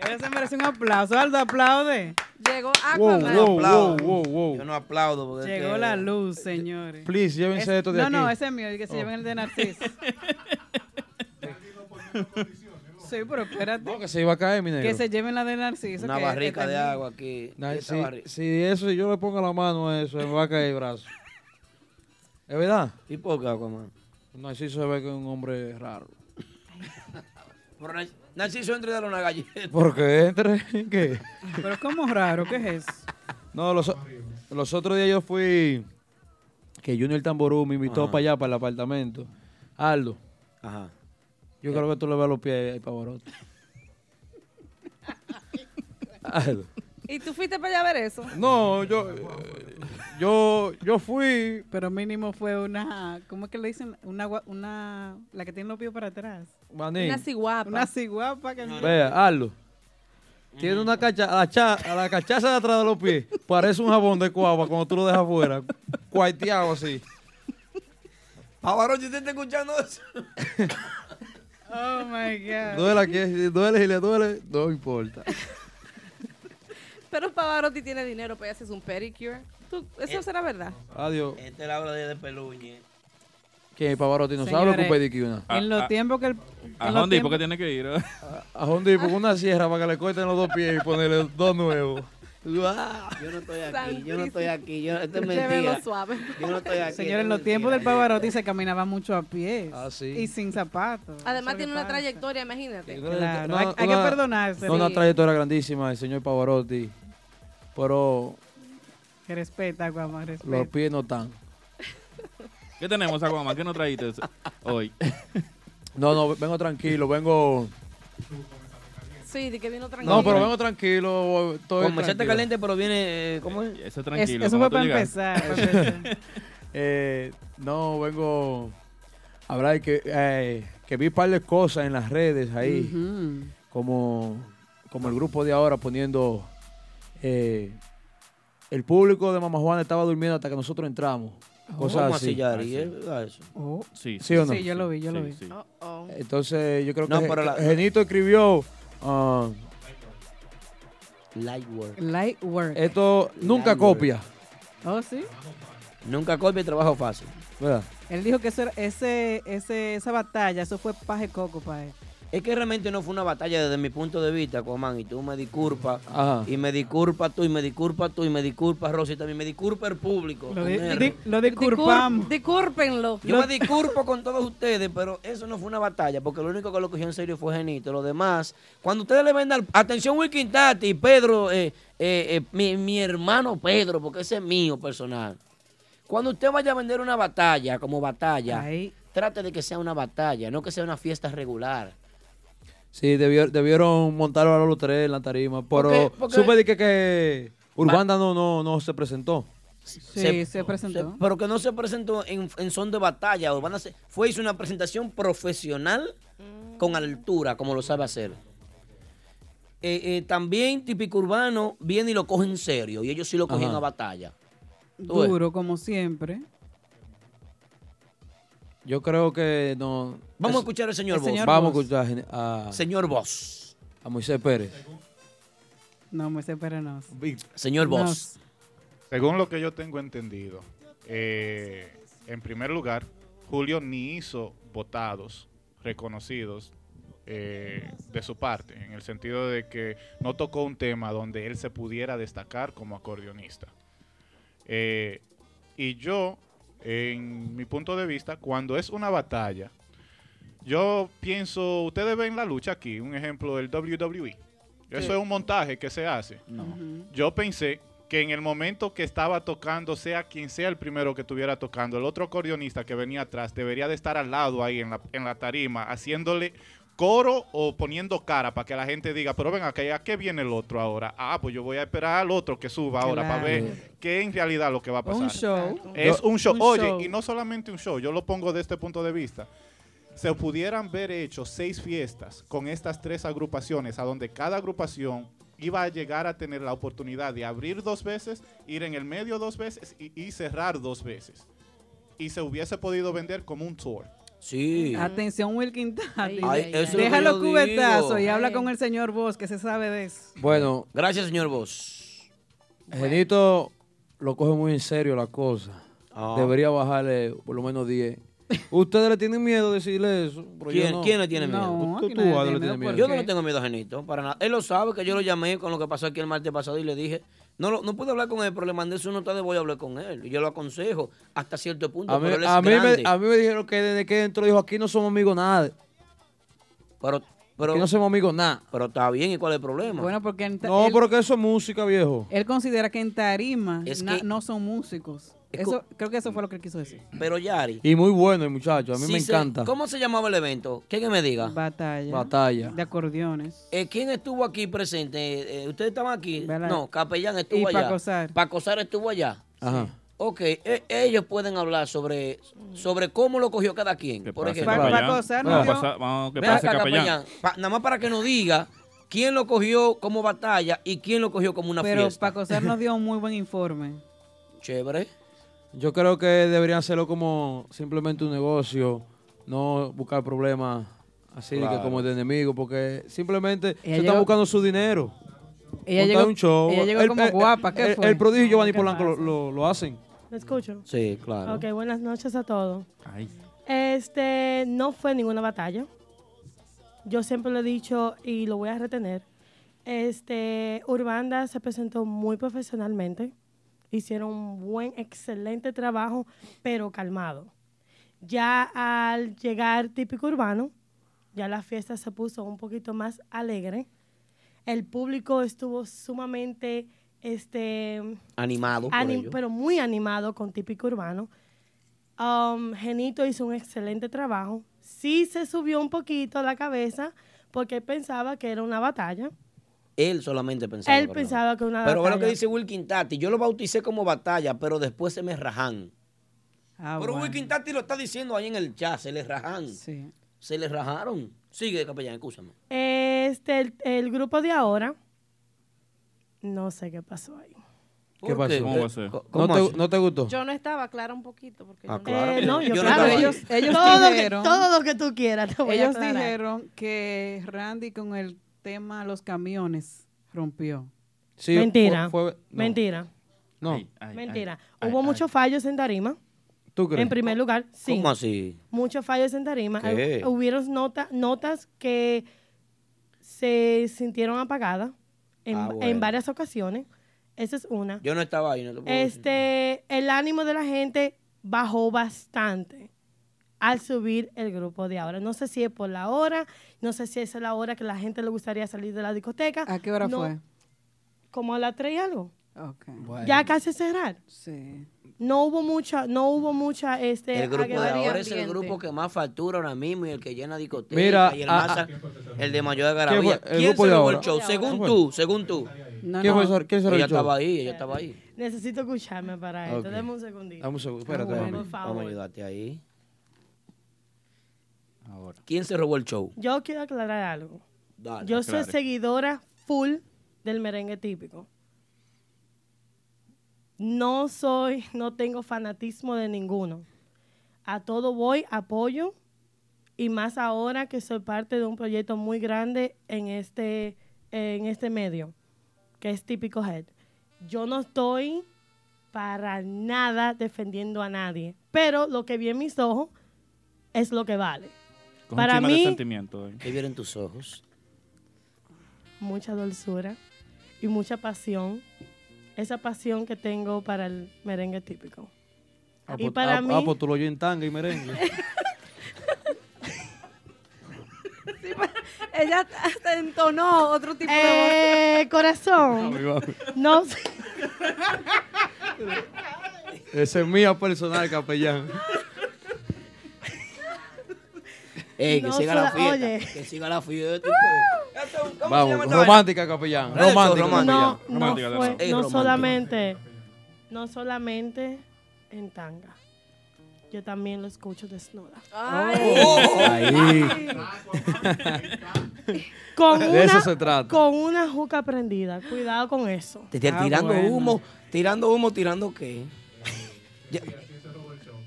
S5: Él se merece un aplauso. Aldo, aplaude.
S3: Llegó
S5: Aquaman.
S20: Wow, wow, wow, wow.
S4: Yo no aplaudo porque... es
S5: Llegó
S4: que-
S5: la luz, señores.
S20: Please, llévense
S5: Es-
S20: esto de
S5: no,
S20: aquí.
S5: No, ese es mío, y que se
S20: Oh.
S5: lleven el de Narciso. sí, pero espérate.
S20: que se iba a caer, mi negro.
S5: Que se lleven la de Narciso.
S4: Una
S5: que- este que
S4: barrica de
S5: también-
S4: agua aquí.
S20: Nah,
S4: Esta
S20: si,
S4: barrica.
S20: si eso yo le pongo la mano a eso, me va a caer el brazo. ¿Es verdad?
S4: ¿Y por qué, Aquaman?
S20: Narciso se ve que es un hombre raro.
S4: Pero Nar- Narciso, entre y dale una galleta.
S20: Porque entre qué?
S5: Pero como raro, ¿qué es eso?
S20: No, los, los otros días yo fui que Junior Tamború me invitó
S4: Ajá.
S20: para allá, para el apartamento. Aldo.
S4: Ajá.
S20: Yo creo que tú le ves los pies al Pavarotti. Aldo.
S3: ¿Y tú fuiste para allá a ver eso?
S20: No, yo, yo, yo fui.
S5: Pero mínimo fue una, ¿cómo es que le dicen? Una, gua- una la que tiene los pies para atrás.
S20: Manín. Una
S3: ciguapa.
S5: Una ciguapa que
S20: Vea, Aldo. Tiene una cachaza, la cha- a la cachaza de atrás de los pies. Parece un jabón de cuava cuando tú lo dejas afuera. Cuarteado así.
S4: Pavarotti, ¿usted está escuchando eso?
S5: Oh my God.
S20: Duele aquí, si duele y le duele, no importa.
S3: Pero Pavarotti tiene dinero para hacer un pedicure. Tú- eso será verdad.
S20: Adiós.
S4: Esta es la obra de, de Peluñe.
S20: Que Pavarotti no sabe lo que un pedicure. no?
S5: En los tiempos que el.
S17: A
S5: en los
S17: Hondi, ¿por qué tiene
S5: tiempos-
S17: que ir?
S20: A Hondi, con una sierra para que le corten los dos pies y ponerle dos nuevos.
S4: Yo no estoy aquí, yo no estoy aquí, yo, esto es mentira.
S5: Llévelo suave.
S4: Yo no estoy aquí.
S5: Señores, en
S4: esto
S5: los
S4: es
S5: tiempos del
S4: mentira.
S5: Pavarotti se caminaba mucho a pie.
S20: Ah,
S5: Y sin zapatos.
S3: Además
S5: Eso
S3: tiene
S5: le
S3: una
S5: pasa.
S3: trayectoria, imagínate.
S5: Claro, hay- hay que perdonarse.
S20: No, una
S5: Sí.
S20: trayectoria grandísima el señor Pavarotti. Pero
S5: Que respeta, Guamá, respeta.
S20: los pies no están.
S17: ¿Qué tenemos, Aguama? ¿Qué nos trajiste hoy?
S20: No, no, vengo tranquilo, vengo.
S3: Sí, de que vino tranquilo.
S20: No, pero vengo tranquilo. Estoy
S4: Comenzaste
S20: tranquilo.
S4: caliente, pero viene. eh, ¿Cómo es?
S17: Eso
S20: tranquilo,
S5: eso fue
S20: cuando
S5: para
S20: tú llegas.
S5: empezar. para empezar.
S20: Eh, no, vengo a hablar de que, eh, que vi un par de cosas en las redes ahí,
S5: Ujú.
S20: como, como el grupo de ahora poniendo. eh, el público de Mamá Juana estaba durmiendo hasta que nosotros entramos.
S5: Oh,
S20: Cosas
S4: ¿Cómo así,
S20: así.
S4: Yari?
S5: eh.
S4: ¿Es verdad eso?
S17: Sí,
S20: Oh. ¿Sí o no?
S5: Sí, yo lo vi, yo lo vi.
S20: Entonces, yo creo
S4: No,
S20: que
S4: pero la-
S20: Genito escribió. ah,
S4: Lightwork.
S5: Light work.
S20: esto nunca
S4: Lightwork.
S20: copia,
S5: Oh, sí.
S4: Nunca copia el trabajo fácil.
S20: ¿verdad?
S5: Él dijo que eso era- ese, ese, esa batalla, eso fue paje coco para él.
S4: Es que realmente no fue una batalla desde mi punto de vista, Comán, y tú me disculpas,
S20: Ajá.
S4: y me disculpas tú, y me disculpas tú, y me disculpas Rosy también, me disculpa el público.
S5: Lo,
S4: con
S5: di-
S4: R.
S5: di- lo disculpamos.
S3: Discúlpenlo.
S4: Yo me disculpo con todos ustedes, pero eso no fue una batalla, porque lo único que lo cogió en serio fue Genito. Lo demás, cuando ustedes le vendan. Atención, Wilkin Tati, Pedro, eh, eh, eh, mi, mi hermano Pedro, porque ese es mío personal. Cuando usted vaya a vender una batalla como batalla, trate de que sea una batalla, no que sea una fiesta regular.
S20: Sí, debió- debieron montar a los tres en la tarima, pero
S4: Porque- porque-
S20: supe de que, que Urbanda no, no, no se presentó.
S5: se presentó.
S4: se- pero que no se presentó en, en son de batalla. Urbana se- fue, hizo una presentación profesional con altura, como lo sabe hacer. Eh, eh, también Típico Urbano viene y lo coge en serio. Y ellos sí lo cogen
S5: Ajá.
S4: a batalla. Tú ves.
S5: Duro, como siempre.
S20: Yo creo que no.
S4: Vamos a escuchar al señor El Boss. señor
S20: Vamos
S4: Boss.
S20: a escuchar a,
S4: Señor Boss.
S20: A Moisés Pérez.
S5: No, me pero no.
S4: Señor
S5: Boss.
S6: Según lo que yo tengo entendido, eh, en primer lugar, Julio ni hizo votados reconocidos eh, de su parte, en el sentido de que no tocó un tema donde él se pudiera destacar como acordeonista. Eh, y yo, en mi punto de vista, cuando es una batalla, yo pienso, ustedes ven la lucha aquí, un ejemplo del WWE. E. Eso
S21: Sí.
S6: es un montaje que se hace. Yo pensé que en el momento que estaba tocando, sea quien sea el primero que estuviera tocando, el otro acordeonista que venía atrás debería de estar al lado ahí en la, en la tarima, haciéndole coro o poniendo cara para que la gente diga, pero ven acá, ¿a qué viene el otro ahora? Ah, pues yo voy a esperar al otro que suba ahora para
S5: Claro.
S6: ver qué en realidad lo que va a pasar.
S5: Un show.
S6: Es
S5: Yo-
S6: un show.
S5: un
S6: Oye,
S5: show.
S6: y no solamente un show, yo lo pongo de este punto de vista. Se pudieran ver hecho seis fiestas con estas tres agrupaciones, a donde cada agrupación iba a llegar a tener la oportunidad de abrir dos veces, ir en el medio dos veces y, y cerrar dos veces. Y se hubiese podido vender como un tour.
S4: Sí.
S5: Mm. Ah, Atención, Wilkin Tati.
S6: Ay, ay, eso es
S5: Deja
S6: lo
S5: los
S6: que yo
S5: cubetazos y
S6: digo.
S5: habla con el señor Boss, que se sabe de eso.
S20: Bueno.
S4: Gracias, señor Boss.
S20: Genito lo coge muy en serio la cosa.
S4: Ah.
S20: Debería bajarle por lo menos 10. ¿Ustedes le tienen miedo de decirle eso? Pero yo
S4: ¿Quién,
S20: no.
S4: quién le tiene miedo?
S20: Tú, tú, Aldo, le tienes miedo.
S4: Yo no le tengo miedo a Genito, para nada. Él lo sabe que yo lo llamé con lo que pasó aquí el martes pasado y le dije, no lo- no pude hablar con él, pero le mandé su nota de voy a hablar con él. Y yo lo aconsejo hasta cierto punto,
S20: A mí,
S4: pero él es
S20: a mí
S4: grande.
S20: me, a mí me dijeron que desde que entró dijo, aquí no somos amigos nada.
S4: Pero, pero,
S20: aquí no somos amigos nada.
S4: Pero está bien, ¿y cuál es el problema?
S5: Bueno, porque en ta-
S20: No,
S5: él,
S20: pero que eso es música, viejo.
S5: él considera que en tarima
S4: Es
S5: na-
S4: que-
S5: no son músicos. Eso, creo que eso fue lo que él quiso decir.
S4: Pero Yari.
S20: Y muy bueno el muchacho, a mí
S4: si
S20: me
S4: se-
S20: encanta.
S4: ¿Cómo se llamaba el evento? ¿Quién que me diga?
S5: Batalla.
S20: Batalla.
S5: De acordeones.
S4: Eh, ¿Quién estuvo aquí presente? Eh, ¿Ustedes estaban aquí?
S5: Vela-
S4: No, Capellán estuvo
S5: Y
S4: allá.
S5: Paco Sar.
S4: Paco Sar estuvo allá.
S20: Ajá.
S4: Ok, e- ellos pueden hablar sobre, sobre cómo lo cogió cada quien. Por
S2: pase
S4: ejemplo,
S2: Capellán. Paco Sar Vamos no a dio- pasar- vamos, que
S4: Ven
S2: pase
S4: acá,
S2: Capellán.
S4: Pa- nada más para que nos diga quién lo cogió como batalla y quién lo cogió como una
S5: Pero
S4: fiesta.
S5: Paco Sar nos dio un muy buen informe.
S4: Chévere.
S20: Yo creo que deberían hacerlo como simplemente un negocio, no buscar problemas así de que
S17: Claro.
S20: como de enemigo, porque simplemente se
S17: Ella
S20: están
S17: llegó-
S20: buscando su dinero.
S17: Ella
S20: Montar
S17: llegó-
S20: un show.
S17: ella llegó como guapa, ¿qué
S20: el-
S17: fue?
S20: El prodigio y Giovanni
S19: ¿Qué
S20: Polanco lo,
S19: pasa?
S20: lo- lo hacen.
S19: ¿Lo escucho?
S4: Sí, claro.
S19: Ok, buenas noches a todos. Este, no fue ninguna batalla. Yo siempre lo he dicho y lo voy a retener. Este, Urbanda se presentó muy profesionalmente. Hicieron un buen, excelente trabajo, pero calmado. Ya al llegar típico urbano, ya la fiesta se puso un poquito más alegre. El público estuvo sumamente, este,
S4: Animado por
S19: Anim-
S4: ellos.
S19: pero muy animado con típico urbano. Um, Genito hizo un excelente trabajo. Sí se subió un poquito la cabeza porque él pensaba que era una batalla.
S4: Él solamente pensaba.
S19: él
S4: ¿verdad?
S19: pensaba que una
S4: Pero ve
S19: batalla.
S4: lo que dice Wilkin Tati. Yo lo bauticé como batalla, pero después se me rajan.
S19: Ah,
S4: pero Wilkin Tati lo está diciendo ahí en el chat. Se les rajan. Se les rajaron. Sigue, capellán, escúchame.
S19: Este, el, el grupo de ahora, no sé qué pasó ahí.
S20: ¿Qué
S4: ¿Por qué?
S20: pasó?
S4: ¿Cómo va a ser?
S20: ¿No,
S4: ¿Cómo va a
S20: te,
S4: ser?
S20: no te gustó?
S3: Yo no estaba clara un poquito. Porque
S20: Ah,
S3: yo
S20: claro.
S19: Eh, no,
S20: Yo
S19: yo,
S20: no
S19: claro,
S20: estaba ahí.
S19: ellos,
S5: Ellos
S19: todo,
S5: dijeron-
S19: lo que, todo lo que tú quieras. te voy a
S5: Ellos
S19: aclarar.
S5: dijeron que Randy con el tema los camiones rompió.
S20: Sí,
S19: Mentira.
S20: fue- fue- no.
S19: Mentira.
S20: No.
S19: Mentira. Hubo muchos fallos en Tarima.
S20: ¿Tú crees?
S19: En primer lugar, sí.
S4: ¿Cómo así?
S19: Muchos fallos en Tarima.
S4: ¿Qué?
S19: Hu- Hubieron nota- notas que se sintieron apagadas en,
S4: Ah, bueno.
S19: en varias ocasiones. Esa es una.
S4: Yo no estaba ahí. No te puedo decir.
S19: Este, el ánimo de la gente bajó bastante al subir el grupo de ahora. No sé si es por la hora, no sé si esa es la hora que la gente le gustaría salir de la discoteca.
S5: ¿A qué hora
S19: No,
S5: fue?
S19: Como a las 3 y algo.
S5: Bueno.
S19: Ya casi cerrar.
S5: Sí.
S19: No hubo mucha, no hubo mucha, este...
S4: El grupo de
S19: agregación.
S4: ahora es el grupo que más factura ahora mismo y el que llena discotecas
S20: Mira,
S4: y el,
S20: ah,
S4: más-
S20: ah.
S4: el de mayor de Garabía.
S20: ¿Qué fue? El
S4: ¿Quién
S20: grupo
S4: se
S20: de
S4: robó el
S20: ahora.
S4: show?
S20: ¿Quién
S4: Según
S20: fue?
S4: tú, según tú.
S5: No,
S20: ¿Quién no. fue el- quién se robó
S4: Ella
S20: el show?
S4: estaba ahí, ella estaba ahí.
S19: Necesito escucharme para esto.
S4: Ok.
S19: Dame un segundito.
S4: Dame un segundo, espérate.
S19: Ah,
S4: mami.
S19: Por
S4: Vamos a
S19: favor.
S4: ayudarte ahí. Ahora. ¿Quién se robó el show?
S19: Yo quiero aclarar algo.
S2: Ah,
S4: Dale,
S19: Yo soy
S4: aclare.
S19: seguidora full del merengue típico. No soy, no tengo fanatismo de ninguno. A todo voy, apoyo. Y más ahora que soy parte de un proyecto muy grande en este, en este medio, que es Típico Head. Yo no estoy para nada defendiendo a nadie. Pero lo que vi en mis ojos es lo que vale.
S2: Con
S19: Para
S2: un chino de
S19: mí,
S2: sentimiento. eh.
S4: ¿Qué vieron tus ojos?
S19: mucha dulzura y mucha pasión. Esa pasión que tengo para el merengue típico.
S20: Ah,
S19: y
S20: pues-
S19: para
S20: ah,
S19: mí,
S20: ah, pues tú lo oyes en tanga y merengue.
S3: pues, Ella hasta entonó otro tipo de
S19: eh, corazón,
S20: Mami, mami.
S19: no,
S20: Esa es mía personal, capellán.
S4: Ey, Eh, que
S19: No
S4: siga la
S19: sola-
S4: fiesta.
S19: oye.
S4: Que siga la fiesta.
S20: Vamos, romántica, capellán.
S4: Red Show, romántica.
S20: Romántica, capellán.
S19: no
S20: Romántica,
S19: fue-
S20: romántica.
S19: no solamente, no solamente en tanga. Yo también lo escucho desnuda. Oh.
S20: Ahí.
S19: Con
S20: De
S19: una,
S20: eso se trata.
S19: Con una juca prendida. Cuidado con eso.
S4: Te- te- tirando humo, tirando humo, tirando qué. Ya-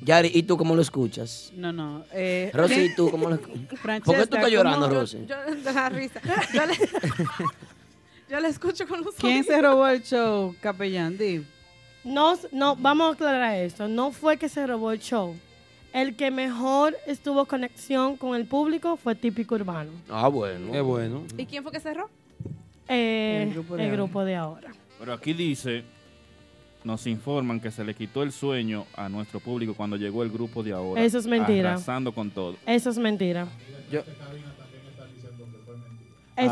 S4: Yari, ¿y tú cómo lo escuchas?
S5: No, no. Eh,
S4: Rosy, ¿y tú cómo lo escuchas? ¿Por qué tú
S5: Francesca,
S4: estás llorando,
S5: ¿cómo-
S4: Rosy?
S3: Yo, de la risa. Yo le, yo le escucho con los
S5: ¿Quién se robó el show, Capellán? Di.
S19: No, no, vamos a aclarar esto. No fue que se robó el show. El que mejor estuvo conexión con el público fue Típico Urbano.
S4: Ah, bueno.
S20: Qué bueno.
S3: ¿Y quién fue que cerró?
S19: Eh,
S3: El
S19: el
S3: grupo
S19: grupo
S3: de
S19: de,
S3: ahora.
S19: ahora.
S2: Pero aquí dice, nos informan que se le quitó el sueño a nuestro público cuando llegó el grupo de ahora.
S19: Eso es mentira.
S2: Arrasando con todo.
S19: Eso es mentira. Eso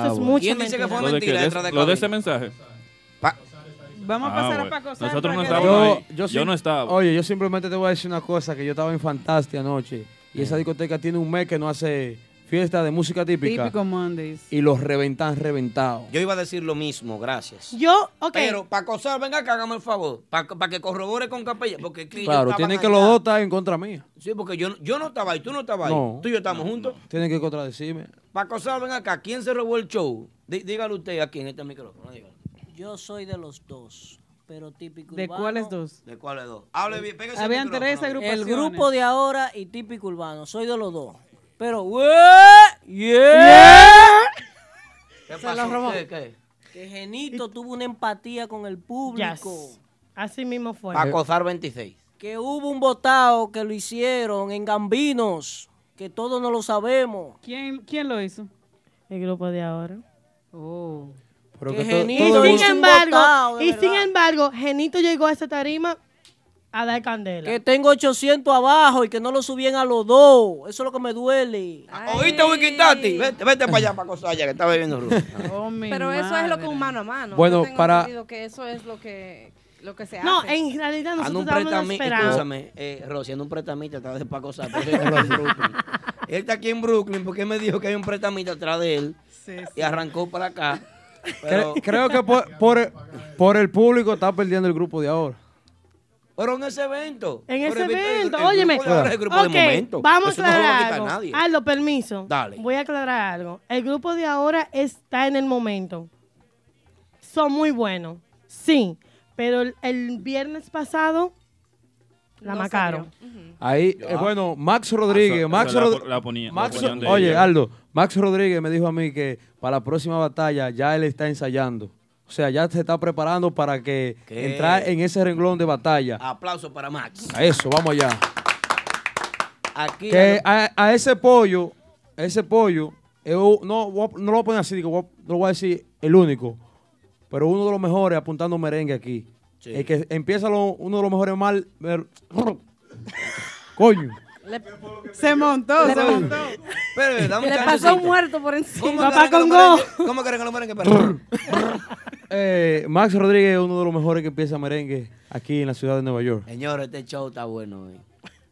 S2: Ah,
S19: es
S2: bueno.
S19: mucho
S4: Ah, ¿Quién dice que fue
S2: Ah, ¿Lo de, qué?
S4: mentira
S2: ¿De-
S4: detrás de
S2: lo de
S4: cabina?
S2: ese mensaje?
S5: Vamos a
S2: Ah,
S5: pasar a
S2: bueno.
S5: Paco San,
S2: Nosotros no
S5: para que
S2: estábamos
S5: diga-
S2: ahí. Yo no estaba.
S20: Oye, yo simplemente te voy a decir una cosa, que yo estaba en Fantastia anoche. Y
S2: Eh.
S20: esa discoteca tiene un mes que no hace fiesta de música típica.
S5: Típico Mondays.
S20: Y los reventan reventados.
S4: Yo iba a decir lo mismo, gracias.
S19: Yo, ok.
S4: Pero Paco Sal, venga acá, hágame el favor. Para que corrobore con Capella. Porque es que ellos
S20: Claro,
S4: estaban
S20: tienen que
S4: allá.
S20: los dos estar en contra mía.
S4: Sí, porque yo, yo no estaba ahí, tú no estabas
S20: No.
S4: ahí. Tú y yo estamos juntos.
S20: Tienen que contradecirme.
S4: Paco Sal, venga acá, ¿quién se robó el show? Dí- dígalo usted aquí en este micrófono. dígalo.
S10: Yo soy de los dos, pero típico
S5: ¿De
S10: urbano.
S5: cuáles dos?
S4: ¿De cuáles dos? Hable bien, pégase
S5: Habían
S4: el micrófono.
S5: tres agrupaciones.
S10: El grupo de ahora y típico urbano. Soy de los dos. Pero, ¡wee! ¡yeah!
S4: ¿Qué
S19: Se lo robó.
S4: ¿Qué, qué?
S10: Que Genito tuvo una empatía con el público.
S19: Yes. Así mismo fue.
S4: Paco Sal 26.
S10: Que hubo un votado que lo hicieron en Gambinos, que todos no lo sabemos.
S5: ¿Quién, quién lo hizo?
S19: El grupo de ahora.
S5: Oh.
S20: Pero
S10: que
S20: to-
S19: Y
S20: todo el
S19: sin
S20: mundo-
S19: embargo,
S10: votado, de
S19: y sin
S10: verdad.
S19: embargo, Genito llegó a esa tarima a dar candela.
S10: Que tengo 800 abajo y que no lo subían a los dos. Eso es lo que me duele.
S4: Ah, ¿Oíste, Wikitati? Vete, vete para allá, Paco Sal, ya que está bebiendo ruso.
S3: Pero eso es lo que un mano a mano.
S4: Bueno,
S3: Yo tengo
S4: para-
S3: entendido que eso es lo que, lo que se
S19: No,
S3: hace.
S19: en realidad
S4: Anda un
S19: nosotros estábamos
S4: pretamita,
S19: esperando.
S4: escúchame, eh, Rosy, anda un pretamita atrás de Paco Sá, porque él está en Brooklyn. Él está aquí en Brooklyn porque él me dijo que hay un pretamita atrás de él y arrancó para acá. Pero,
S20: Cre- creo que por, por el- por el público está perdiendo el grupo de ahora.
S4: pero en ese evento.
S19: En
S4: pero
S19: ese
S4: el el- el
S19: evento,
S4: grupo
S19: óyeme.
S4: de ahora es el grupo de
S19: Ok,
S4: momento.
S19: Vamos
S4: Eso
S19: a
S4: no se lo va a
S19: aclarar
S4: quitar
S19: algo.
S4: nadie.
S19: Aldo, permiso.
S4: Dale.
S19: Voy a aclarar algo. El grupo de ahora está en el momento. Son muy buenos. Sí, pero el, el viernes pasado la
S20: No
S19: macaron.
S20: Ahí, eh, bueno, Max Rodríguez,
S2: Eso-
S20: Max
S2: eso Ah, la
S20: Rodríguez.
S2: po- la ponía- la
S20: Max-
S2: ponían de
S20: oye,
S2: ella.
S20: Aldo, Max Rodríguez me dijo a mí que para la próxima batalla ya él está ensayando. O sea, ya se está preparando para que
S4: ¿Qué? Ah,
S20: entrar en ese renglón de batalla.
S4: Aplauso para Max.
S20: A eso, vamos allá.
S4: Aquí.
S20: Que
S4: Aldo-
S20: a, a ese pollo, a ese pollo, es u- no, voy a- no lo voy a poner así, digo, voy a- no lo voy a decir el único, pero uno de los mejores apuntando merengue aquí.
S4: Sí.
S20: El que empieza lo- uno de los mejores mal. mer- Coño.
S5: se montó,
S20: Le-
S5: se montó.
S4: Espérame, dame un
S3: Le pasó
S4: chancecito.
S3: un muerto por
S4: ¿Cómo
S3: encima.
S4: creen que lo merengue- ¿Cómo creen que lo merengue? Perdón.
S20: Eh, Max Rodríguez es uno de los mejores que empieza merengue aquí en la ciudad de Nueva York.
S4: Señor, este show está bueno hoy.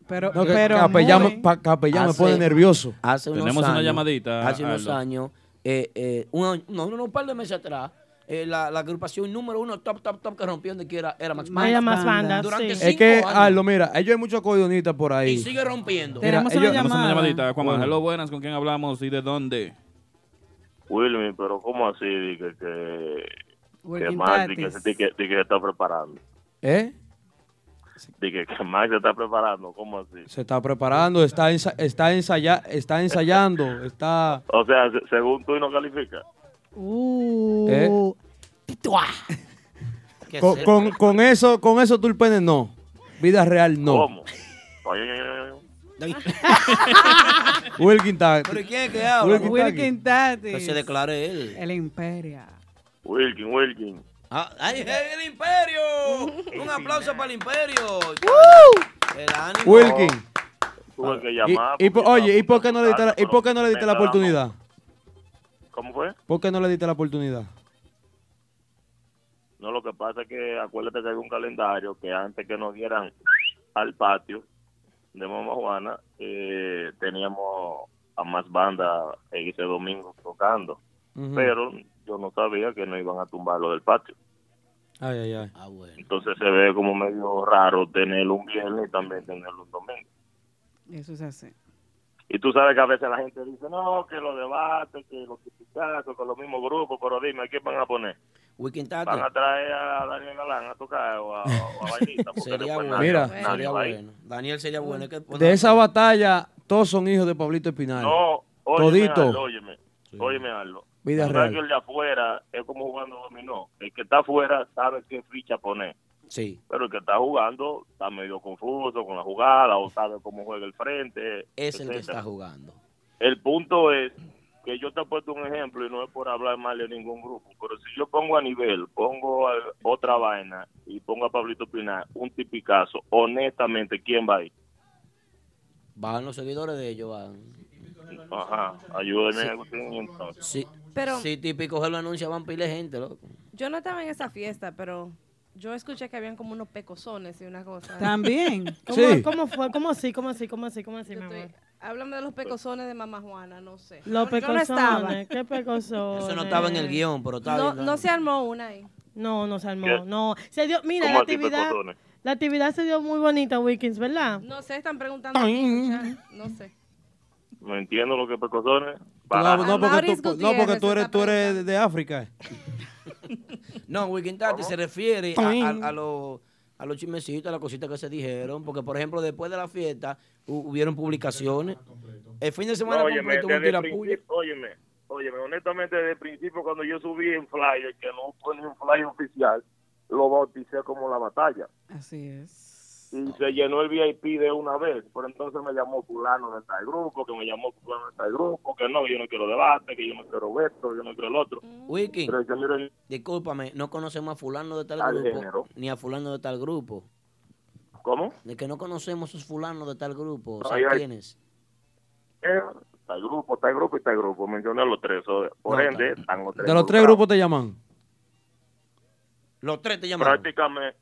S5: Pero,
S20: No, que Capellán me- pa- Capellán me pone nervioso.
S4: Hace unos
S20: Tenemos una
S4: años-
S20: llamadita,
S4: Hace unos
S20: Aldo.
S4: años, eh, eh, un, no, no, no, un par de meses atrás, eh, la, la agrupación número uno, top, top, top, que rompió donde quiera, era Max Banda.
S19: Era Max Banda,
S4: Durante
S19: sí.
S4: cinco
S20: Es que,
S4: años.
S20: Aldo, mira, ellos hay muchos acordeonistas por ahí.
S4: Y sigue rompiendo.
S20: Mira, ellos-
S2: Tenemos una llamadita, Aquaman.
S20: Bueno.
S2: Hello, buenas, ¿con quién hablamos y de dónde?
S22: Wilmy, pero ¿cómo así? di que, que, que
S5: Working
S22: Max di que,
S5: parties.
S22: di que- di que se está preparando.
S20: ¿Eh?
S22: Di que, que Max se está preparando, ¿cómo así?
S20: Se está preparando, está, ensa- está, ensaya- está ensayando, está...
S22: O sea, se- según tú y no califica.
S19: Uh,
S20: ¿eh?
S19: pituá.
S20: Con, con- con eso, con eso tú el pene no. Vida real no.
S22: ¿Cómo? Ay, ay, ay, ay, ay.
S20: Wilkin está...
S4: ¿Pero quién es que habla?
S20: Wilkin está aquí.
S5: Tati.
S4: Que se declare él.
S5: El Imperia.
S22: Wilkin, Wilkin.
S4: ¡Ay, eh. el Imperio! un aplauso para el Imperio.
S5: Uh.
S4: El ánimo.
S20: Wilkin. Ah.
S22: Tuve que
S20: Y-
S22: llamar.
S20: y por-
S22: porque
S20: oye, ¿y por qué no le diste la, y
S22: pero
S20: por qué no le diste la
S22: me está dando-
S20: oportunidad?
S22: ¿Cómo fue?
S20: ¿Por qué no le diste la oportunidad?
S22: No, lo que pasa es que acuérdate que hay un calendario que antes que nos dieran al patio de Mama Juana, eh, teníamos a más bandas ese domingo tocando.
S20: Ujú.
S22: Pero yo no sabía que no iban a tumbar lo del patio.
S20: Ay, ay, ay.
S5: Ah,
S22: Entonces se ve como medio raro tenerlo un viernes y también tenerlo un domingo.
S5: Eso es así.
S22: Y tú sabes que a veces la gente dice, no, que los debates, que los criticazos, que los mismos grupos, pero dime, ¿a quién van a poner?
S4: Weekend
S22: Van a traer a Daniel Galán a tocar o a, o a Vainita, porque
S4: Sería
S22: después
S4: bueno.
S22: nadie-
S20: Mira.
S22: nadie
S4: Sería
S22: va a ir.
S4: bueno. Daniel sería bueno. hay que pues,
S20: De
S4: poner-
S20: esa batalla, todos son hijos de Pablito Espinal.
S22: No, óyeme,
S20: Todito.
S22: Aldo, óyeme, óyeme, Aldo.
S20: Vida
S22: Tú sabes
S20: real.
S22: que el de afuera es como jugando dominó. El que está afuera sabe qué ficha poner.
S4: Sí.
S22: Pero el que está jugando está medio confuso con la jugada o sabe cómo juega el frente.
S4: Es el que
S22: etcétera.
S4: está jugando.
S22: El punto es que yo te he puesto un ejemplo y no es por hablar mal de ningún grupo, pero si yo pongo a nivel, pongo a otra vaina y pongo a Pablito Pinar, un tipicazo, honestamente, ¿quién va ahí?
S4: Van los seguidores de ellos, van.
S22: Ajá, ayúdeme.
S4: Sí.
S22: Agustín, entonces.
S4: Sí,
S3: Pero-
S4: sí típico, él lo anuncia, van pile gente, loco.
S3: Yo no estaba en esa fiesta, pero Yo escuché que habían como unos pecosones y una cosa.
S5: También.
S19: ¿Cómo,
S5: Sí.
S19: ¿Cómo fue? ¿Cómo así? ¿Cómo así? ¿Cómo así? ¿Cómo así, mi amor?
S3: Háblame de los pecosones de Mamá Juana, no sé.
S19: Los
S3: Yo- yo no
S19: pecosones.
S3: estaba.
S19: ¿Qué pecosones?
S14: Eso no estaba en el guión, pero está
S3: No,
S14: bien,
S3: no se armó una ahí.
S19: No, no se armó.
S14: ¿Qué?
S19: No. Se dio, mira,
S14: ¿Cómo
S19: la
S14: así,
S19: actividad,
S14: pecosones?
S19: la actividad se dio muy bonita, Weekends, ¿verdad?
S3: No sé, están preguntando.
S19: Ay.
S3: aquí, escucha, No sé.
S22: No entiendo lo que pecosones.
S20: No,
S22: Para-
S20: no, porque tú, no, porque tú eres, tú eres de- de África. eh.
S14: No, Weekend Tati se refiere a,
S20: Ay.
S14: a- a los a los chismecitos, a las cositas que se dijeron, porque por ejemplo después de la fiesta hu- hubieron publicaciones. El fin de semana
S22: No, óyeme,
S14: completo hubo un
S22: desde el
S14: tirapuya.
S22: principio- óyeme, óyeme, honestamente desde el principio cuando yo subí en flyer, que no fue ni un flyer oficial, lo bauticé como la batalla.
S5: Así es.
S22: Y se llenó el VIP de una vez, pero entonces me llamó fulano de tal grupo, que me llamó fulano de tal grupo, que no, que yo no quiero debate, que yo no quiero esto, que yo no quiero el otro.
S14: Wiki,
S22: Pero yo, miren,
S14: discúlpame, no conocemos a fulano de tal
S22: Al
S14: grupo,
S22: género.
S14: ni a fulano de tal grupo.
S22: ¿Cómo?
S14: De que no conocemos a esos fulanos de tal grupo,
S22: Ay,
S14: ¿sabes
S22: ay.
S14: quiénes?
S22: eh, tal grupo, tal grupo y tal grupo, mencioné a los tres, o- por
S20: No,
S22: ende, están los tres.
S20: De los tres grupos te llaman.
S14: Los tres te
S22: llamaron. Prácticamente.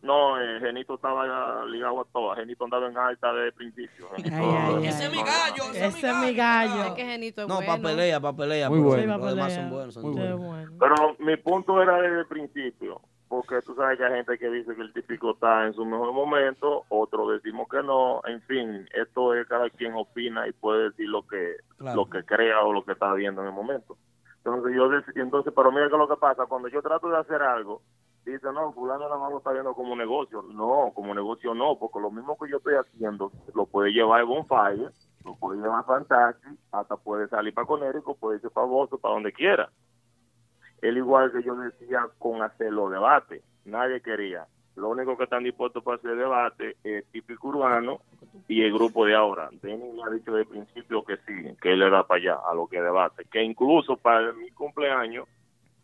S22: No, eh, Genito estaba eh, ligado a todas. Genito andaba en alta desde el principio. Genito-
S14: Ese es mi gallo.
S19: Ese es mi gallo.
S3: Es que Genito es
S14: No,
S3: bueno.
S14: para pelea, para pelea.
S20: Muy
S14: pero
S20: bueno.
S14: Los
S20: Sí, pa'
S14: demás
S20: pelea.
S14: son buenos. son
S20: Muy
S14: todos.
S22: Pero mi punto era desde el principio. Porque tú sabes que hay gente que dice que el típico está en su mejor momento, otros decimos que no. En fin, esto es cada quien opina y puede decir lo que
S1: Claro.
S22: lo que crea o lo que está viendo en el momento. Entonces yo dec- entonces, pero mira que lo que pasa, cuando yo trato de hacer algo, dice, no, fulano nada más lo está viendo como negocio. No, como negocio no, porque lo mismo que yo estoy haciendo, lo puede llevar a Bonfire, lo puede llevar a Fantasy, hasta puede salir para Conérico, puede irse para Boston, para donde quiera. Él igual que yo decía con hacer los debates, nadie quería. Lo único que están dispuestos para hacer debate es típico urbano y el grupo de ahora. Denny me ha dicho desde el principio que sí, que él era para allá, a lo que debate. Que incluso para mi cumpleaños,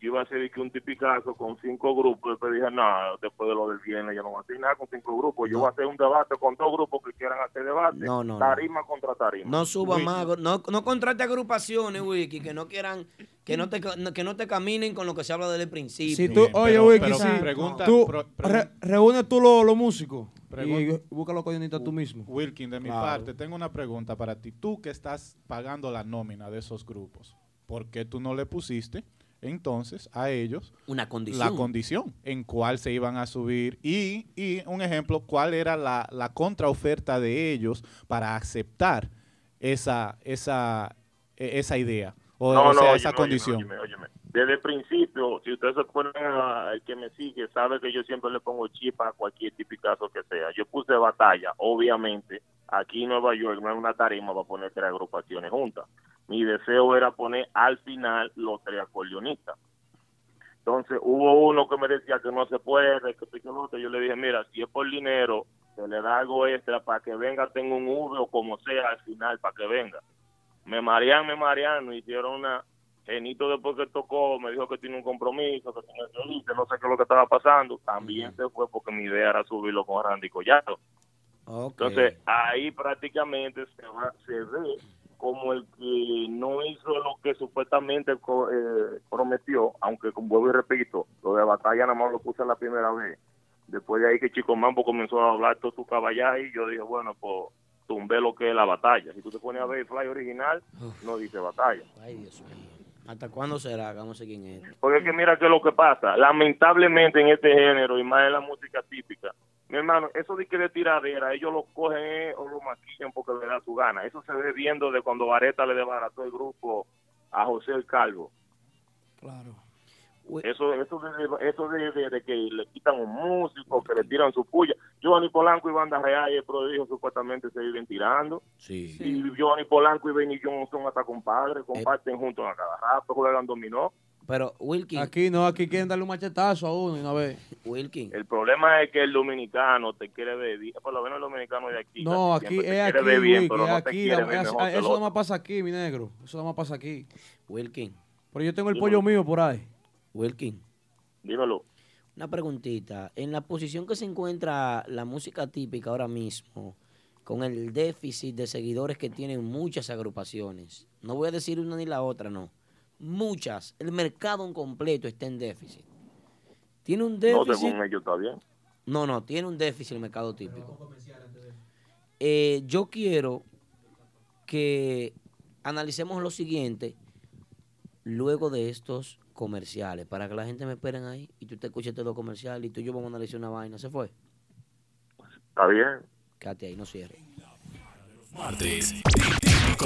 S22: yo iba a hacer que un tipicazo con cinco grupos. Después dije, no, después de lo del viernes, yo no voy a hacer nada con cinco grupos. Yo voy a hacer un debate con dos grupos que quieran hacer debate.
S14: No, no, no.
S22: tarima contra tarima.
S14: No suba
S22: Luis,
S14: más, no, no contrate agrupaciones, Wiki, que no quieran, que no te, ca- que no te caminen con lo que se habla desde el principio.
S20: Si tú, oye, Wiki, si tú re- reúnes tú los los músicos
S6: pregun-
S20: y busca los coyonistas tú mismo.
S6: Wilkin, de mi
S20: Claro.
S6: parte, tengo una pregunta para ti. Tú que estás pagando la nómina de esos grupos, ¿por qué tú no le pusiste entonces a ellos
S14: Una
S6: la
S14: condición.
S6: condición en cuál se iban a subir? Y, y un ejemplo, ¿cuál era la, la contraoferta de ellos para aceptar esa, esa, e- esa idea? O,
S22: No,
S6: o sea,
S22: no,
S6: esa
S22: óyeme,
S6: condición.
S22: óyeme, óyeme, óyeme. Desde el principio, si ustedes se ponen a- al que me sigue, sabe que yo siempre le pongo chipa a cualquier tipicazo que sea. Yo puse batalla, obviamente. Aquí en Nueva York no es una tarima para poner tres agrupaciones juntas. Mi deseo era poner al final los tres acordeonistas. Entonces hubo uno que me decía que no se puede, que esto y que lo otro. Yo le dije, mira, si es por dinero, se le da algo extra para que venga, tenga un V o como sea al final, para que venga. Me marean, me marean, me hicieron una... Genito después que tocó me dijo que tiene un compromiso, que tiene que irse, no sé qué es lo que estaba pasando. También se fue porque mi idea era subirlo con Randy Collado. Entonces ahí prácticamente se, va, se ve como el que no hizo lo que supuestamente co- eh, prometió, aunque como vuelvo y repito, lo de batalla nada más lo puse la primera vez. Después de ahí que Chico Mambo comenzó a hablar todo su caballaje y yo dije, bueno, pues tumbé lo que es la batalla. Si tú te pones a ver el fly original, no dice batalla.
S14: Ay, Dios mío. ¿Hasta cuándo será? Que no sé quién es.
S22: Porque es que mira que lo que pasa, lamentablemente en este género y más en la música típica, mi hermano, eso de que de tiradera, ellos lo cogen eh, o lo maquillan porque le da su gana. Eso se ve viendo de cuando Vareta le desbarató el grupo a José el Calvo.
S20: Claro.
S22: Eso, eso, de, eso de, de- de que le quitan un músico, que le tiran su puya. Giovanni Polanco y Banda Real y el prodigio supuestamente se viven tirando.
S14: Sí.
S22: Y Giovanni Polanco y Benny Johnson hasta compadres, comparten juntos a cada rato, juegan dominó.
S14: Pero, Wilkin.
S20: Aquí no, aquí quieren darle un machetazo a uno y una vez.
S14: Wilkin.
S22: El problema es que el dominicano te quiere ver bien, por lo menos el dominicano de aquí.
S20: No,
S22: casi
S20: aquí
S22: siempre
S20: es aquí,
S22: te quiere ver bien,
S20: Wiki,
S22: pero
S20: es
S22: no te
S20: aquí.
S22: quiere
S20: la-
S22: ver
S20: es-
S22: mejor que el
S20: eso nada
S22: otro.
S20: más pasa aquí, mi negro. Eso nada más pasa aquí.
S14: Wilkin.
S20: Pero yo tengo el
S14: Sí,
S20: pollo
S14: bueno.
S20: mío por ahí.
S14: Wilkin.
S22: Dímelo.
S14: Una preguntita. En la posición que se encuentra la música típica ahora mismo, con el déficit de seguidores que tienen muchas agrupaciones, no voy a decir una ni la otra, no. Muchas. El mercado en completo está en déficit.
S4: Tiene un
S22: No,
S4: déficit.
S22: según ellos está bien.
S4: No, no, tiene un déficit el mercado típico. Eh, yo quiero que analicemos lo siguiente luego de estos comerciales, para que la gente me esperen ahí y tú te escuches todos los comerciales y tú y yo vamos a analizar una vaina. ¿Se fue?
S22: Está bien.
S4: Quédate ahí, no cierres.
S9: Martes, Típico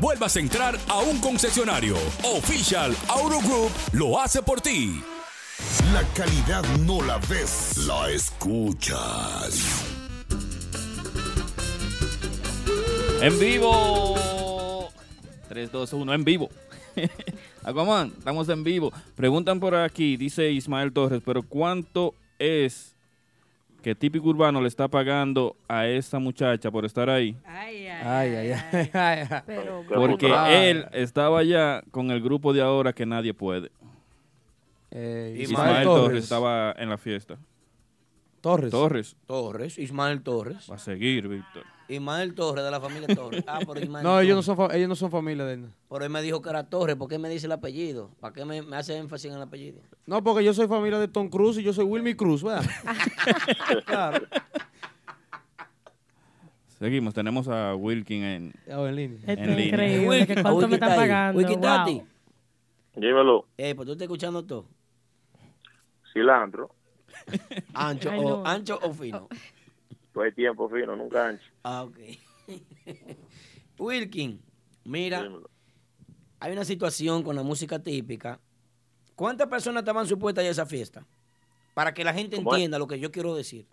S9: vuelvas a entrar a un concesionario. Official Auto Group lo hace por ti.
S11: La calidad no la ves, la escuchas.
S2: En vivo. 3, 2, 1, en vivo. Aquaman, estamos en vivo. Preguntan por aquí, dice Ismael Torres, pero ¿cuánto es que Típico Urbano le está pagando a esta muchacha por estar ahí?
S7: Ay,
S20: ay, ay. ay, ay, ay.
S2: Porque
S20: Ah,
S2: él estaba allá con el grupo de ahora que nadie puede.
S20: eh,
S2: Ismael, Torres. estaba en la fiesta.
S20: Torres.
S2: Torres.
S4: Torres, Ismael Torres.
S2: Va a seguir, Víctor.
S4: Ismael Torres, de la familia Torres. Ah, pero Ismael
S20: No, ellos no
S4: Torres.
S20: son, fa- ellos no son familia de él.
S4: Pero él me dijo que era Torres, ¿por qué me dice el apellido? ¿Para qué me, me hace énfasis en el apellido?
S20: No, porque yo soy familia de Tom Cruise y yo soy Wilmy Cruz, ¿verdad? claro.
S2: Seguimos, tenemos a Wilkin en,
S20: Ah, en línea.
S2: en
S20: Esto
S4: es
S2: línea.
S4: increíble, Wilkin, que cuánto a Wilkin me están está ahí. pagando, Wilkin, wow. Tati.
S22: Dímelo,
S4: Eh, pues tú estás escuchando todo.
S22: cilantro.
S4: Ancho,
S22: Ay,
S4: o,
S22: no.
S4: ancho o fino.
S22: Todo el tiempo fino, nunca ancho.
S4: Ah, ok. Wilkin, mira, hay una situación con la música típica. ¿Cuántas personas estaban supuestas ya a esa fiesta? Para que la gente
S22: ¿Cómo es?
S4: entienda lo que yo quiero decir.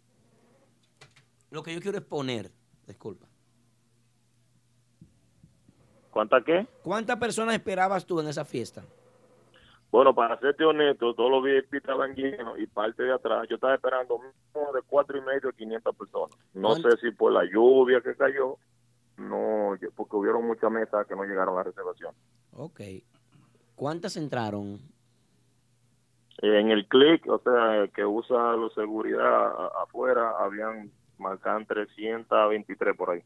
S4: Lo que yo quiero exponer, disculpa.
S22: ¿Cuánta qué?
S4: ¿Cuántas personas esperabas tú en esa fiesta?
S22: Bueno, para serte honesto, todos los VIP estaban llenos y parte de atrás. Yo estaba esperando mínimo de cuatro y medio a 500 personas. No
S4: ¿Cuánto?
S22: sé si por la lluvia que cayó, no, yo- porque hubieron muchas mesas que no llegaron a la reservación.
S4: Ok. ¿Cuántas entraron?
S22: Eh, En el click, o sea, que usa la seguridad a- afuera, habían marcan 323 por ahí.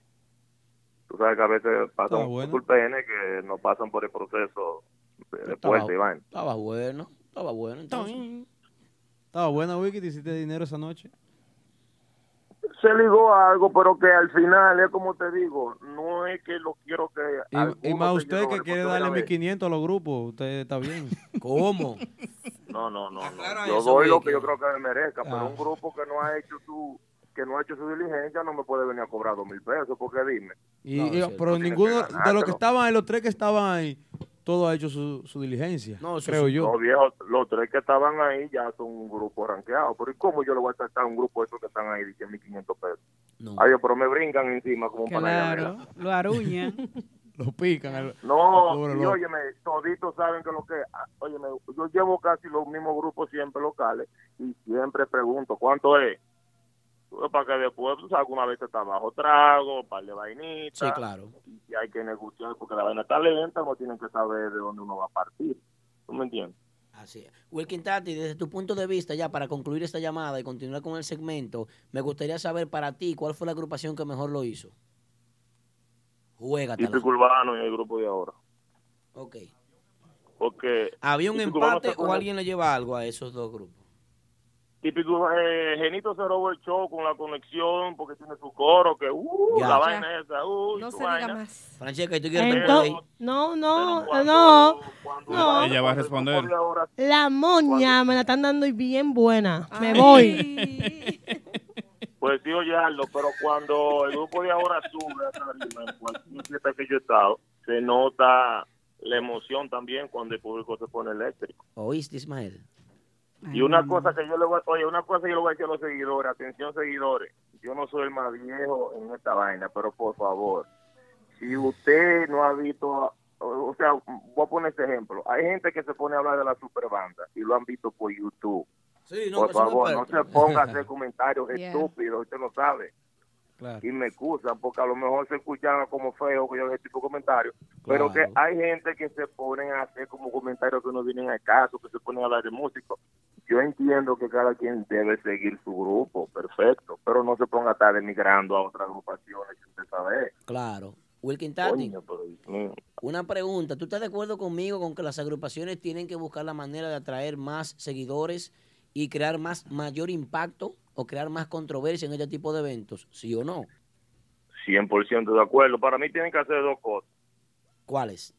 S22: Tú sabes que a veces pasan
S4: Ah, bueno.
S22: por PN que no pasan por el proceso de, de puerta y vaina.
S4: Estaba bueno, estaba bueno entonces.
S20: Estaba buena, Wiki, te hiciste dinero esa noche.
S22: se ligó a algo, pero que al final es como te digo, no es que lo quiero que...
S20: Y, y
S22: alguno
S20: más
S22: se
S20: usted
S22: lleve,
S20: que quiere darle
S22: porque,
S20: 1500 a los grupos, usted está bien.
S4: ¿Cómo?
S22: No, no, no. no.
S20: Aclara
S22: Yo
S20: eso,
S22: doy lo
S20: Vicky.
S22: que yo creo que me merezca,
S20: Ah.
S22: pero un grupo que no ha hecho su que no ha hecho su diligencia no me puede venir a cobrar dos mil pesos, porque dime.
S20: Y,
S22: No,
S20: y-
S22: sí,
S20: pero
S22: tú tienes
S20: ninguno de
S22: que
S20: los que
S22: ganártelo.
S20: estaban ahí, los tres que estaban ahí, todo ha hecho su, su diligencia. creo yo.
S22: Los viejos, los tres que estaban ahí ya son un grupo ranqueado. Pero ¿y cómo yo le voy a saltar a un grupo de esos que están ahí de 1.500 pesos? Ay, Dios, pero me brincan encima como para allá.
S7: Claro, lo aruñan.
S20: lo pican. al- al
S22: No,
S20: pobre
S22: y
S20: loco.
S22: Oh, óyeme, toditos saben que lo que, ah, óyeme, yo llevo casi los mismos grupos siempre locales y siempre pregunto, ¿cuánto es? Pues, Para que después, tú sabes, una vez te está bajo trago, un par de vainitas.
S4: Sí, claro.
S22: Y hay que negociar porque la vaina está lenta, no tienen que saber de dónde uno va a partir. ¿Tú me entiendes?
S4: Así es. Wilkin Tati, desde tu punto de vista, ya para concluir esta llamada y continuar con el segmento, me gustaría saber para ti cuál fue la agrupación que mejor lo hizo. Juégatela.
S22: Típico urbano y el grupo de ahora.
S4: Ok.
S22: Porque
S4: ¿Había un
S22: Típico Urbano
S4: empate
S22: se fue
S4: o
S22: de-
S4: alguien le lleva algo a esos dos grupos?
S22: Típico, eh, Genito se robó el show con la conexión porque tiene su coro, que uh,
S4: Ya.
S22: la
S4: Ya.
S22: vaina esa, uh,
S3: No
S22: su
S3: se diga
S22: vaina.
S3: más.
S4: Francesca, ¿y tú quieres
S19: Entonces,
S4: responder
S19: no, no, no, no.
S2: Ella va a responder.
S19: La moña me la están dando y bien buena. Me voy.
S22: Pues sí, oye, Aldo, pero cuando el grupo de ahora sube a tarima, en cualquier fiesta que yo he estado, se nota la emoción también cuando el público se pone eléctrico.
S4: ¿Oíste, Ismael?
S22: Y una cosa que yo le voy a, oye, una cosa que yo le voy a decir a los seguidores, atención seguidores, yo no soy el más viejo en esta vaina, pero por favor, si usted no ha visto, a- o sea, voy a poner este ejemplo. Hay gente que se pone a hablar de la superbanda y lo han visto por YouTube.
S4: Sí, no,
S22: por
S4: que son
S22: favor, no
S4: expertos.
S22: se ponga a hacer comentarios
S4: Yeah.
S22: estúpidos, usted no sabe.
S4: Claro.
S22: Y me excusan, porque a lo mejor se escuchan como feo que yo haga este tipo de comentarios. Pero que
S23: Claro.
S22: hay gente que se ponen a hacer como comentarios que no vienen al caso, que se ponen a hablar de músicos. Yo entiendo que cada quien debe seguir su grupo, perfecto, pero no se ponga a estar emigrando a otras agrupaciones sin usted Mm, saber.
S4: Claro. Wilkin Tati,
S22: Coño, pero, Dios mío.
S4: una pregunta. ¿Tú estás de acuerdo conmigo con que las agrupaciones tienen que buscar la manera de atraer más seguidores y crear más mayor impacto o crear más controversia en este tipo de eventos? ¿Sí o no?
S22: 100% de acuerdo. Para mí tienen que hacer dos cosas.
S4: ¿Cuáles?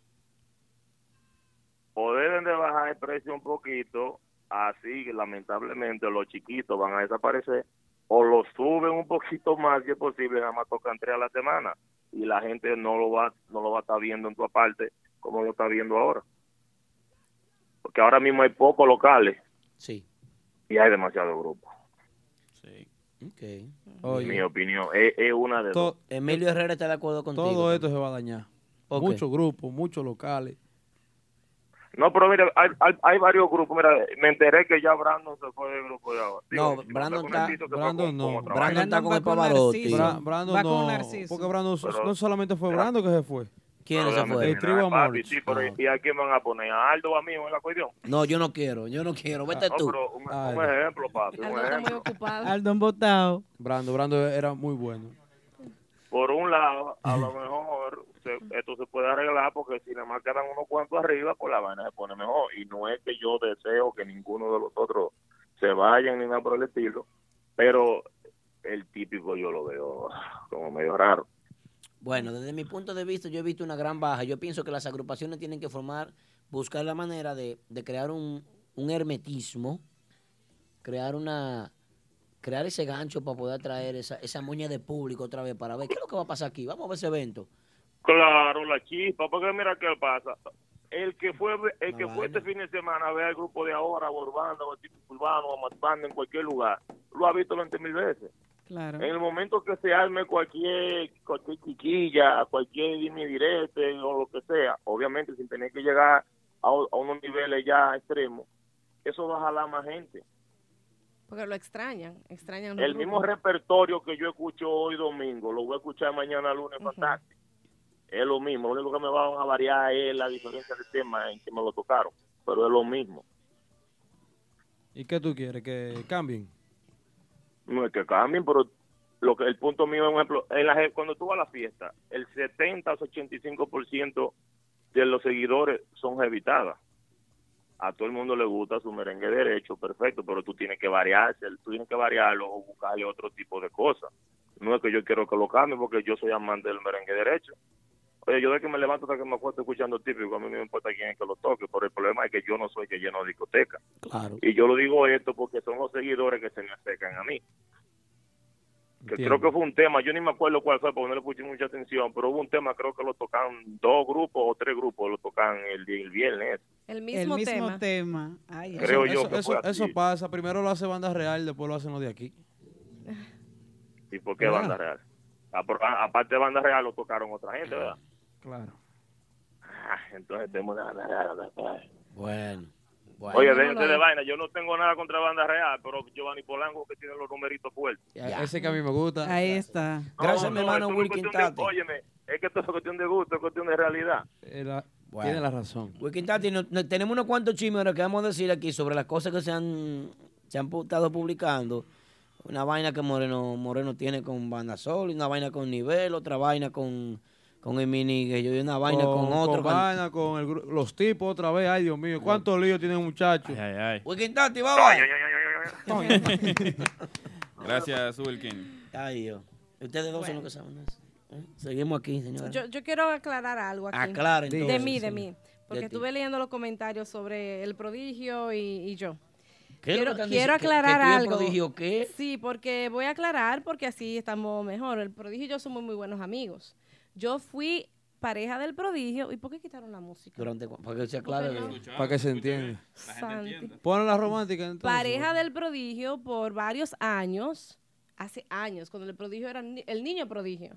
S22: O deben de bajar el precio un poquito, así que lamentablemente los chiquitos van a desaparecer, o lo suben un poquito más si es posible, nada más tocan tres a la semana y la gente no lo va no lo va a estar viendo en tu parte como lo está viendo ahora. Porque ahora mismo hay pocos locales.
S4: Sí.
S22: Y hay demasiados grupos.
S4: Ok.
S22: Mi opinión es, es una de dos.
S20: To-
S4: Emilio Herrera está de acuerdo contigo.
S20: Todo esto se va a dañar.
S4: Ok.
S20: Muchos grupos, muchos locales.
S22: No, pero mira, hay, hay, hay varios grupos. Mira, me enteré que ya Brandon se fue del grupo de ahora.
S4: No,
S22: Digo,
S4: Brandon
S22: con
S4: está,
S22: Narciso, se fue
S20: Brandon
S22: con-
S20: no.
S22: con otra vaina.
S20: Bra- Brandon no. Porque Brandon
S22: Pero-
S20: no solamente fue Brandon que se fue.
S4: ¿Quién
S22: Pero déjame
S20: El
S22: terminar,
S20: tribu
S22: papi,
S20: amor.
S22: sí, pero
S4: Ah.
S22: ¿Y a quién van a poner? ¿A Aldo o a mí en la cuestión?
S4: No, yo no quiero, yo no quiero. Vete
S22: Ah, No,
S4: tú.
S22: pero un, un
S20: Ay.
S22: ejemplo, papi, un ejemplo.
S20: Aldon Botao. Brando, Brando era muy bueno.
S22: Por un lado, a lo mejor se- esto se puede arreglar porque si nada más quedan unos cuantos arriba, pues la vaina se pone mejor. Y no es que yo deseo que ninguno de los otros se vayan ni nada por el estilo, pero el típico yo lo veo como medio raro.
S4: Bueno, desde mi punto de vista, yo he visto una gran baja. Yo pienso que las agrupaciones tienen que formar, buscar la manera de, de crear un, un hermetismo, crear una crear ese gancho para poder traer esa, esa moña de público otra vez para ver qué es lo que va a pasar aquí. Vamos a ver ese evento.
S22: Claro, la chispa, porque mira qué pasa. El que fue el que fue este fin de semana a ver al grupo de ahora, o Urbana, o el tipo Urbano, o Matbanda, en cualquier lugar, lo ha visto 20 mil veces.
S5: Claro.
S22: En el momento que se arme cualquier, cualquier chiquilla, cualquier dime y direte o lo que sea, obviamente sin tener que llegar a, o- a unos niveles ya extremos, eso va a jalar más gente.
S3: Porque lo extrañan, extrañan. los
S22: El mismo
S3: grupos.
S22: repertorio que yo escucho hoy domingo, lo voy a escuchar mañana lunes, fantástico. Es lo mismo, lo único que me van a variar es la diferencia de tema en que me lo tocaron, pero es lo mismo.
S20: ¿Y qué tú quieres? ¿Que cambien?
S22: No es que cambien, pero lo que el punto mío es un ejemplo. En la, gen- cuando tú vas a la fiesta, el 70 o 85% de los seguidores son jevitadas. A todo el mundo le gusta su merengue derecho, perfecto, pero tú tienes que variarse, tú tienes que variarlo o buscarle otro tipo de cosas. No es que yo quiero que lo cambie porque yo soy amante del merengue derecho. Oye, yo de que me levanto hasta que me acuesto escuchando típico, a mí no me importa quién es que lo toque, pero el problema es que yo no soy que lleno discoteca.
S4: Claro.
S22: Y yo lo digo esto porque son los seguidores que se me acercan a mí. Que creo que fue un tema, yo ni me acuerdo cuál fue porque no le puse mucha atención, pero hubo un tema, creo que lo tocan dos grupos o tres grupos, lo tocan el, el viernes.
S3: El
S5: mismo
S20: mismo
S5: tema. Ay, ay.
S22: Creo
S20: eso,
S22: yo
S20: eso-
S22: que fue
S20: eso- eso
S22: así.
S20: pasa. Primero lo hace banda real, después lo hacen los de aquí.
S22: ¿Y por qué
S20: Ah.
S22: Banda Real? Ah, por- ah, Aparte de Banda Real lo tocaron otra gente, ¿verdad?
S20: Claro.
S22: Ah, entonces tenemos una Banda Real. Banda Real.
S4: Bueno. bueno.
S22: Oye, déjense de vaina, yo no tengo nada contra Banda Real, pero Giovanni Polanco que tiene los numeritos fuertes.
S20: Ese que a mí me gusta.
S5: Ahí está.
S22: No, no, esto no es cuestión de- Óyeme, es que esto es cuestión de gusto, es cuestión de realidad.
S20: Tiene Eh, la razón.
S4: Wilkin Tati, no- no- tenemos unos cuantos chismes ahora que vamos a decir aquí sobre las cosas que se han, se han pu- estado publicando. Una vaina que Moreno, Moreno tiene con Banda Sol, una vaina con Nivel, otra vaina con, con el mini y una vaina con, otro.
S20: Con vaina, con el gru- los tipos otra vez. Ay, Dios mío. ¿Cuántos líos tienen muchachos? Ay,
S2: ay,
S4: Wilkin Tati, bye bye.
S2: Gracias, Wilkin.
S4: Ay, Dios. Ustedes dos son los que saben eso. ¿Eh? Seguimos aquí, señora.
S3: Yo, yo quiero aclarar algo aquí.
S4: Aclara,
S3: De
S4: entonces,
S3: mí, de
S4: sí.
S3: mí. Porque
S4: De ti.
S3: estuve leyendo los comentarios sobre el prodigio y, y yo.
S4: ¿Qué es lo que
S3: Quiero,
S4: están diciendo?
S3: quiero
S4: ¿Que- que
S3: aclarar
S4: tú y el
S3: algo.
S4: prodigio qué?
S3: Sí, porque voy a aclarar porque así estamos mejor. El prodigio y yo somos muy buenos amigos. Yo fui pareja del prodigio. ¿Y por qué quitaron la música?
S4: Durante, cu- para que sea claro.
S20: Para que se entienda.
S3: Santi.
S20: Pon la romántica entonces.
S3: pareja del prodigio por varios años. hace años, cuando el prodigio era ni- el niño prodigio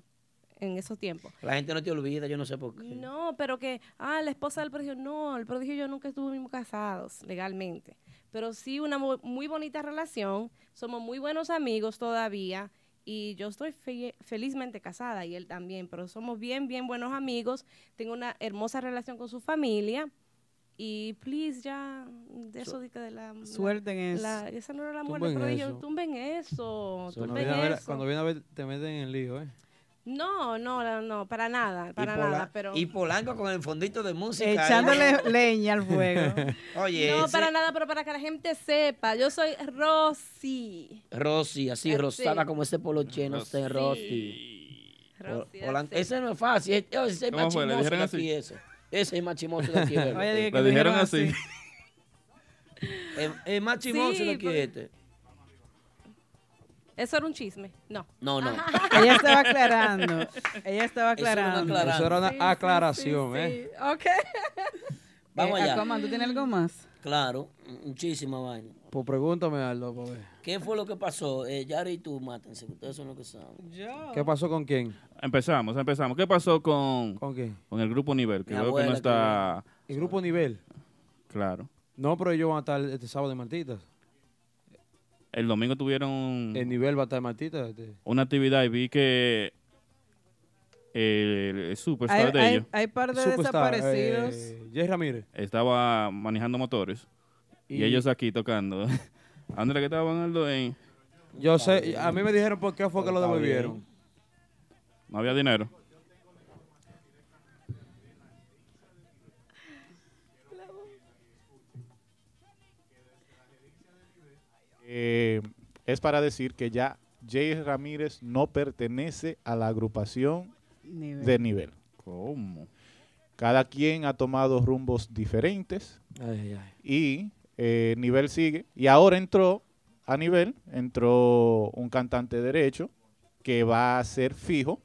S3: en esos tiempos.
S14: La gente no te olvida, yo no sé por qué.
S3: No, pero que, ah, la esposa del prodigio. No, el prodigio y yo nunca estuvimos casados legalmente. Pero sí una mu- muy bonita relación. Somos muy buenos amigos todavía. Y yo estoy fe- felizmente casada y él también. Pero somos bien, bien buenos amigos. Tengo una hermosa relación con su familia. Y please, ya, de eso de, que de la. la-
S5: Suelten eso.
S3: la- esa no era la muerte,
S5: Tumben
S3: prodigio.
S5: eso.
S3: Tumben eso.
S5: Suena
S3: tumben
S1: viene a ver-
S3: eso.
S1: cuando viene a ver, te meten en el lío, ¿eh?
S3: No, no, no, no, para nada, para
S14: Pola-
S3: nada. Pero...
S14: Y Polanco con el fondito de música. ¿eh?
S5: Echándole leña al fuego.
S14: Oye,
S3: no,
S14: ese-
S3: para nada, pero para que la gente sepa, yo soy Rosy.
S14: Rosy, así
S5: Eh,
S3: Ah,
S14: rosada
S3: sí.
S14: como ese polo cheno, usted Rosy. O- Olan- Ese no es fácil, es- ese es el
S2: ¿Cómo
S14: más
S2: fue? ¿Le
S14: chimoso
S2: dijeron
S14: de aquí,
S2: así?
S14: ese. Ese es el más chimoso de aquí, ¿verdad?
S2: Oye, dije que Le me dijeron dijeron así.
S14: El, el más chimoso
S3: Sí,
S14: de aquí,
S5: pues,
S3: porque-
S5: eh,
S14: este.
S3: Eso era un chisme, no.
S14: No, no.
S5: Ella estaba aclarando. Ella estaba
S14: Eso era una
S5: aclarando.
S14: aclarando. Eso era una Sí, sí, sí,
S5: aclaración,
S14: sí.
S5: ¿eh?
S3: Ok.
S14: Vamos
S5: Eh,
S14: allá.
S5: Aquaman, ¿tú tienes algo más?
S14: Claro, muchísima vaina.
S20: Pues pregúntame, Aldo, pa' ver.
S14: ¿Qué fue lo que pasó? Eh, Yari y tú, mátense, que ustedes son los que saben.
S20: ¿Qué pasó con quién?
S2: Empezamos, empezamos. ¿Qué pasó con,
S20: ¿Con,
S2: el grupo Nivel? Que
S20: Mi
S2: veo que
S20: abuela
S2: no
S20: que
S2: está.
S20: El grupo Nivel.
S2: Claro.
S20: No, pero ellos van a estar este sábado en Martitas.
S2: El domingo tuvieron
S20: El Nivel va a estar en Martitas. este.
S2: una actividad y vi que. eh, El, el superstar
S20: Hay-
S2: de
S20: hay-
S2: ellos
S20: hay par de Superstar, desaparecidos. eh, Jay Ramírez.
S2: Estaba manejando motores. Y,
S20: Y-
S2: ellos aquí tocando. ¿A dónde era que estaban, Aldo? En-
S20: Yo sé, a mí me dijeron por qué fue que lo devolvieron.
S2: No había dinero.
S6: Eh, es para decir que ya Jay Ramírez no pertenece a la agrupación
S5: Nivel.
S6: de nivel.
S2: ¿Cómo?
S6: Cada quien ha tomado rumbos diferentes y eh, nivel sigue. Y ahora entró a nivel, entró un cantante derecho que va a ser fijo,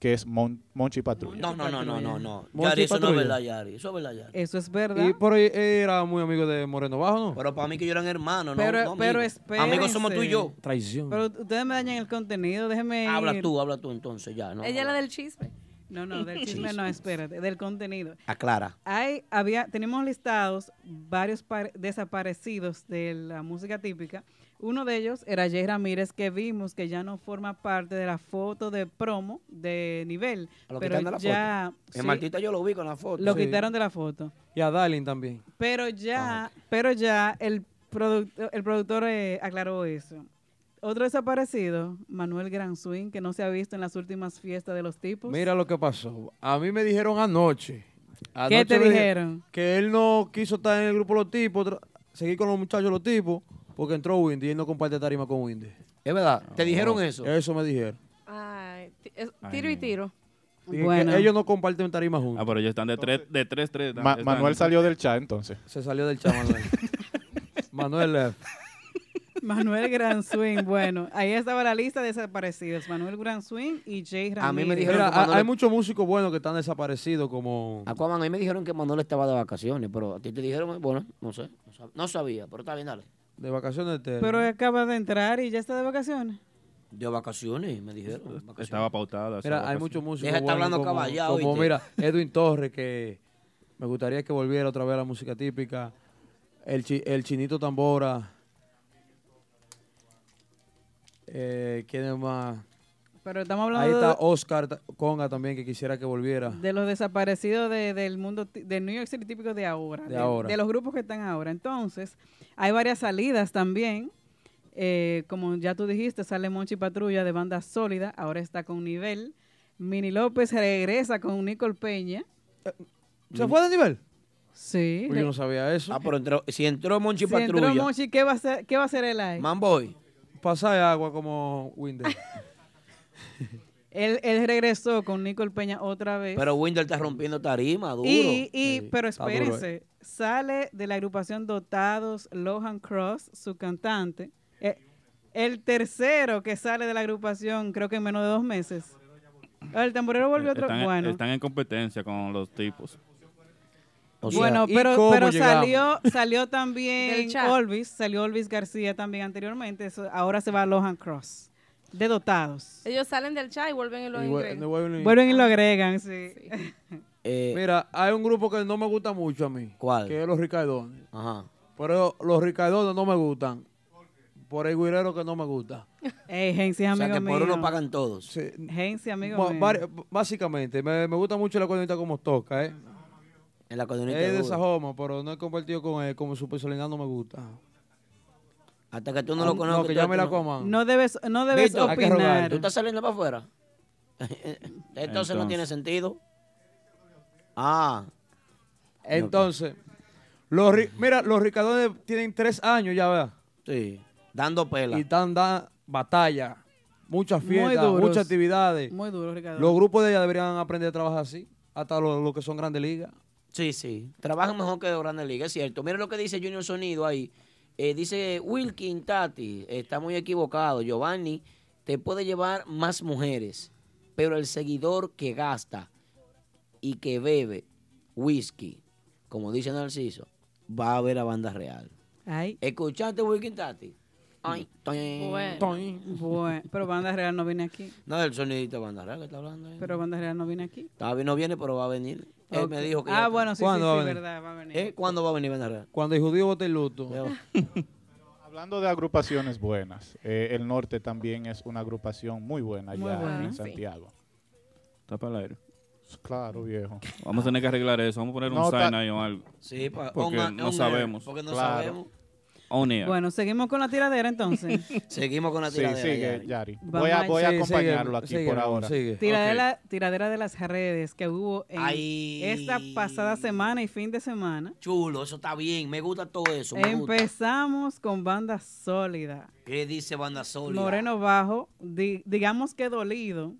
S6: que es Mon- Monchi Patrulla.
S14: No, no, no, no, no, no.
S20: Monchi
S14: Yari, eso no es
S20: Patrulla.
S14: verdad, Yari. Eso es verdad, Yari.
S5: Eso es verdad.
S20: Y por ahí eh, era muy amigo de Moreno Bajo, ¿no?
S14: Pero para mí que yo eran hermanos, no,
S5: Pero,
S14: no
S5: pero
S14: amigos.
S5: espérense.
S14: Amigos somos tú y yo.
S20: Traición.
S5: Pero ustedes me dañan el contenido, déjenme
S14: Habla
S5: ir.
S14: tú, habla tú entonces, ya. No,
S5: Ella
S3: la del chisme.
S5: No, no, del chisme no, espérate, del contenido.
S14: Aclara.
S5: Hay, había, tenemos listados varios par- desaparecidos de la música típica. Uno de ellos era Jay Ramírez, que vimos que ya no forma parte de la foto de promo de nivel.
S14: Lo
S5: pero
S14: quitaron de la
S5: ya,
S14: foto.
S5: sí,
S14: En Martita yo lo vi con la foto.
S5: lo quitaron de la foto.
S20: Y a Darling también.
S5: Pero ya,
S14: Ah,
S5: pero ya el productor, el productor eh, aclaró eso. Otro desaparecido, Manuel Gran Swing, que no se ha visto en las últimas fiestas de los tipos.
S20: Mira lo que pasó. A mí me dijeron anoche.
S5: Pues ¿Qué
S20: Anoche
S5: te
S20: me dije-
S5: dijeron?
S20: Que él no quiso estar en el grupo Los Tipos, tra- seguir con los muchachos Los Tipos, porque entró Windy y él no comparte tarima con Windy.
S14: ¿Es verdad? ¿Te dijeron
S20: eso? Eso me dijeron.
S3: Ay, ti- es-
S2: Ay,
S3: tiro y tiro.
S20: Dije que ellos no comparten tarima juntos.
S2: Ah, pero ellos están de 3 de tres, tres,
S6: Ma-
S2: están-
S6: Manuel salió del chat entonces.
S20: Se salió del chat, Manuel. Manuel left.
S5: Manuel Gran Swing, bueno, ahí estaba la lista de desaparecidos. Manuel Gran Swing y Jay Ramírez.
S20: Mira, ha- hay muchos músicos buenos que están desaparecidos, como.
S14: Aquaman, a mí me dijeron que Manuel estaba de vacaciones, pero a ti te dijeron, eh, bueno, no sé. no sab- No sabía, pero está bien, dale.
S20: De vacaciones de
S5: Pero acaba de entrar y ya está de vacaciones.
S14: De vacaciones, me dijeron. vacaciones.
S2: Estaba pautada. esa
S20: Mira, hay
S2: vacación.
S20: muchos músicos.
S14: Deja de estar
S20: buenos
S14: hablando
S20: como-
S14: caballado,
S20: Como,
S14: ¿oíste?
S20: mira, Edwin Torres, que me gustaría que volviera otra vez a la música típica. El, chi- el Chinito Tambora. Eh, ¿Quién es más?
S5: Pero estamos
S20: Ahí
S5: hablando
S20: está Oscar Ta- Conga también, que quisiera que volviera.
S5: de los desaparecidos de- del mundo, ti- del New York City típico de ahora.
S20: De ahora.
S5: los grupos que están ahora. Entonces, hay varias salidas también. Eh, como ya tú dijiste, sale Monchi Patrulla de banda sólida, ahora está con Nivel. Mini López regresa con Nicole Peña.
S20: ¿Se fue de nivel?
S5: Sí.
S20: Pues yo no sabía eso.
S14: Ah, pero entró- si entró Monchi
S5: Si
S14: Patrulla.
S5: entró Monchi, ¿qué va a hacer, qué va a hacer él ahí?
S14: Manboy.
S20: Pasa de agua como Windows.
S5: Él, él regresó con Nicole Peña otra vez.
S14: Pero Windel está rompiendo tarima, duro.
S5: Y, y pero
S14: está duro,
S5: espérense,
S14: eh.
S5: sale de la agrupación Dotados Lohan Cross, su cantante. Eh, el tercero que sale de la agrupación, creo que en menos de dos meses. Ah, El tamborero volvió otro.
S2: Eh, Están,
S5: bueno,
S2: están en competencia con los tipos.
S5: bueno pero, pero salió, salió también Olvis, salió Olvis García también anteriormente. eso- ahora se va Lohan Cross. de dotados.
S3: Ellos salen del chat y vuelven y lo
S20: Y vuel-
S3: ingresan.
S20: vuelven
S5: Vuelven y lo agregan, sí.
S20: Mira, hay un grupo que no me gusta mucho a mí.
S4: Eh, ¿Cuál?
S20: Que es los Ricardones.
S4: Ajá.
S20: Pero los Ricardones no me gustan. Por el güirero que no me gusta.
S5: Ey, Gensi es
S20: O sea,
S5: amigo
S20: que por uno
S5: mío.
S20: pagan
S4: todos.
S20: Sí.
S5: Gensi, amigo
S20: Ba-
S5: mío.
S20: vari- Básicamente, me, me gusta mucho la acordeonista como toca, ¿eh?
S4: El acordeonista
S20: Es de
S4: duro.
S20: Sajoma, pero no he compartido con él. Como su personalidad no me gusta.
S4: Hasta que tú no
S20: Ah,
S4: lo
S20: no,
S4: conozcas.
S20: que
S4: tú-
S20: ya me
S4: tú
S20: la coman.
S5: No debes, no debes
S4: Víctor,
S5: opinar.
S4: ¿Tú estás saliendo para afuera? Entonces, no
S20: Entonces.
S4: tiene sentido. Ah.
S20: Entonces, los, ri- mira, los Ricardones tienen tres años ya, ¿verdad?
S4: Sí. Dando pela.
S20: Y están dando batalla. Muchas
S5: Muy
S20: fiestas,
S5: duros.
S20: muchas actividades.
S5: Muy duro, Ricardo.
S20: Los grupos de ella deberían aprender a trabajar así, hasta los los que son grandes ligas.
S4: Sí, sí. Trabaja mejor que de Grandes Ligas, es cierto. Mira lo que dice Junior Sonido ahí. Eh, dice Wilkin Tati, está muy equivocado. Giovanni te puede llevar más mujeres, pero el seguidor que gasta y que bebe whisky, como dice Narciso, va a ver a banda real.
S5: Ay.
S4: ¿Escuchaste Wilkin Tati? Ay, toin.
S5: Bueno. Bueno, Pero Banda Real no viene aquí.
S4: No, el sonidito de banda real que está hablando. ahí.
S5: Pero Banda Real no viene aquí.
S4: Está bien, no viene, pero va a venir. Él
S5: Ok.
S4: me dijo que.
S5: Ah,
S4: ya está.
S5: bueno, sí,
S20: ¿Cuándo va a
S5: sí, sí,
S20: venir?
S5: verdad, va a venir.
S4: ¿Eh? ¿Cuándo va a venir banda real?
S20: Cuando el judío bote el luto.
S6: Hablando de agrupaciones buenas, eh, el norte también es una agrupación muy buena
S2: Muy
S6: allá
S2: buena.
S6: en
S2: Sí.
S6: Santiago.
S2: Está para el aire.
S6: Claro, viejo.
S20: Ah.
S2: Vamos a tener que arreglar eso. Vamos a poner
S6: No,
S2: un
S6: ta-
S2: sign ahí o algo.
S4: Sí, pa-
S2: porque
S4: on-
S2: no
S4: on air,
S2: sabemos.
S4: porque no sabemos.
S2: On air.
S5: Bueno, seguimos con la tiradera entonces.
S4: Seguimos con la
S6: Sí,
S4: tiradera. Yari.
S6: sigue, Yari.
S5: Vamos Voy a-
S6: voy a
S20: Sí, sigue,
S6: acompañarlo aquí
S20: sigue,
S6: por
S20: Ramón,
S6: ahora.
S20: sigue.
S5: Tiradera, tiradera de las redes que hubo en
S4: Ay.
S5: esta pasada semana y fin de semana.
S4: Chulo, eso está bien. Me gusta todo eso. Me gusta.
S5: Empezamos con banda sólida.
S4: ¿Qué dice Banda Sólida?
S5: Moreno Bajo, di- digamos que dolido.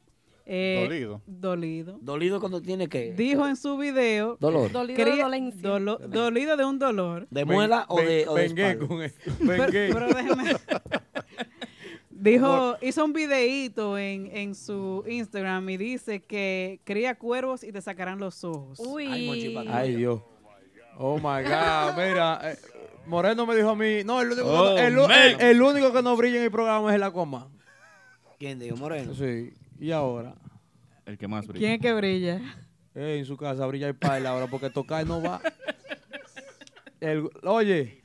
S5: eh,
S4: Dolido.
S5: Dolido.
S4: Dolido cuando tiene que.
S5: Dijo en su video.
S4: Dolor.
S5: Dolido,
S4: Dolido de
S5: de, dolo- dolido de un dolor.
S4: ¿De muela o de, o de
S20: vengué
S4: espalda?
S20: con él.
S5: Pero-
S20: Vengué.
S5: pero déjame- Dijo, hizo un videíto en, en su Instagram y dice que cría cuervos y te sacarán los ojos.
S3: Uy.
S20: Ay, Dios. Oh my God. Mira, eh, Moreno me dijo a mí, no, el único,
S4: Oh,
S20: que, no, el-
S4: man.
S20: el- el único que no brilla en el programa es el Aquaman.
S4: ¿Quién dijo? Moreno.
S20: Sí. ¿Y ahora?
S2: El que más brilla.
S5: ¿Quién es que brilla?
S20: Eh, en su casa brilla el paila ahora porque tocar no va. El- oye.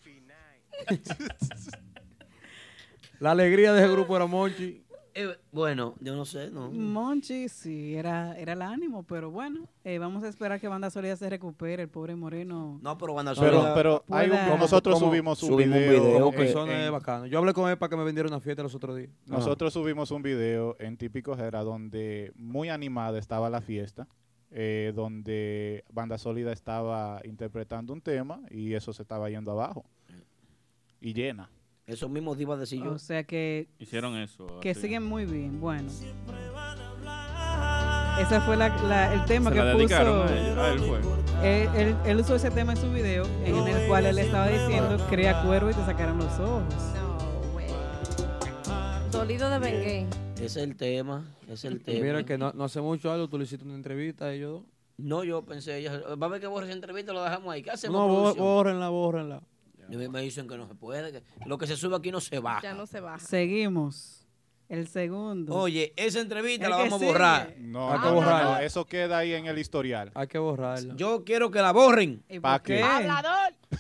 S20: La alegría de ese grupo era Monchi.
S4: Eh, bueno, yo no sé, no.
S5: Monchi, sí, era, era el ánimo, pero bueno, eh, vamos a esperar que Banda Sólida se recupere, el pobre Moreno.
S4: No, pero Banda
S6: Pero, pero hay un-
S5: Pueda-
S6: nosotros
S20: ¿Cómo?
S6: subimos un
S20: Subimos un
S6: video.
S20: video
S6: en-
S20: que- Eso no
S6: en-
S20: es bacano. Yo hablé con él para que me vendiera una fiesta los otros días.
S6: Nosotros subimos un video en Típico Jera donde muy animada estaba la fiesta, eh, donde Banda Sólida estaba interpretando un tema y eso se estaba yendo abajo. Y llena.
S4: Eso mismo iba a decir
S5: O sea que
S2: Hicieron eso.
S5: que
S2: así.
S5: siguen muy bien, bueno. Ese fue la- la- el tema
S2: Se
S5: que
S2: la
S5: puso.
S2: dedicaron a él, a él fue.
S5: Eh, él, él usó ese tema en su video, en el cual él estaba diciendo, crea cuervo y te sacaron los ojos.
S3: Dolido de Bengué.
S4: Ese es el tema. ese Es el
S20: Y
S4: tema.
S20: mira que no, no hace mucho algo, tú le hiciste una entrevista a ellos dos.
S4: No, yo pensé, ella, va a ver que borre esa entrevista, lo dejamos ahí. ¿Qué hacemos?
S20: No, bó-
S4: producción?
S20: bórrenla, bórrenla.
S4: Y me- Me dicen que no se puede, que lo que se sube aquí no se baja.
S3: Ya no se baja.
S5: Seguimos. El segundo.
S4: Oye, esa entrevista
S5: El
S4: la
S5: que Ah,
S4: vamos a
S5: sigue.
S4: borrar.
S6: No,
S5: Hay
S6: no,
S5: que
S6: no,
S5: borrarlo.
S2: eh.
S6: no, eso queda ahí en el historial.
S20: Ah, Hay que borrarlo.
S4: Yo quiero que la borren.
S5: ¿Y
S6: ¿Para qué?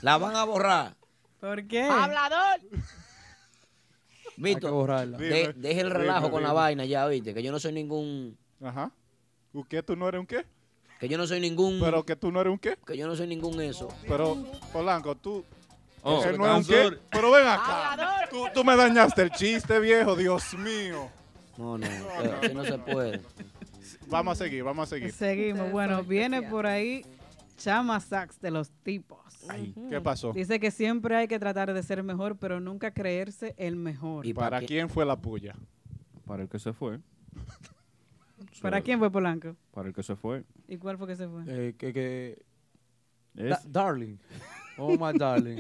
S4: La van a borrar.
S5: ¿Por qué?
S4: ¡Hablador!
S20: Hay
S4: Víctor,
S20: que borrarla.
S4: de-
S6: Dime,
S4: deje el
S6: dime,
S4: relajo con la
S6: dime.
S4: vaina ya, viste, que yo no soy ningún...
S6: Ajá. ¿Un qué? ¿Tú no eres un qué?
S4: Que yo no soy ningún...
S6: ¿Pero que tú no eres un qué?
S4: Que yo no soy ningún eso.
S6: Pero, Polanco, tú...
S4: Oh.
S6: que no eres un qué. Pero ven acá. Tú, tú me dañaste el chiste, viejo. Dios mío.
S4: No, no, eh, así no se puede.
S6: Vamos a seguir, vamos a seguir.
S5: Seguimos. Bueno, viene por ahí Chama Sax de los tipos.
S6: ¿Qué pasó?
S5: Dice que siempre hay que tratar de ser mejor, pero nunca creerse el mejor.
S6: ¿Y para quién fue la puya?
S2: Para el que se fue.
S5: ¿Para quién fue Polanco?
S2: Para el que se fue.
S5: ¿Y cuál fue que se fue?
S20: Eh, que, que-
S2: Es-
S20: Da- darling. Oh my darling.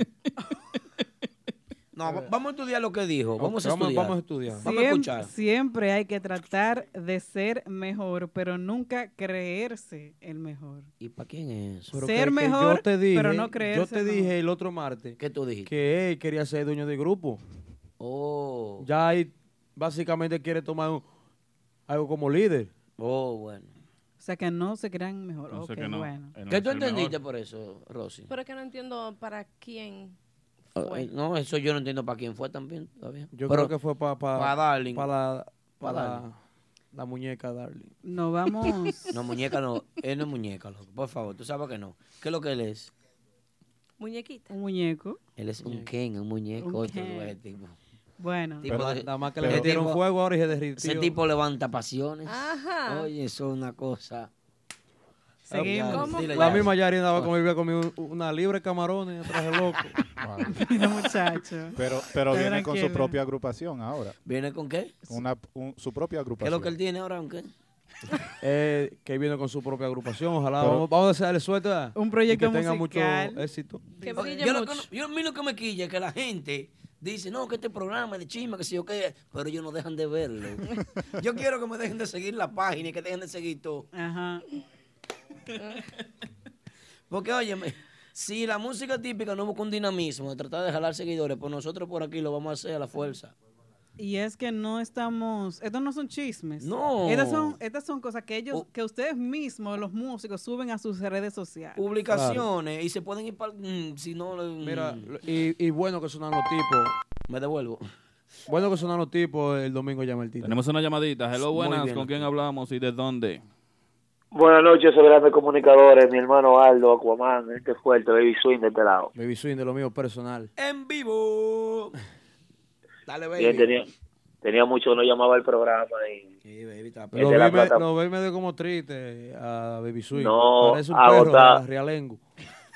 S4: No, va- vamos a estudiar lo que dijo. Vamos a
S20: Vamos-
S4: estudiar.
S20: vamos a estudiar.
S4: Vamos a
S5: Siem-
S4: escuchar.
S5: Siempre hay que tratar de ser mejor, pero nunca creerse el mejor.
S4: ¿Y para quién es?
S20: Pero
S5: Ser
S20: que- que
S5: mejor,
S20: yo te dije,
S5: pero no
S20: Yo
S5: creerse
S20: te
S5: el mejor.
S20: dije el otro martes.
S4: ¿Qué tú dijiste?
S20: Que él quería ser dueño del grupo.
S4: Oh.
S20: Ya ahí básicamente quiere tomar un- algo como líder.
S4: Oh, bueno.
S5: O sea que no se crean mejor.
S20: No sé
S5: Ok,
S20: que no.
S5: bueno.
S20: Eh, no
S4: ¿Qué tú
S20: es el mejor.
S4: entendiste por eso, Rosy?
S3: Pero es que no entiendo para quién.
S4: Ah, eh, No, eso yo no entiendo para quién fue también todavía.
S20: Yo
S4: Pero-
S20: creo que fue para para
S4: Pa' Darling.
S20: la,
S4: Pa'
S20: pa' la-
S4: Darling.
S20: la muñeca Darling.
S5: No vamos.
S4: No, muñeca no. Él no es muñeca, loco. Por favor, tú sabes que no. ¿Qué es lo que él es?
S3: Muñequita.
S5: Un muñeco.
S4: Él es un Ken, un muñeco.
S5: Un
S4: otro,
S5: Ken.
S4: eh, tipo.
S5: Bueno.
S4: Tipo
S5: Pero
S4: de-
S20: nada más que le
S4: ese
S20: metieron
S4: tipo-
S20: fuego ahora y se derritió.
S4: Ese tipo levanta pasiones.
S5: Ah.
S3: Ajá.
S4: Oye, eso es una cosa.
S20: Seguimos.
S4: Ya,
S3: ¿Cómo
S4: dile Oh.
S20: La
S4: ya.
S20: misma Yari andaba conmigo, había comido un- una libre de camarones, traje loco.
S5: Mira, muchacho.
S6: Pero, pero viene con su propia agrupación ahora.
S4: ¿Viene con qué?
S6: Una, un- su propia
S4: ¿Qué es
S6: agrupación.
S4: lo que él tiene ahora, aunque?
S20: Eh, que viene con su propia agrupación. Ojalá
S6: Pero-
S20: vamos, vamos a desearle suerte. ¿verdad?
S5: Un
S20: Y que tenga mucho éxito.
S4: yo lo que no- yo a mí lo que me quilla es que la gente dice, no, que este programa es de chisme, que si yo qué, pero ellos no dejan de verlo. yo quiero que me dejen de seguir la página y que dejen de seguir todo.
S5: Ajá.
S4: Porque, óyeme, si la música típica no busca un dinamismo de tratar de jalar seguidores, pues nosotros por aquí lo vamos a hacer a la fuerza.
S5: Y es que no estamos, estos no son chismes.
S4: No.
S5: Estas son, estas son cosas que ellos, que ustedes mismos, los músicos, suben a sus redes sociales.
S4: Publicaciones y se pueden ir para... si no... mm.
S20: Mira, lo- y, y bueno que sonaron los tipos.
S4: Me devuelvo.
S20: Bueno que sonaron los tipos el domingo ya Martín.
S2: Tenemos una llamadita. Hello,
S20: Muy
S2: buenas.
S20: bien,
S2: ¿Con quién hablamos y de dónde?
S14: Buenas noches, soberanos comunicadores. Mi hermano Aldo Aquaman, este fuerte, Baby Swing de este lado.
S20: Baby Swing de lo mío personal.
S4: En vivo. Dale, baby.
S14: Bien, tenía, tenía mucho que no llamaba al programa. Y,
S20: Lo
S14: Desde la
S20: vi, me,
S14: plata-
S20: lo vi medio como triste a Baby Swing.
S14: No,
S20: Parece un
S14: agotado.
S20: perro de la Realengo.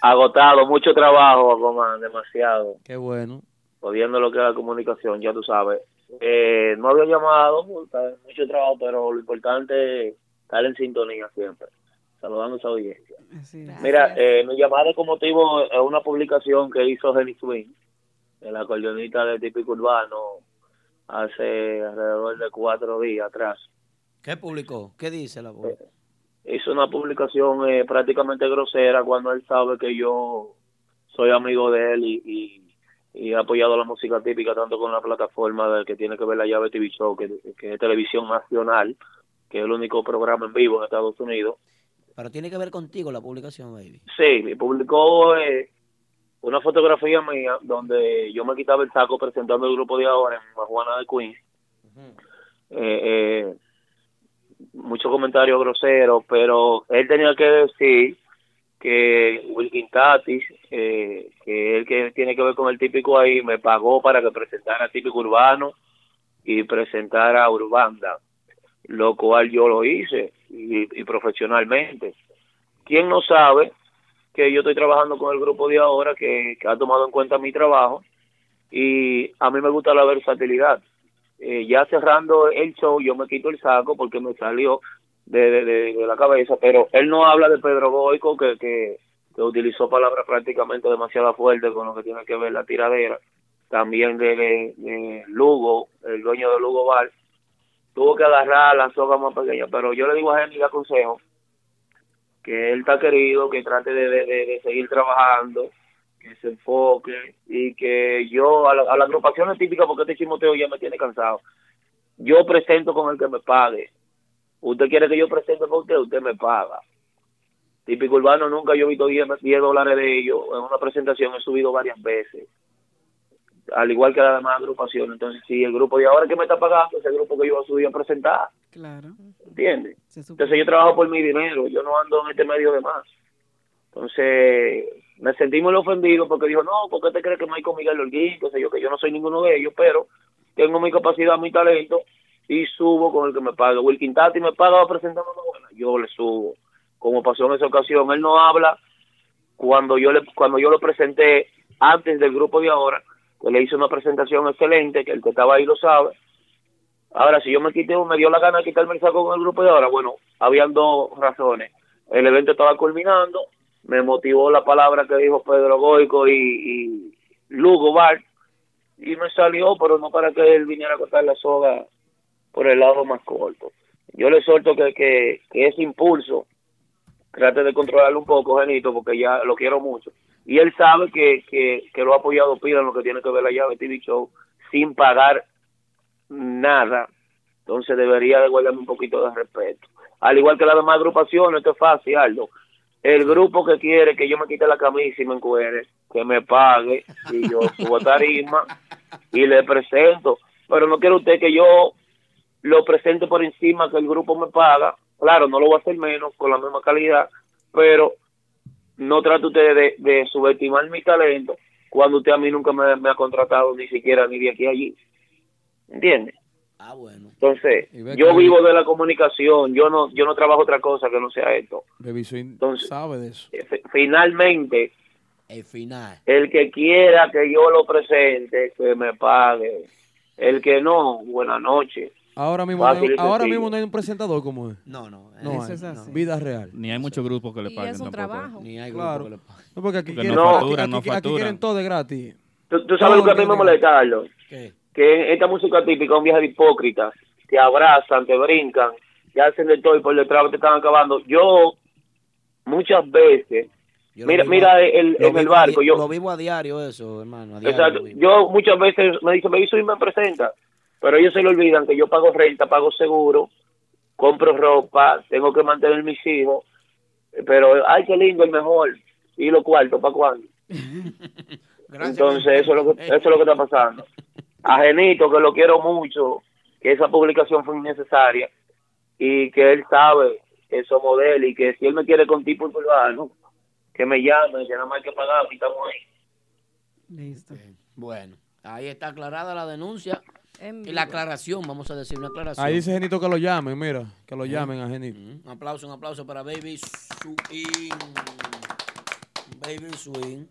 S14: agotado, mucho trabajo, Aquaman, demasiado.
S20: Qué bueno.
S14: Jodiendo lo que es la comunicación, ya tú sabes. Eh, no había llamado, por estar- mucho trabajo, pero lo importante es estar en sintonía siempre. Saludando a esa audiencia. Mira, eh, me llamaron con motivo a una publicación que hizo Jenny Swing, el acordeonista de típico urbano, hace alrededor de cuatro días atrás.
S4: ¿Qué publicó? ¿Qué dice la voz?
S14: Eh. hizo una publicación eh, prácticamente grosera cuando él sabe que yo soy amigo de él y, y- y he apoyado la música típica tanto con la plataforma de- que tiene que ver la llave TV Show, que, que es Televisión Nacional, que es el único programa en vivo en Estados Unidos.
S4: Pero tiene que ver contigo la publicación, baby.
S14: Sí, y publicó eh, una fotografía mía donde yo me quitaba el saco presentando el grupo de ahora en Majuana de Queens. Eh, eh, muchos comentarios groseros, pero él tenía que decir que Wilkin Tatis, eh, que él que tiene que ver con el típico ahí, me pagó para que presentara típico urbano y presentara Urbanda, lo cual yo lo hice y- y profesionalmente. ¿Quién no sabe que yo estoy trabajando con el grupo de ahora que, que ha tomado en cuenta mi trabajo y a mí me gusta la versatilidad. Eh, ya cerrando el show yo me quito el saco porque me salió de, de- de- de la cabeza, pero él no habla de Pedro Boico que, que, que utilizó palabras prácticamente demasiado fuertes con lo que tiene que ver la tiradera, también de, de- de Lugo, el dueño de Lugo Bar, tuvo que agarrar la soga más pequeña, pero yo le digo a él y le aconsejo que él está querido, que trate de, de- de- de seguir trabajando, que se enfoque y que yo, a la, a la agrupación es típica porque este chimoteo ya me tiene cansado, yo presento con el que me pague. Usted quiere que yo presente con usted, usted me paga. Típico urbano, nunca yo he visto 10, 10 dólares de ellos. En una presentación he subido varias veces. Al igual que las demás agrupaciones. Entonces, si el grupo de ahora que me está pagando, ese grupo que yo voy a subir a presentar,
S5: Claro.
S14: ¿entiendes? Entonces yo trabajo por mi dinero, yo no ando en este medio de más. Entonces me sentí muy ofendido porque dijo, no, ¿por qué te crees que Michael Miguel Holguín? Que sé yo, que yo no soy ninguno de ellos, pero tengo mi capacidad, mi talento y subo con el que me paga. Wilkin Tati me paga presentando una buena, yo le subo. Como pasó en esa ocasión, él no habla cuando yo le cuando yo lo presenté antes del grupo de ahora, que le hice una presentación excelente, que el que estaba ahí lo sabe. Ahora, si yo me quité, me dio la gana de quitarme el saco con el grupo de ahora, bueno, habían dos razones. El evento estaba culminando, me motivó la palabra que dijo Pedro Goico y, y Lugo Bart, y me salió, pero no para que él viniera a cortar la soga por el lado más corto. Yo le suelto que, que, que ese impulso trate de controlarlo un poco, Genito, porque ya lo quiero mucho. Y él sabe que, que, que lo ha apoyado Pila en lo que tiene que ver la llave TV Show, sin pagar nada. Entonces debería de guardarme un poquito de respeto. Al igual que las demás agrupaciones, esto es fácil, Aldo. El grupo que quiere que yo me quite la camisa y me encuere, que me pague y yo subo a tarima y le presento. Pero no quiere usted que yo lo presente por encima que el grupo me paga. Claro, no lo voy a hacer menos, con la misma calidad, pero no trate usted de, de subestimar mi talento cuando usted a mí nunca me, me ha contratado ni siquiera ni de aquí a allí. ¿Entiende?
S4: Ah, bueno.
S14: Entonces,
S24: Y ve
S14: yo
S24: que-
S14: vivo de la comunicación, yo no yo no trabajo otra cosa que no sea esto.
S24: Revisorín sabe de eso.
S14: F- Finalmente,
S4: El final.
S14: el que quiera que yo lo presente, que me pague. El que no, buena noche.
S20: Ahora mismo,
S14: Fácil
S20: no hay-
S14: y
S20: ahora
S14: sencillo.
S20: mismo no hay un presentador como él.
S4: No, no.
S20: No,
S4: eso
S20: hay,
S4: es así.
S20: no. vida real.
S2: Ni hay muchos grupos que le
S3: Y
S2: paguen
S3: es un
S2: tampoco.
S3: trabajo.
S4: Ni hay
S20: Claro. No, porque aquí
S2: Porque
S20: quieren,
S2: no
S20: aquí-
S2: facturan,
S20: aquí-
S2: no
S20: aquí
S2: facturan.
S20: quieren todo de gratis.
S14: Tú, tú sabes lo que a mí me molesta, Carlos.
S4: ¿Qué?
S14: Que esta música típica es un viaje de hipócritas. Te abrazan, te brincan, te hacen de todo y por detrás te están acabando. Yo, muchas veces,
S4: Yo lo
S14: mira,
S4: vivo-
S14: mira el,
S4: lo
S14: en el
S4: vivo a di-
S14: barco, yo,
S4: Lo vivo a diario eso, hermano. A diario
S14: Exacto.
S4: lo vivo.
S14: Yo muchas veces me dicen, me hizo y me presenta, pero ellos se le olvidan que yo pago renta, pago seguro, compro ropa, tengo que mantener mis hijos, pero ay, qué lindo, el mejor. ¿Y los cuartos para cuándo? Entonces, eso es, lo que, eso es lo que está pasando. A Genito, que lo quiero mucho, que esa publicación fue innecesaria y que él sabe que somos de él y que si él me quiere con tipo urbano, que me llame, que nada más hay que pagar, y estamos ahí.
S5: Listo.
S4: Bueno, ahí está aclarada la denuncia.
S3: En
S4: Y la aclaración, vamos a decir una aclaración.
S20: Ahí dice Genito que lo llamen, mira, que
S4: ¿Eh?
S20: lo llamen a Genito.
S4: Un aplauso, un aplauso para Baby Swing. Baby Swing.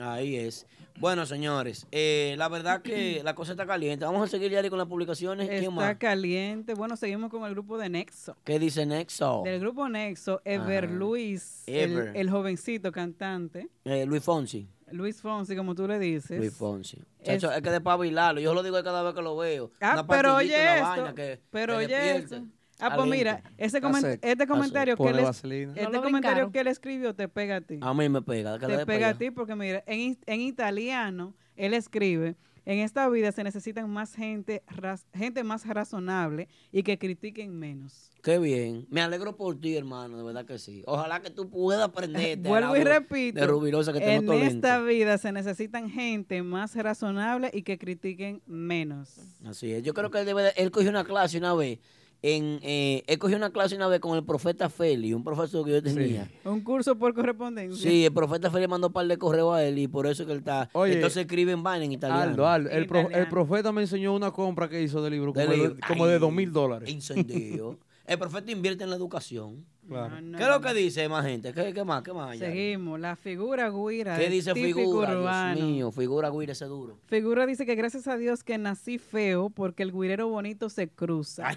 S4: Ahí es. Bueno, señores, eh, la verdad que la cosa está caliente. Vamos a seguir ya con las publicaciones. ¿Quién más?
S5: Está caliente. Bueno, seguimos con el grupo de Nexo.
S4: ¿Qué dice Nexo?
S5: Del grupo Nexo, Ever
S4: Oh. Ajá.
S5: Luis, el-
S4: Ever.
S5: El, jovencito cantante,
S4: Eh, Luis Fonsi.
S5: Luis Fonsi, como tú le dices.
S4: Luis Fonsi.
S5: Es-
S4: Chacho, es que despabilarlo. Yo lo digo cada vez que lo veo.
S5: Ah,
S4: Una
S5: pero
S4: pastillita,
S5: oye
S4: una
S5: esto,
S4: vaina que-
S5: pero
S4: que
S5: oye
S4: despierta.
S5: esto. Ah, pues mira, ese
S4: Está
S5: comen-
S4: seco.
S5: este
S20: Ah,
S4: Está
S5: comentario
S4: seco.
S5: que él,
S4: Pone
S5: es-
S4: vaselina.
S5: este
S4: No lo
S5: comentario
S4: brincaron.
S5: que él escribió te pega a ti.
S4: A mí me pega. que le
S5: Te
S4: dé
S5: pega
S4: pega.
S5: a ti porque mira, en, is- en italiano él escribe, en esta vida se necesitan más gente, raz- gente más razonable y que critiquen menos.
S4: Qué bien. Me alegro por ti, hermano, de verdad que sí. Ojalá que tú puedas aprenderte.
S5: Vuelvo y
S4: Laura,
S5: repito,
S4: De Rubirosa que te
S5: en
S4: noto lento.
S5: esta vida se necesitan gente más razonable y que critiquen menos.
S4: Así es. Yo creo que él, debe de- él cogió una clase una vez. En, eh, él cogió una clase una vez con el profeta Feli, un profesor que yo tenía.
S5: Un curso por
S4: Sí,
S5: correspondencia.
S4: el profeta Feli mandó un par de correos a él y por eso que él está.
S20: Oye,
S4: entonces escribe en vaina en italiano.
S20: Aldo, Aldo, el, pro- el profeta me enseñó una compra que hizo de libro
S4: De
S20: como,
S4: libro.
S20: de, como de
S4: Ay,
S20: dos mil dólares.
S4: Incendio. el profeta invierte en la educación.
S20: Claro.
S4: ¿Qué es lo que dice más gente? ¿Qué, qué más? ¿Qué más? hay?
S5: Seguimos, la figura guira.
S4: ¿Qué
S5: el
S4: dice
S5: típico
S4: figura? Dios
S5: urbano.
S4: mío, figura guira ese duro.
S5: Figura dice que gracias a Dios que nací feo porque el guirero bonito se cruza.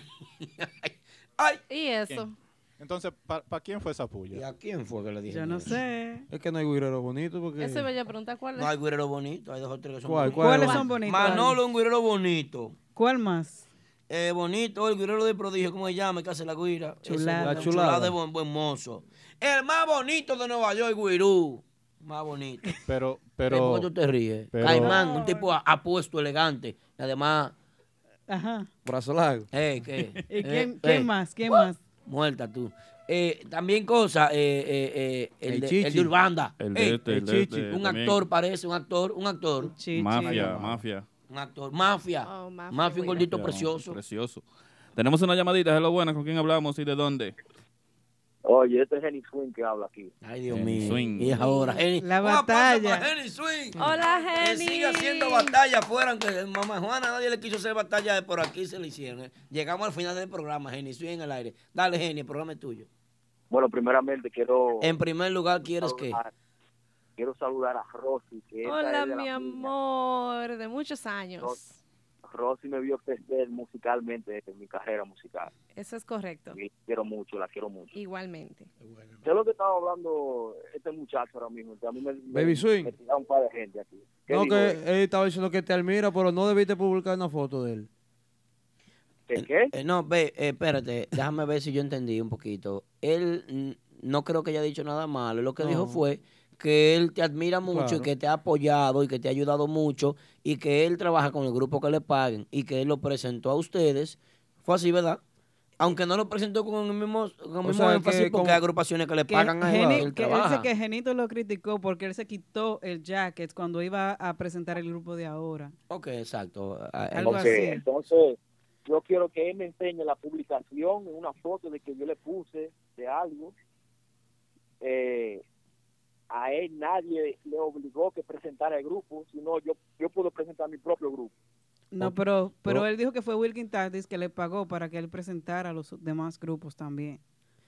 S3: Y eso.
S6: Entonces, ¿para quién fue esa puya?
S4: ¿Y a quién fue que le
S5: Yo no sé.
S20: Es que no hay guirero bonito porque...
S3: Eso me iba a preguntar cuál es.
S4: No hay guirero bonito, hay dos o tres que son
S20: ¿Cuál,
S4: bonitos.
S20: cuál? ¿Cuáles son
S5: bonitos?
S4: Manolo, un guirero bonito.
S5: ¿Cuál más?
S4: Eh, bonito, el guirero de prodigio, ¿cómo se llama? Que hace la guira. Ese,
S5: Chulada.
S4: un
S5: La chulada.
S4: de buen, buen mozo. El más bonito de Nueva York, Guirú. Más bonito.
S6: Pero,
S4: ¿Por
S6: pero.
S4: qué tú te ríes?
S6: pero-
S4: Caimán, un tipo a- apuesto, elegante. Y además.
S5: Ajá.
S20: Brazo largo.
S4: Eh, ¿qué?
S5: ¿Y
S4: Eh,
S5: quién,
S4: eh.
S5: quién más? ¿Quién más?
S4: Muerta tú. Eh, también cosa, eh, eh, eh, el,
S20: El
S4: de,
S20: Chichi.
S4: el de Urbanda.
S2: El de
S4: Eh,
S2: este, el de este
S4: Un
S2: también.
S4: actor parece, un actor, un actor.
S2: Mafia, mafia.
S4: Un actor, mafia. mafia, un gordito
S2: Mafia,
S4: precioso.
S2: Precioso. Tenemos una llamadita, hello, buenas, ¿con quién hablamos y de dónde?
S7: Oye, este es Jenny Swing que habla aquí.
S4: Ay, Dios
S2: Jenny
S4: mío.
S2: Swing.
S4: Y es ahora, Jenny.
S5: La
S4: Un aplauso para
S5: batalla.
S4: Jenny Swing.
S3: Hola,
S4: Que
S3: Jenny.
S4: sigue haciendo batalla afuera, aunque el mamá Juana nadie le quiso hacer batalla, por aquí se le hicieron. eh. Llegamos al final del programa, Jenny Swing en el aire. Dale, Jenny, el programa es tuyo.
S7: Bueno, primeramente quiero
S4: En primer lugar, ¿quieres que
S7: quiero saludar a Rosy, que esta
S3: Hola,
S7: es de la-
S3: mi amor, de muchos años.
S7: Rosy me vio crecer musicalmente en mi carrera musical.
S3: Eso es correcto.
S7: Y quiero mucho, la quiero mucho.
S3: Igualmente.
S7: ¿Qué es lo que estaba hablando este muchacho ahora mismo? Que a mí me, me-
S20: Baby Swing.
S7: me tiraron un par de gente aquí. ¿Qué
S20: No,
S7: digo?
S20: que él estaba diciendo que te admira, pero no debiste publicar una foto de él.
S7: ¿Qué?
S4: no, ve, eh, espérate, déjame ver si yo entendí un poquito. Él mm, no creo que haya dicho nada malo. Lo que
S20: No.
S4: dijo fue que él te admira mucho y
S10: Claro.
S4: que te ha apoyado y que te ha ayudado mucho y que él trabaja con el grupo que le paguen y que él lo presentó a ustedes. Fue así, ¿verdad? Aunque no lo presentó con el mismo, con el mismo
S10: sea,
S4: énfasis
S10: que
S4: porque
S10: con-
S4: hay agrupaciones que le
S10: que
S4: pagan a él,
S5: Geni-
S4: él
S5: que él dice
S4: trabaja.
S5: que Genito lo criticó porque él se quitó el jacket cuando iba a presentar el grupo de ahora.
S4: Ok, exacto. Ah,
S5: Algo
S4: ok.
S5: así.
S7: Entonces, yo quiero que él me enseñe la publicación, una foto de que yo le puse de algo. Eh, a él nadie le obligó que presentara el grupo, sino yo, yo puedo presentar mi propio grupo.
S5: No, pero, pero
S4: Oh.
S5: él dijo que fue Wilkin Tatis que le pagó para que él presentara a los demás grupos también.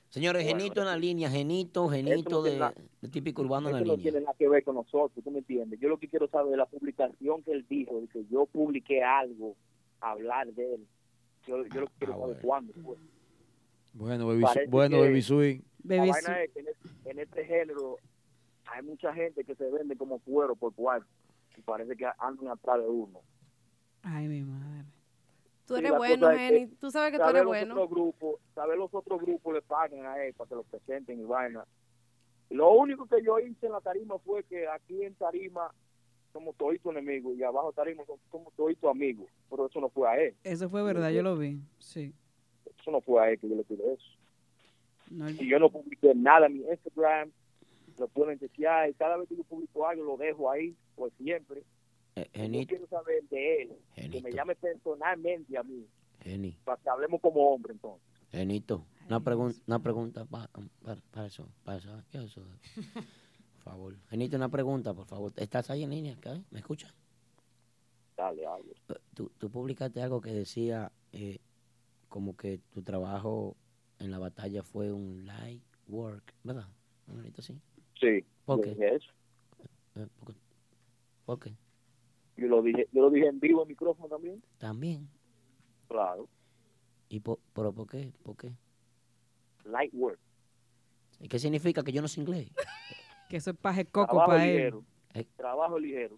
S4: Señores,
S5: Bueno,
S4: Genito en la línea, Genito,
S7: Eso no
S4: Genito
S7: tiene
S4: de,
S7: nada-
S4: de típico urbano en la
S7: eso no
S4: línea.
S7: tiene nada que ver con nosotros, ¿tú me entiendes? Yo lo que quiero saber es la publicación que él dijo, de que yo publiqué algo, hablar de él. Yo, yo lo que quiero saber cuándo pues. fue.
S20: Bueno, baby,
S7: Parece
S20: bueno,
S7: que
S20: baby swing.
S7: la vaina es que en, es- en este género hay mucha gente que se vende como cuero por cuarto. Y parece que andan atrás de uno.
S5: Ay, mi madre.
S3: Tú
S7: Y
S3: eres
S7: la
S3: bueno,
S7: cosa es
S3: Jenny. Tú sabes que tú
S7: saber
S3: eres
S7: los
S3: bueno.
S7: otros grupos- saber los otros grupos le pagan a él para que lo presenten y vaina. Lo único que yo hice en la tarima fue que aquí en tarima somos toditos enemigos y abajo tarima somos- somos toditos amigos. Pero eso no fue a él.
S5: Eso fue verdad, yo lo vi. Sí.
S7: Eso no fue a él que yo le pido eso.
S5: No, él-
S7: Y yo no publiqué nada en mi Instagram. Lo pueden chequear. Y cada vez que yo publico algo, lo dejo ahí por siempre.
S4: Eh,
S7: Yo
S4: Genito,
S7: quiero saber de él. Que me
S4: Genito.
S7: llame personalmente a mí.
S4: Geni,
S7: Para que hablemos como hombre, entonces.
S4: Genito. Una, pregun- una pregunta pa- para, para eso, para eso, ¿qué es eso? Por favor. Genito, una pregunta, por favor. ¿Estás ahí en línea? ¿Qué? ¿Me escuchas? Eh,
S7: Dale, algo.
S4: Tú, tú publicaste algo que decía eh, como que tu trabajo en la batalla fue un light work, ¿verdad? Un bonito así.
S7: Sí.
S4: ¿Por
S7: yo
S4: qué?
S7: dije eso.
S4: Eh, ¿Por qué? ¿Por qué?
S7: Yo lo dije, yo lo dije en vivo en micrófono también.
S4: También.
S7: Claro.
S4: ¿Y po- pero por qué? ¿Por qué?
S7: Light work.
S4: ¿Y ¿Qué significa que yo no sé inglés?
S5: que eso es paje coco
S4: Trabajo
S5: para él.
S4: ligero. Eh,
S7: Trabajo ligero.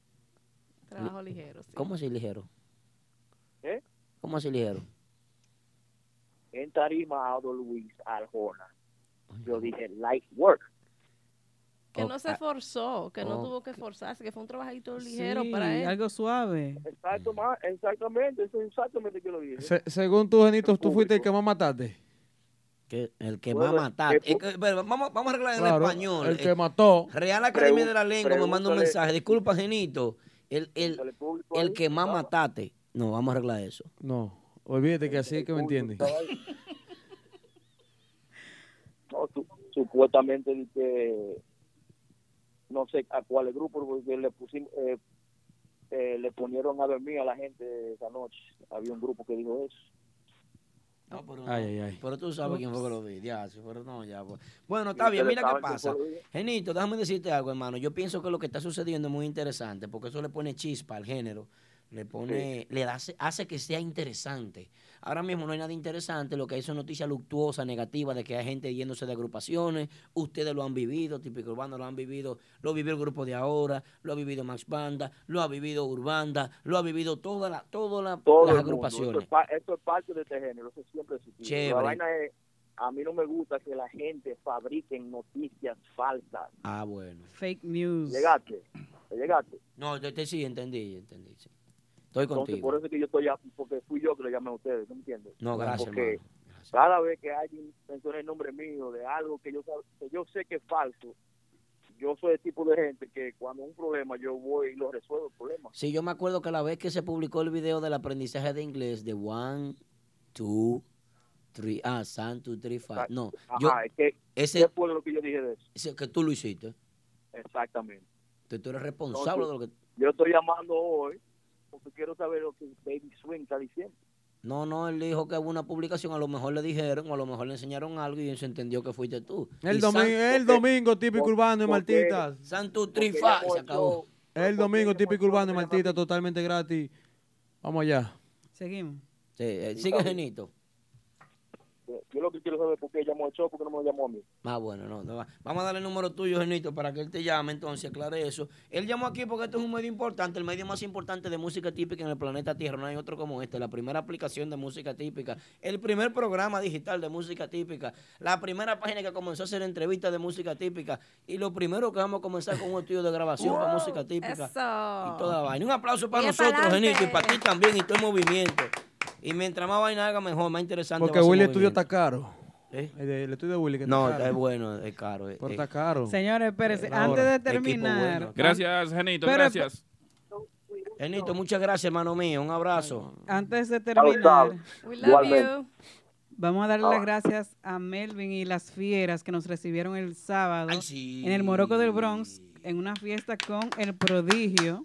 S3: Trabajo ligero. sí.
S4: ¿Cómo así ligero?
S7: ¿Eh?
S4: ¿Cómo así ligero?
S7: En tarima a Don Luis Arjona. Yo dije light work.
S3: Que no se forzó, que no
S5: Oh.
S3: tuvo que forzarse, que fue un trabajito ligero
S5: Sí,
S3: para él.
S5: algo suave.
S4: Mm.
S7: Exacto, ma- exactamente. Eso es exactamente que lo dije.
S20: Se- según tú, Genito, tú fuiste el que más mataste.
S4: Que Eh, el que
S20: Bueno,
S4: más matar.
S20: eh,
S4: Es que, pero vamos, vamos a arreglar en
S20: Claro,
S4: español.
S20: el
S4: Eh,
S20: que mató.
S4: Real Academia
S20: Pregun-
S4: de la Lengua me manda un
S20: pregúntale-
S4: mensaje. Disculpa, Genito. El, el, el que más mataste. No, vamos a arreglar eso.
S20: No, olvídate que así es que me entienden.
S7: No, su- supuestamente dije, no sé a cuál grupo, porque le pusimos, eh, eh, le ponieron a dormir a la gente esa noche. Había un grupo que dijo eso.
S4: No, pero,
S20: Ay, ay, ay.
S4: pero tú sabes quién fue que lo vi. Ya, sí, pero no, ya. pues. Bueno,
S7: Y
S4: está bien,
S7: ustedes
S4: mira qué
S7: saben quién fue
S4: pasa.
S7: que lo vi.
S4: Genito, déjame decirte algo, hermano. Yo pienso que lo que está sucediendo es muy interesante porque eso le pone chispa al género. Le pone, le da, hace que sea interesante. Ahora mismo no hay nada interesante, lo que hay son noticias luctuosas, negativas, de que hay gente yéndose de agrupaciones. Ustedes lo han vivido, típico urbano lo han vivido, lo vivió el grupo de ahora, lo ha vivido Max Banda, lo ha vivido Urbanda, lo ha vivido toda la, todas la-
S7: Todo
S4: las
S7: el mundo. Esto
S4: agrupaciones.
S7: es, pa- esto es parte de este género, eso siempre existió.
S4: Chévere.
S7: La vaina es, a mí no me gusta que la gente fabriquen noticias falsas.
S4: Ah, bueno.
S5: Fake news.
S7: Llegaste, llegaste.
S4: No, te, te- sí, entendí, entendí. sí. Estoy
S7: Entonces,
S4: contigo.
S7: por eso es que yo estoy, a- porque fui yo que lo llamé a ustedes, ¿no entiendes?
S4: No, gracias,
S7: Porque
S4: hermano.
S7: cada vez que alguien menciona el nombre mío de algo que yo, sab- que yo sé que es falso, yo soy el tipo de gente que cuando hay un problema yo voy y lo resuelvo el problema.
S4: Sí, yo me acuerdo que la vez que se publicó el video del aprendizaje de inglés de one, two, three, ah, san, two, three, five. No,
S7: Ajá,
S4: yo,
S7: es que
S4: ese,
S7: ¿qué fue lo que yo dije de eso?
S4: ese que tú lo hiciste.
S7: Exactamente.
S4: Tú, tú eres responsable de lo que.
S7: Yo estoy llamando hoy porque quiero saber lo que Baby Swing está diciendo.
S4: No, no, él dijo que hubo una publicación, a lo mejor le dijeron, o a lo mejor le enseñaron algo y él se entendió que fuiste tú.
S20: El,
S4: Y
S20: domingo,
S4: san-
S20: el domingo típico urbano y
S4: porque-
S20: Martitas.
S4: San tu three, five, se acabó.
S20: El domingo típico urbano y Martitas totalmente gratis. Vamos allá.
S5: Seguimos.
S4: Sí, eh, sigue Genito.
S7: Eh,
S25: Yo lo que quiero saber es por qué llamó a Cho, por qué no me llamó a mí.
S4: Ah, bueno, no. no va. Vamos a darle el número tuyo, Genito, para que él te llame entonces, aclare eso. Él llamó aquí porque esto es un medio importante, el medio más importante de música típica en el planeta Tierra. No hay otro como este, la primera aplicación de música típica, el primer programa digital de música típica, la primera página que comenzó a hacer entrevistas de música típica y lo primero que vamos a comenzar con un estudio de grabación para
S3: Wow,
S4: música típica.
S3: Eso.
S4: Y toda la vaina. Un aplauso para
S3: Bien
S4: nosotros,
S3: pa'lante.
S4: Genito, y para ti también, y todo el movimiento. Y mientras más vaina haga, mejor, más interesante.
S20: Porque
S4: va a ser
S20: Willy
S4: el
S20: estudio
S4: movimiento.
S20: está caro.
S4: ¿Eh?
S20: El, de- el estudio de Willy que
S4: No,
S20: está caro.
S4: es bueno, es caro. es-
S20: Pero
S4: es-
S20: está caro.
S5: Señores, espérense,
S4: Ahora,
S5: antes de
S4: eh, equipo
S5: terminar.
S4: bueno.
S2: Gracias, Genito,
S5: Pero-
S2: gracias.
S4: Genito, muchas gracias, hermano mío. Un abrazo.
S5: Antes de terminar,
S4: We love Igualmente. you.
S5: vamos a darle
S4: Ah.
S5: las gracias a Melvin y las fieras que nos recibieron el sábado en el Morocco del Bronx en una fiesta con el prodigio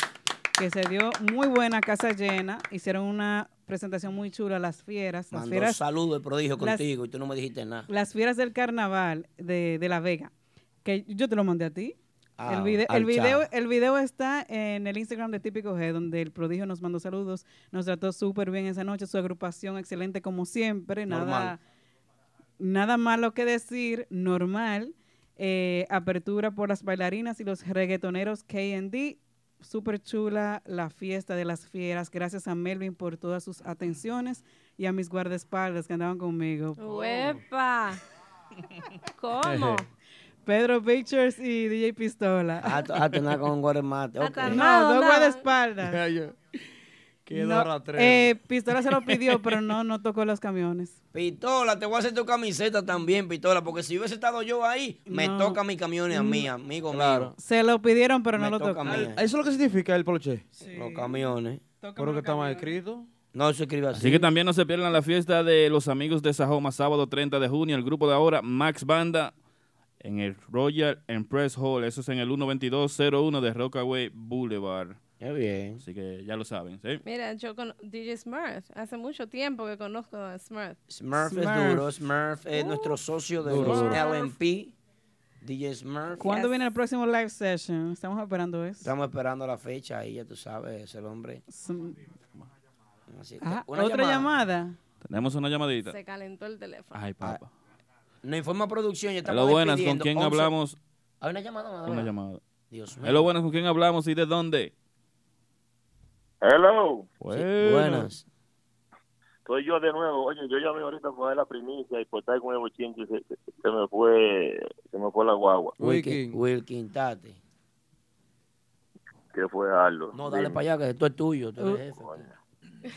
S5: que se dio muy buena casa llena. Hicieron una presentación muy chula las fieras. Las
S4: Mandó
S5: fieras
S4: saludos el prodigio
S5: las-
S4: contigo y tú no me dijiste nada.
S5: Las fieras del carnaval de, de La Vega, que yo te lo mandé a ti.
S4: Ah,
S5: el, vide-
S4: al
S5: el video,
S4: chat.
S5: el video está en el Instagram de Típico G, donde el prodigio nos mandó saludos. Nos trató súper bien esa noche, su agrupación excelente como siempre.
S4: Normal.
S5: Nada, nada malo que decir, normal. Eh, apertura por las bailarinas y los reggaetoneros KD. Súper chula la fiesta de las fieras. Gracias a Melvin por todas sus atenciones y a mis guardaespaldas que andaban conmigo.
S3: ¡Uepa! ¿Cómo?
S5: Pedro Pictures y DJ Pistola.
S4: Ah, tú nada con un guaremate. ok.
S5: No, dos guardaespaldas.
S4: Qué
S5: No,
S4: dorratrero.
S5: eh, Pistola se lo pidió, pero no, no tocó los camiones.
S4: Pistola, te voy a hacer tu camiseta también, Pistola, porque si hubiese estado yo ahí, me
S5: No. Mm.
S4: toca mis camiones a mí, amigo mío.
S5: Se lo pidieron, pero
S4: Me
S5: no lo
S4: toca
S5: tocó.
S4: a mí.
S20: ¿Eso
S5: Ay,
S20: es lo que significa el poloche?
S4: Los camiones.
S20: Pero que está mal escrito.
S4: No se escribe así.
S2: Así que también no se pierdan la fiesta de los amigos de Sajoma, sábado 30 de junio, el grupo de ahora, Max Banda, en el Royal Empress Hall. Eso es en el 12201 de Rockaway Boulevard.
S4: Qué bien.
S2: Así que ya lo saben, ¿sí?
S3: Mira, yo con DJ Smurf, hace mucho tiempo que conozco a Smurf.
S4: Smurf, es duro, Smurf es nuestro socio de
S5: Duro,
S4: los
S5: duro.
S4: LMP, DJ Smurf.
S5: ¿Cuándo viene el próximo live session? Estamos esperando eso.
S4: Estamos esperando la fecha ahí, ya tú sabes, es el hombre. Así que,
S5: Ah,
S4: una
S5: ¿Otra llamada?
S2: Tenemos una llamadita.
S3: Se calentó el teléfono.
S2: Ay,
S4: Ah.
S2: papá.
S4: Nos informa producción y estamos
S2: Hello, buenas, ¿con
S4: despidiendo.
S2: quién
S4: 11.
S2: hablamos?
S4: Hay una llamada más,
S2: Una
S4: ¿verdad?
S2: llamada.
S4: Dios mío.
S2: Hello, buenas, ¿con quién hablamos y de dónde?
S22: Hello.
S4: buenas.
S22: Soy yo de nuevo. Oye, yo llamé ahorita para dar la primicia y por estar con el bochinche se, se- se me fue se me fue la guagua.
S4: Wilkin, Wilkin, Tate.
S22: Que fue algo.
S4: No, dale para allá, que esto es tuyo, tú eres jefe.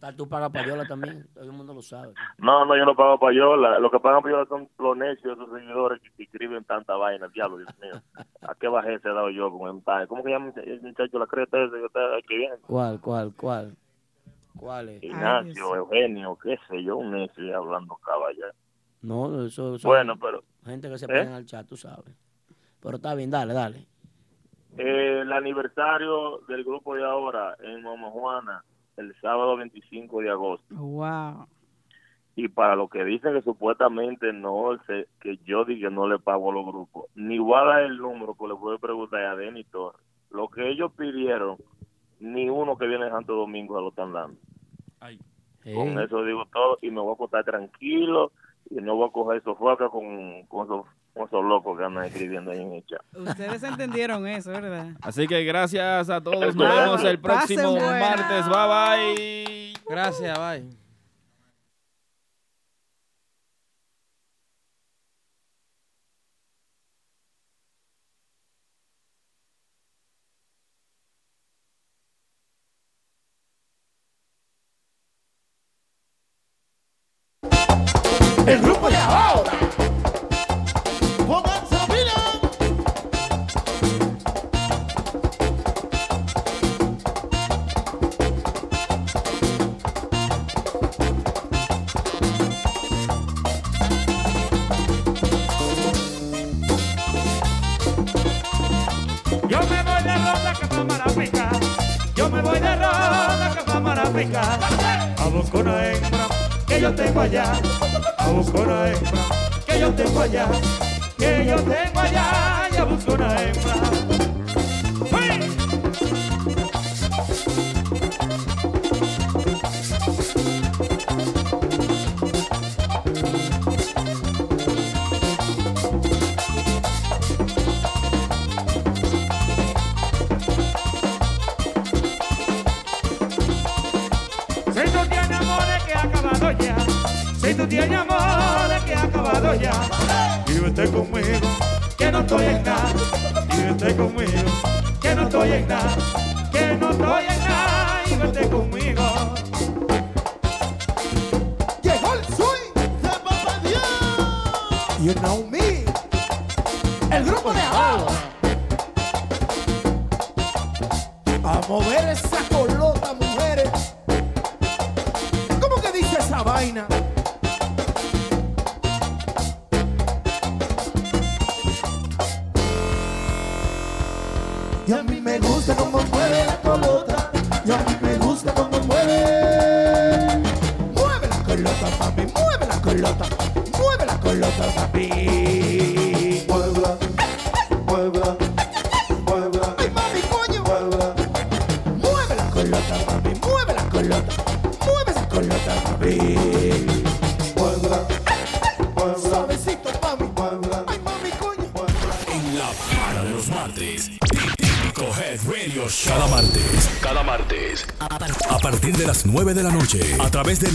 S4: Tal, tú pagas payola también, todo el mundo lo sabe.
S22: No, no, yo no pago payola. Los que pagan payola son los necios, esos seguidores que, que escriben tanta vaina. Diablo, Dios mío. ¿A qué bajé se ha dado yo con el padre? ¿Cómo que llama el muchacho la creta ese que está escribiendo?
S4: ¿Cuál, cuál, cuál? ¿Cuál es?
S22: Ignacio, Eugenio, qué sé yo, un necio y hablando caballero.
S4: No, eso son
S22: Bueno, pero...
S4: gente que se
S22: ¿Eh?
S4: ponen al chat, tú sabes. Pero está bien, dale, dale.
S22: Eh, el aniversario del grupo de ahora en Mama Juana, el sábado 25 de agosto.
S5: Wow.
S22: Y para lo que dicen que supuestamente no, sé, que yo diga no le pago a los grupos, ni voy a dar el número, porque le puedo preguntar a Denny Torres. Lo que ellos pidieron, ni uno que viene de Santo Domingo se lo están dando. Con eso digo todo y me voy a acostar tranquilo y no voy a coger esos focas con, con, esos, con esos locos que andan escribiendo ahí en el chat.
S5: Ustedes entendieron eso, ¿verdad?
S2: Así que gracias a todos. Nos
S5: Bye.
S2: vemos el próximo
S5: Pasen buena.
S2: martes. Bye bye.
S20: Gracias, bye.
S7: El grupo de ahora. Pongan Sabina. Yo me voy de ronda que fue maravillosa. Yo me voy de ronda que fue maravillosa. A buscar una hembra que yo tengo allá. A buscar una hembra que yo tengo allá. Que yo tengo allá. Y a buscar una hembra. ¡Hey! si hay amores que ha acabado ya. Y vete conmigo, que no estoy en nada. Y vete conmigo, que no estoy en nada. Que no estoy en nada. Y vete conmigo. Llegó el swing de Papá Dios. You know me. El grupo de abajo. A mover esa colota, mujeres. ¿Cómo que dice esa vaina? Y a mí me gusta cómo mueve la colota. Y a mí me gusta cómo mueve. Mueve la colota, papi. Mueve la colota. Mueve la colota, papi. Muévela, muévela, muévela. Ay, mami, coño. Muévela. Mueve la colota, papi. Mueve la colota. Mueve esa colota, papi. Muévela, muévela. Suavecito, papi. Muévela. Ay, mami, coño.
S9: En la para de los martes. Típico Head Radio Show. Cada martes. Cada martes.
S4: Ah,
S9: A partir de las 9 de la noche. A través de